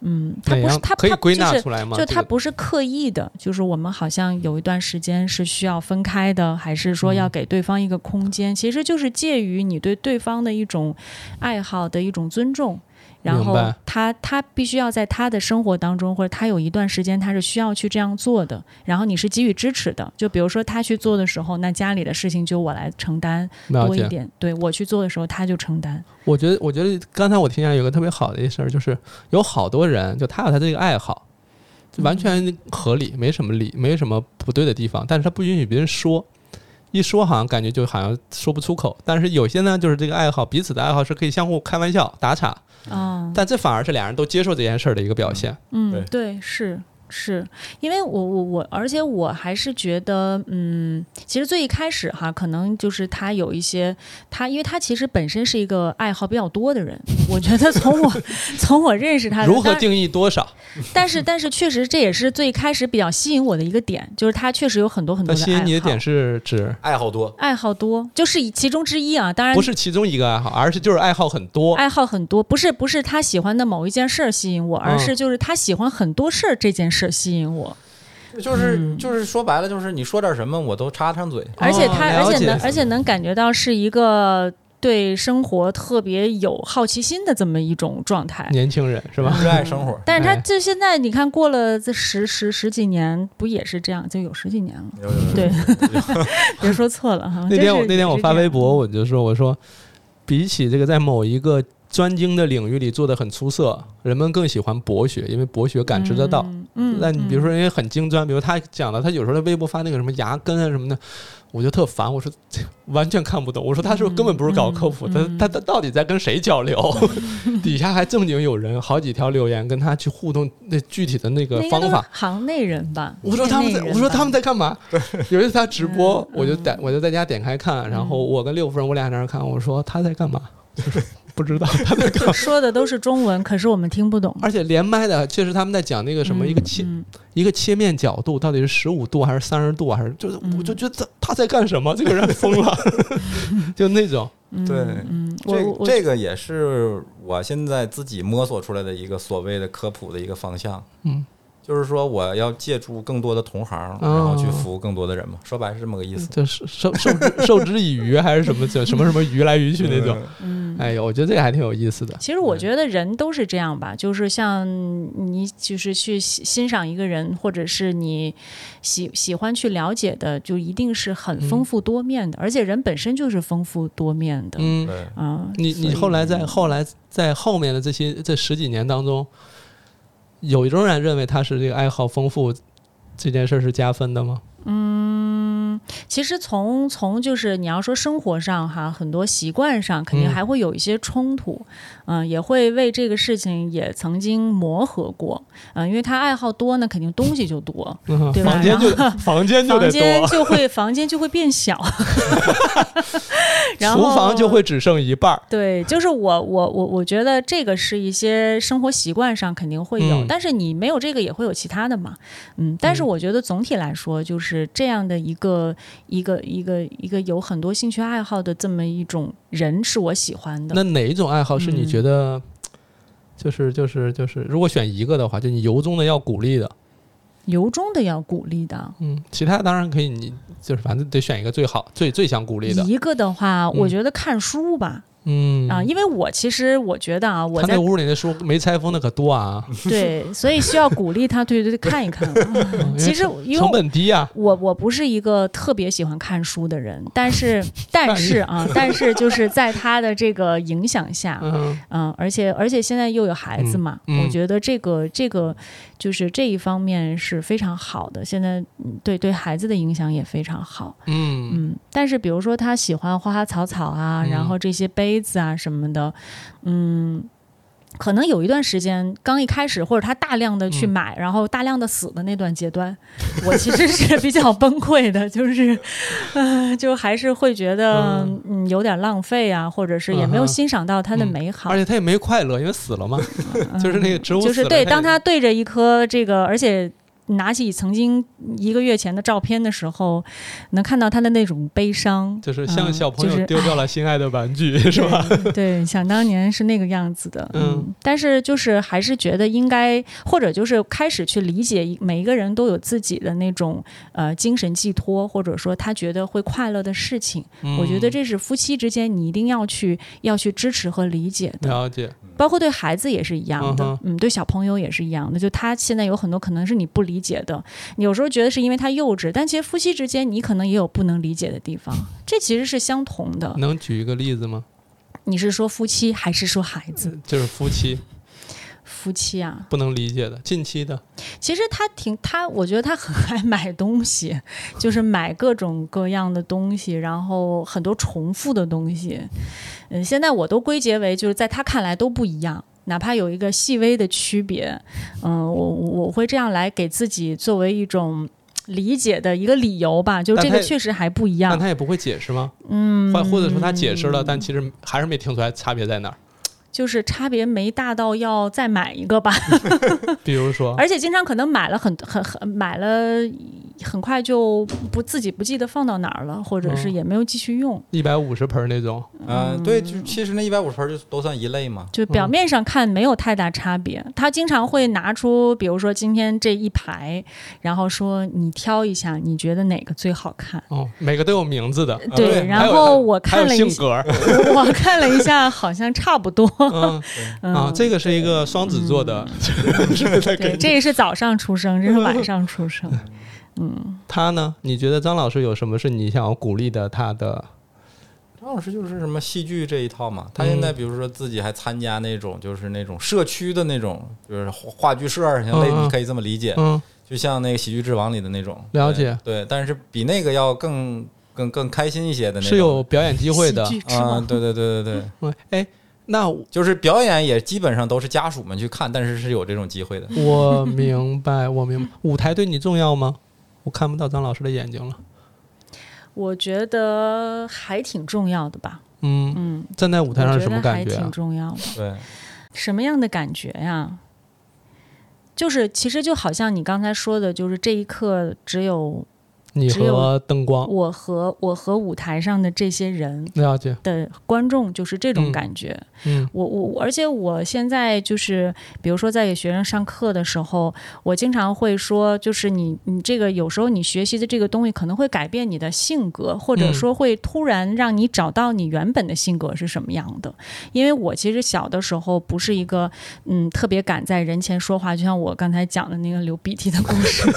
S3: 嗯，他
S1: 哪
S3: 不是
S1: 样
S3: 他
S1: 可以
S3: 他
S1: 归
S3: 就
S1: 纳
S3: 是
S1: 出来吗？
S3: 就
S1: 这
S3: 他
S1: 个
S3: 不是刻意的，就是我们好像有一段时间是需要分开的，还是说
S1: 嗯
S3: 要给对方一个空间？其实就是介于你对对方的一种爱好的一种尊重，然
S1: 明
S3: 后
S1: 白
S3: 他他必须要在他的生活当中，或者他有一段时间他是需要去这样做的，然后你是给予支持的。就比如说他去做的时候，那家里的事情就我来承担
S1: 了
S3: 多一
S1: 解。
S3: 点，对我去做的时候他就承担。
S1: 我觉得，我觉得刚才我听见有个特别好的一事儿，就是有好多人，就他有他这个爱好，就完全合理，没什么理，没什么不对的地方，但是他不允许别人说，一说好像感觉就好像说不出口。但是有些呢，就是这个爱好，彼此的爱好是可以相互开玩笑、打岔，
S3: 啊、
S1: 但这反而是俩人都接受这件事儿的一个表现。
S3: 嗯，对，是是，因为我我我，而且我还是觉得，嗯，其实最一开始哈，可能就是他有一些他，因为他其实本身是一个爱好比较多的人，我觉得从 我从我认识他的
S1: 如何
S3: 当
S1: 定义多少？
S3: 但是但是确实这也是最开始比较吸引我的一个点，就是他确实有很多很
S1: 那
S3: 多的
S1: 吸
S3: 爱
S1: 引你的
S3: 好
S1: 点。是指
S2: 爱好多，
S3: 爱好多，就是以其中之一啊。当然
S1: 不是其中一个爱好，而是就是爱好很多。
S3: 爱好很多，不是不是他喜欢的某一件事儿吸引我，而
S1: 嗯
S3: 是就是他喜欢很多事儿这件事儿吸引我。
S2: 就是就是说白了，就是你说点什么我都插上嘴。
S3: 嗯而且他，
S1: 哦
S3: 而
S1: 了解
S3: 且能，而且能感觉到是一个对生活特别有好奇心的这么一种状态。
S1: 年轻人是吧？
S2: 热爱生活，
S3: 但是他
S1: 哎
S3: 就现在你看过了这十十十几年，不也是这样？就有十几年了，
S2: 有有有
S3: 对，别说错了哈。
S1: 那天我
S3: 啊真是嗯
S1: 那天我发微，博，
S3: 真
S1: 我就说我说，比起这个在某一个专精的领域里做的很出色，人们更喜欢博学，因为博学感知得到。
S3: 是这样。嗯，
S1: 那你比如
S3: 嗯
S1: 说人家很精专，比如他讲的，他有时候在微博发那个什么牙根啊什么的，我就特烦，我说这完全看不懂，我说他是不是根本不是搞科普，
S3: 嗯嗯
S1: 他他他到底在跟谁交流？ 底下还正经有人好几条留言跟他去互动，那具体的那个
S3: 那应该都
S1: 方
S3: 是
S1: 法。
S3: 行内人吧？
S1: 我说他们在，
S3: 业内人
S1: 我
S3: 吧
S1: 说他们在干嘛？有一次他直播
S3: 嗯，
S1: 我就在我就在家点开看，然后我跟六夫人我俩在那儿看，我说他在干嘛？不 知道他在干嘛。
S3: 说的都是中文，可是我们听 不懂。
S1: 而且连麦的，确实他们在讲那个什么一个切
S3: 嗯
S1: 一个切面角度到底是十五度还是三十度，还是就是
S3: 嗯
S1: 我就觉得他他在干什么？这个人疯 了，就那种
S3: 嗯
S2: 对
S3: 嗯，嗯我
S2: 这
S3: 我
S2: 这个也是我现在自己摸索出来的一个所谓的科普的一个方向。
S1: 嗯，
S2: 就是说我要借助更多的同行，
S1: 哦
S2: 然后去服务更多的人嘛。说白是这么个意思。
S1: 就是受受之受之以鱼还是什么就什么什么鱼来鱼去那种。
S3: 嗯。
S1: 哎呦，我觉得这个还挺有意思的。
S3: 其实我觉得人都是这样吧，就是像你就是去欣欣赏一个人，或者是你喜喜欢去了解的，就一定是很丰富多面的，而且人本身就是丰富多面的。
S1: 嗯，
S2: 对，
S3: 啊，
S1: 你
S3: 所
S1: 你
S3: 以
S1: 后来在后来在后面的这些这十几年当中，有仍然认为他是这个爱好丰富这件事儿是加分的吗？
S3: 其实从从就是你要说生活上哈，很多习惯上肯定
S1: 嗯
S3: 还会有一些冲突，嗯、也会为这个事情也曾经磨合过，嗯、因为他爱好多呢，肯定东西就多，
S1: 嗯
S3: 对 吧
S1: 房间就房间就
S3: 房
S1: 得
S3: 间
S1: 多，
S3: 就会房间就会变 小，然后
S1: 厨房就会只剩一半儿。
S3: 对，就是我我我我觉得这个是一些生活习惯上肯定会有，
S1: 嗯
S3: 但是你没有这个也会有其他的嘛，嗯，但是
S1: 嗯
S3: 我觉得总体来说就是这样的一个一个一个一个有很多兴趣爱好的这么一种人是我喜欢的。
S1: 那哪一种爱好是你
S3: 嗯
S1: 觉得就是就是就是，如果选一个的话，就你由衷的要鼓励的，
S3: 由衷的要鼓励的。
S1: 嗯，其他当然可以，你就是反正得选一个最好最最想鼓励的，
S3: 一个的话，我
S1: 嗯
S3: 觉得看书吧，
S1: 嗯
S3: 啊，因为我其实我觉得啊，我
S1: 他那
S3: 在
S1: 屋里那书没拆封的可多啊，
S3: 对，所以需要鼓励他，对对对，看一看。
S1: 嗯因为
S3: 其实
S1: 成
S3: 因为
S1: 成本低啊，
S3: 我我不是一个特别喜欢看书的人，但是但是啊，但是就是在他的这个影响下，
S1: 嗯
S3: 嗯，而且而且现在又有孩子嘛，
S1: 嗯嗯
S3: 我觉得这个这个就是这一方面是非常好的，现在嗯对对孩子的影响也非常好，
S1: 嗯
S3: 嗯，但是比如说他喜欢花花草草啊，
S1: 嗯
S3: 然后这些杯子啊什么的，嗯。可能有一段时间，刚一开始或者他大量的去
S1: 嗯
S3: 买，然后大量的死的那段阶段， 我其实是比较崩溃的，就是， 呃，就还是会觉得
S1: 嗯
S3: 嗯有点浪费啊，或者是也没
S1: 嗯
S3: 有
S1: 哼
S3: 欣赏到它的
S1: 嗯
S3: 美好嗯
S1: 而。且他也没快乐，因为死了 嘛，就是那个植物
S3: 就是
S1: 死了
S3: 对，
S1: 它
S3: 当
S1: 也
S3: 他对着一颗这个，而且拿起曾经一个月前的照片的时候，能看到他的那种悲伤，
S1: 就是像
S3: 嗯
S1: 小朋
S3: 就是
S1: 友丢掉了心爱的玩具， 是吧？
S3: 对对，想当年是那个样子的，
S1: 嗯
S3: 嗯，但是就是还是觉得应该，或者就是开始去理解一，每一个人都有自己的那种呃精神寄托，或者说他觉得会快乐的事情。嗯我觉
S1: 嗯
S3: 得这是夫妻之间你一定要去要去支持和理解
S1: 嗯
S3: 的，
S1: 了解，
S3: 包括对孩子也是一样的，
S1: 嗯哼
S3: 嗯对小朋友也是一样的。就他现在有很多可能是你不理解的，你有时候觉得是因为他幼稚，但其实夫妻之间你可能也有不能理解的地方，这其实是相同的。
S1: 能举一个例子吗？
S3: 你是说夫妻还是说孩子？
S1: 就是夫妻
S3: 夫妻啊，
S1: 不能理解的，近期的，
S3: 其实他挺他，我觉得他很爱买东西，就是买各种各样的东西，然后很多重复的东西。嗯，现在我都归结为就是在他看来都不一样，哪怕有一个细微的区别，嗯，我我我会这样来给自己作为一种。理解的一个理由吧，就是这
S1: 但
S3: 个
S1: 他
S3: 确实还不一
S1: 但
S3: 样。
S1: 他也不会解释吗？嗯，或或者说他解释了，但其实还是没听出来差别在 哪儿。
S3: 就是差别没大到要再买一个吧，
S1: 比如说，
S3: 而且经常可能买了很很很买了很快就不自己不记得放到哪儿了，或者是
S1: 嗯
S3: 也没有继续用。
S1: 一百五十盆儿那种，
S2: 嗯，对，就其实那一百五十盆儿就都算一类嘛。
S3: 就
S1: 嗯
S3: 表面上看没有太大差别。他经常会拿出，比如说今天这一排，然后说你挑一下，你觉得哪个最好看？
S1: 哦，每个都有名字的，
S2: 对
S3: 然
S1: 啊还有
S3: 后我
S1: 还有
S3: 看了一
S1: 性
S3: 下，
S1: 格儿，
S3: 我看了一下，好像差 不多。
S1: 嗯
S3: 嗯，
S1: 啊，这个是一个双子座的，
S3: 对，这个是早上出生，这是晚上出生。嗯，
S1: 他呢？你觉得张老师有什么是你想要鼓励的他的？
S2: 张老师就是什么戏剧这一套
S1: 嗯
S2: 嘛，他现在比如说自己还参加那种就是那种社区的那种，就是话话剧社儿，像类
S1: 嗯嗯
S2: 你可以这么理解，
S1: 嗯，
S2: 就像那个《喜剧之王》里的那种。
S1: 了解
S2: 对，对，但是比那个要更更更开心一些的那种。
S1: 是有表演机会的。
S3: 喜剧之
S2: 啊、
S3: 王
S2: 对对对对对，
S1: 嗯哎，那我
S2: 就是表演也基本上都是家属们去看，但是是有这种机会的。
S1: 我明白，我明白，舞台对你重要吗？我看不到张老师的眼睛了。
S3: 我觉得还挺重要的吧。
S1: 嗯，
S3: 嗯，
S1: 站在舞
S3: 我
S1: 台上
S3: 觉
S1: 是什么
S3: 得还
S1: 感觉
S3: 挺
S1: 啊？
S3: 重要的。
S2: 对，
S3: 什么样的感觉呀？就是其实就好像你刚才说的，就是这一刻只有
S1: 你
S3: 只有
S1: 和灯光
S3: 我和我和舞台上的这些人
S1: 了解，
S3: 的观众就是这
S1: 嗯
S3: 种感觉。
S1: 嗯
S3: 我我我而且我现在就是，比如说在给学生上课的时候，我经常会说，就是你你这个有时候你学习的这个东西可能会改变你的性格，或者
S1: 嗯
S3: 说会突然让你找到你原本的性格是什么样的。因为我其实小的时候不是一个嗯特别敢在人前说话，就像我刚才讲的那个流鼻涕的故 事，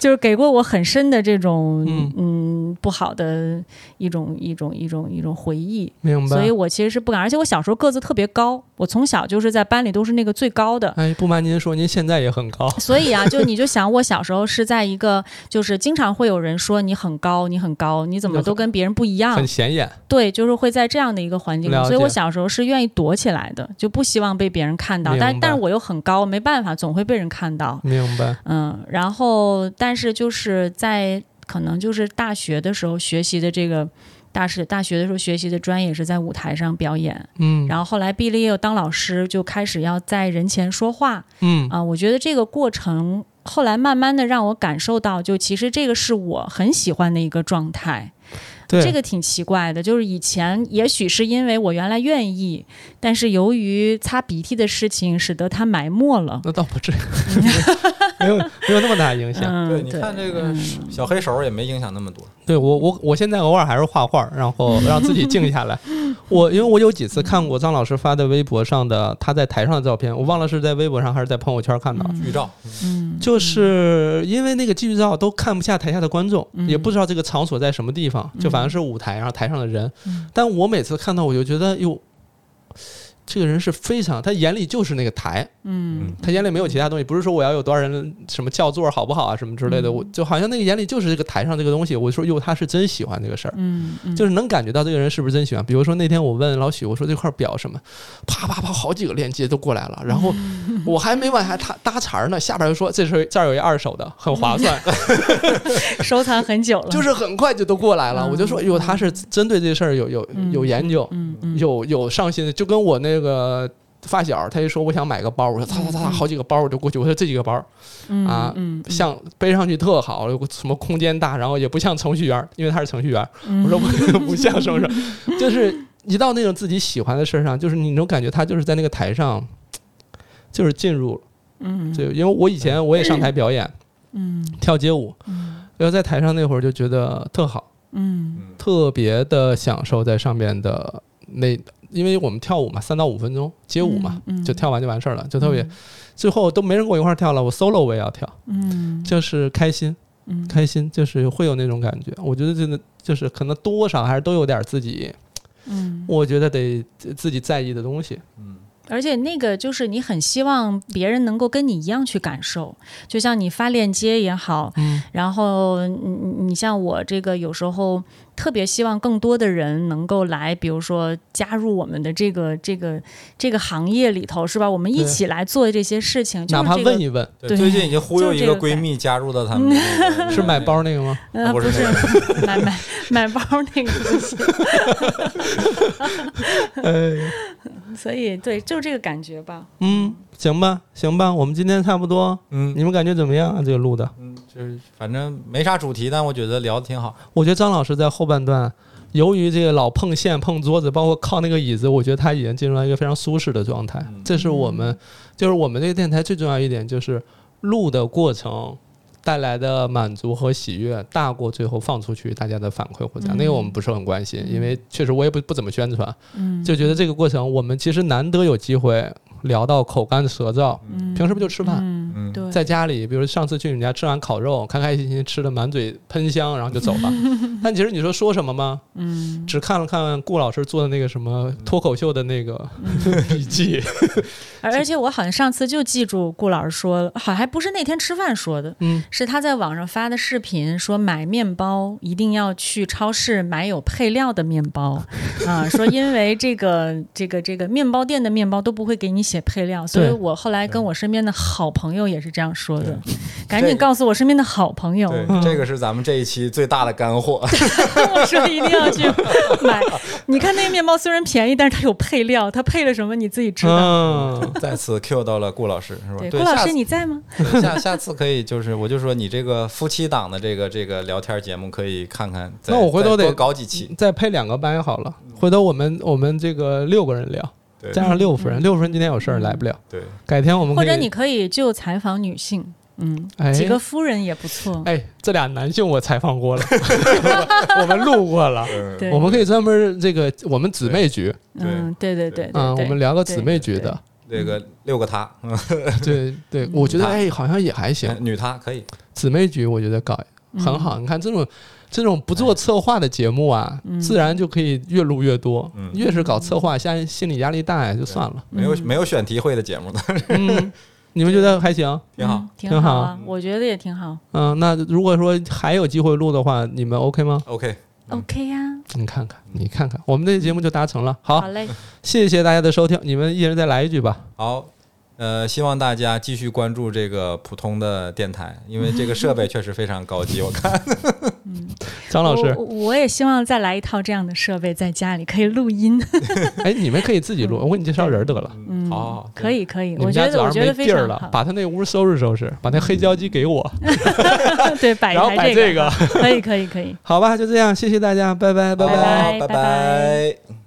S3: 就是给过我很深的这种
S1: 嗯
S3: 嗯不好的一种一种一种一种回忆。
S1: 明
S3: 所
S1: 白
S3: 以。我其实是不敢，而且我小时候个子特别高，我从小就是在班里都是那个最高的。
S1: 哎，不瞒您说，您现在也很高。
S3: 所以啊，就你就想，我小时候是在一个，就是经常会有人说你很高，你很高，你怎么都跟别人不一样
S1: 很？显眼，
S3: 对，就是会在这样的一个环境里
S1: 了。解
S3: 所以我小时候是愿意躲起来的，就不希望被别人看到。
S1: 明白
S3: 但但是我又很高，没办法，总会被人看到。
S1: 明白？
S3: 嗯，然后但是就是在可能就是大学的时候学习的这个大是大学的时候学习的专业是在舞台上表演，
S1: 嗯
S3: 然后后来毕了业又当老师，就开始要在人前说话
S1: 嗯
S3: 啊、我觉得这个过程后来慢慢的让我感受到，就其实这个是我很喜欢的一个状态。
S1: 对，
S3: 这个挺奇怪的，就是以前也许是因为我原来愿意，但是由于擦鼻涕的事情使得它埋没了。
S1: 那倒不 至于，没有没有那么大影响。
S3: 嗯，
S2: 对，你看这个小黑手儿也没影响那么多。
S1: 对我我我现在偶尔还是画画，然后让自己静 下来。我因为我有几次看过张老师发的微博上的他在台上的照片，我忘了是在微博上还是在朋友圈看到的。
S2: 剧照，
S3: 嗯，
S1: 就是因为那个剧照都看不下台下的观众，
S3: 嗯
S1: 也不知道这个场所在什么地方，就反正是舞台，然后台上的人。
S3: 嗯
S1: 但我每次看到，我就觉得哟，这个人是非常，他眼里就是那个台，
S2: 嗯，
S1: 他眼里没有其他东西，不是说我要有多少人什么叫座好不好啊什么之类的，我
S3: 嗯
S1: 就好像那个眼里就是这个台上这个东西。我说哟，他是真喜欢这个事儿，
S3: 嗯，嗯
S1: 就是能感觉到这个人是不是真喜欢。比如说那天我问老许，我说这块表什么，啪啪啪，好几个链接都过来了，然后
S3: 嗯
S1: 我还没往下搭搭茬儿呢，下边就说这是这儿有一二手的，很划算，
S3: 嗯收藏很久了，
S1: 就是很快就都过来了。我就说哟，他是针对这事儿有有有研究，
S3: 嗯嗯，
S1: 有有上心的，就跟我那个发小，他一说我想买个包，我说擦擦擦，好几个包我就过去，我说这几个包
S3: 嗯
S1: 啊
S3: 嗯，嗯
S1: 像背上去特好，有个什么空间大，然后也不像程序员，因为他是程序员，
S3: 嗯
S1: 我说不 不像什么什么，就是一到那种自己喜欢的事儿上，就是你能感觉他就是在那个台上，就是进入，
S3: 嗯
S1: 就因为我以前我也上台表演，
S3: 嗯
S1: 跳街舞，然后在台上那会儿就觉得特好，
S3: 嗯
S1: 特别的享受在上面的那，因为我们跳舞嘛，三到五分钟街舞嘛，
S3: 嗯嗯
S1: 就跳完就完事儿了，就特别，最后都没人跟我一块儿跳了，我 solo 我也要跳，
S3: 嗯
S1: 就是开心，
S3: 嗯
S1: 开心就是会有那种感觉，我觉得真的就是可能多少还是都有点自己，
S3: 嗯，
S1: 我觉得得自己在意的东西，
S2: 嗯，
S3: 而且那个就是你很希望别人能够跟你一样去感受，就像你发链接也好，
S1: 嗯
S3: 然后你你你像我这个有时候特别希望更多的人能够来，比如说加入我们的这个这个这个行业里头，是吧？我们一
S1: 对
S3: 起来做这些事情，就
S1: 哪
S3: 是
S1: 怕
S3: 这个
S1: 问一问，
S2: 对，
S3: 对
S2: 最近已经忽悠
S3: 就
S2: 一
S3: 这
S2: 个
S3: 个
S2: 闺蜜加入到他 们那个，
S3: 嗯
S1: 是买包那个吗？
S3: 呃，
S2: 不是
S3: 是买买买包那个 东西，
S1: 哎
S3: 所以对，就这个感觉吧。
S1: 嗯，行吧，行吧，我们今天差不多，
S2: 嗯
S1: 你们感觉怎么样啊？这个录的，
S2: 嗯，就是反正没啥主题，但我觉得聊的挺好。
S1: 我觉得张老师在后半段，由于这个老碰线、碰桌子，包括靠那个椅子，我觉得他已经进入到一个非常舒适的状态
S2: 嗯。
S1: 这是我们，就是我们这个电台最重要一点，就是录的过程带来的满足和喜悦，大过最后放出去大家的反馈或者咋样那个我们不是很关心，因为确实我也不不怎么宣传，
S3: 嗯，
S1: 就觉得这个过程我们其实难得有机会聊到口干舌燥，
S3: 嗯
S1: 平时不就吃饭？
S3: 嗯，
S2: 嗯，
S3: 对，
S1: 在家里，比如上次去你们家吃完烤肉，开开心心吃的满嘴喷香，然后就走 了。但其实你说说什么吗？
S3: 嗯
S1: 只看了看顾老师做的那个什么脱口秀的那个
S3: 嗯
S1: 笔记，
S3: 而而且我好像上次就记住顾老师说了，好还不是那天吃饭说的，
S1: 嗯，
S3: 是他在网上发的视频，说买面包一定要去超市买有配料的面 包啊，说因为这个这个这个面包店的面包都不会给你写配料，所以
S1: 对
S3: 我后来跟我身边的好朋友也是这样说的，赶
S2: 这
S3: 紧
S2: 个
S3: 告诉我身边的好朋友，
S2: 对，
S1: 嗯
S2: 这个是咱们这一期最大的干 货。
S3: 我说一定 要去买。你看那个面包虽然便宜，但是它有配料，它配了什么你自己知道。
S1: 嗯，
S2: 再次 Q 到了顾老师，是吧？
S3: 对，
S2: 对，
S3: 顾老
S2: 下
S3: 师
S2: 次
S3: 你在吗？
S2: 对 下下次可以就是，我就说你这个夫妻档的这个这个聊天节目可以看看。再
S1: 那我回头得
S2: 再多搞几期，
S1: 再配两个班好了。回头我们我们这个六个人聊，
S2: 对
S1: 加上六夫人，六夫人今天有事儿来不了，
S2: 对，
S1: 改天我们可
S3: 嗯或
S1: 以
S3: 者你可以就采访女性，嗯，
S1: 哎
S3: 几个夫人也不错。
S1: 哎，这俩男性我采访过了， 我们录过了。
S2: 嗯
S3: 对
S1: 哎我们可以专门这个我们姊妹局，
S3: 嗯，对对对对
S1: 嗯，我
S3: 对
S1: 们聊个姊妹局
S3: 对对
S1: 的，
S2: 这个六个他，嗯
S1: 对对，我觉得
S2: 嗯
S1: 哎好像也还行，
S2: 女他可
S3: 嗯
S2: 以，
S1: 姊妹局我觉得搞很好。你看这种这种不做策划的节目啊，
S3: 嗯
S1: 自然就可以越录越多。
S2: 嗯
S1: 越是搞策划，现在心理压力大呀，就算了。
S2: 没有没有选题会的节目的，
S1: 嗯，你们觉得还行？
S2: 挺好
S3: 嗯
S1: 挺
S3: 挺
S1: 好
S3: 啊，我觉得也挺好。
S1: 嗯，那如果说还有机会录的话，你们 OK 吗？
S2: OK，嗯
S3: OK 呀，
S1: 你看看，你看看，我们这节目就达成了。好
S3: 嗯好，嘞，
S1: 谢谢大家的收听，你们一人再来一句吧。
S2: 好。呃，希望大家继续关注这个普通的电台，因为这个设备确实非常高级。我看，
S1: 张老师
S3: 我，我也希望再来一套这样的设备，在家里可以录音。
S1: 哎，你们可以自己录，我给你介绍人得了。
S3: 嗯，
S2: 好好好
S3: 可以可以，
S1: 你
S3: 我
S1: 们
S3: 觉
S1: 家
S3: 得
S1: 早
S3: 我
S1: 上
S3: 觉得
S1: 没
S3: 非
S1: 地儿
S3: 常
S1: 了，
S3: 好。
S1: 把他那屋收拾收拾，把那黑胶机给我，
S3: 对，摆一
S1: 然后摆
S3: 台
S1: 这
S3: 哎 这
S1: 个
S3: 个，可以可以可以。
S1: 好吧？就这样，谢谢大家，拜拜，拜
S3: 拜
S1: 拜。
S2: 拜
S3: 拜拜
S2: 拜。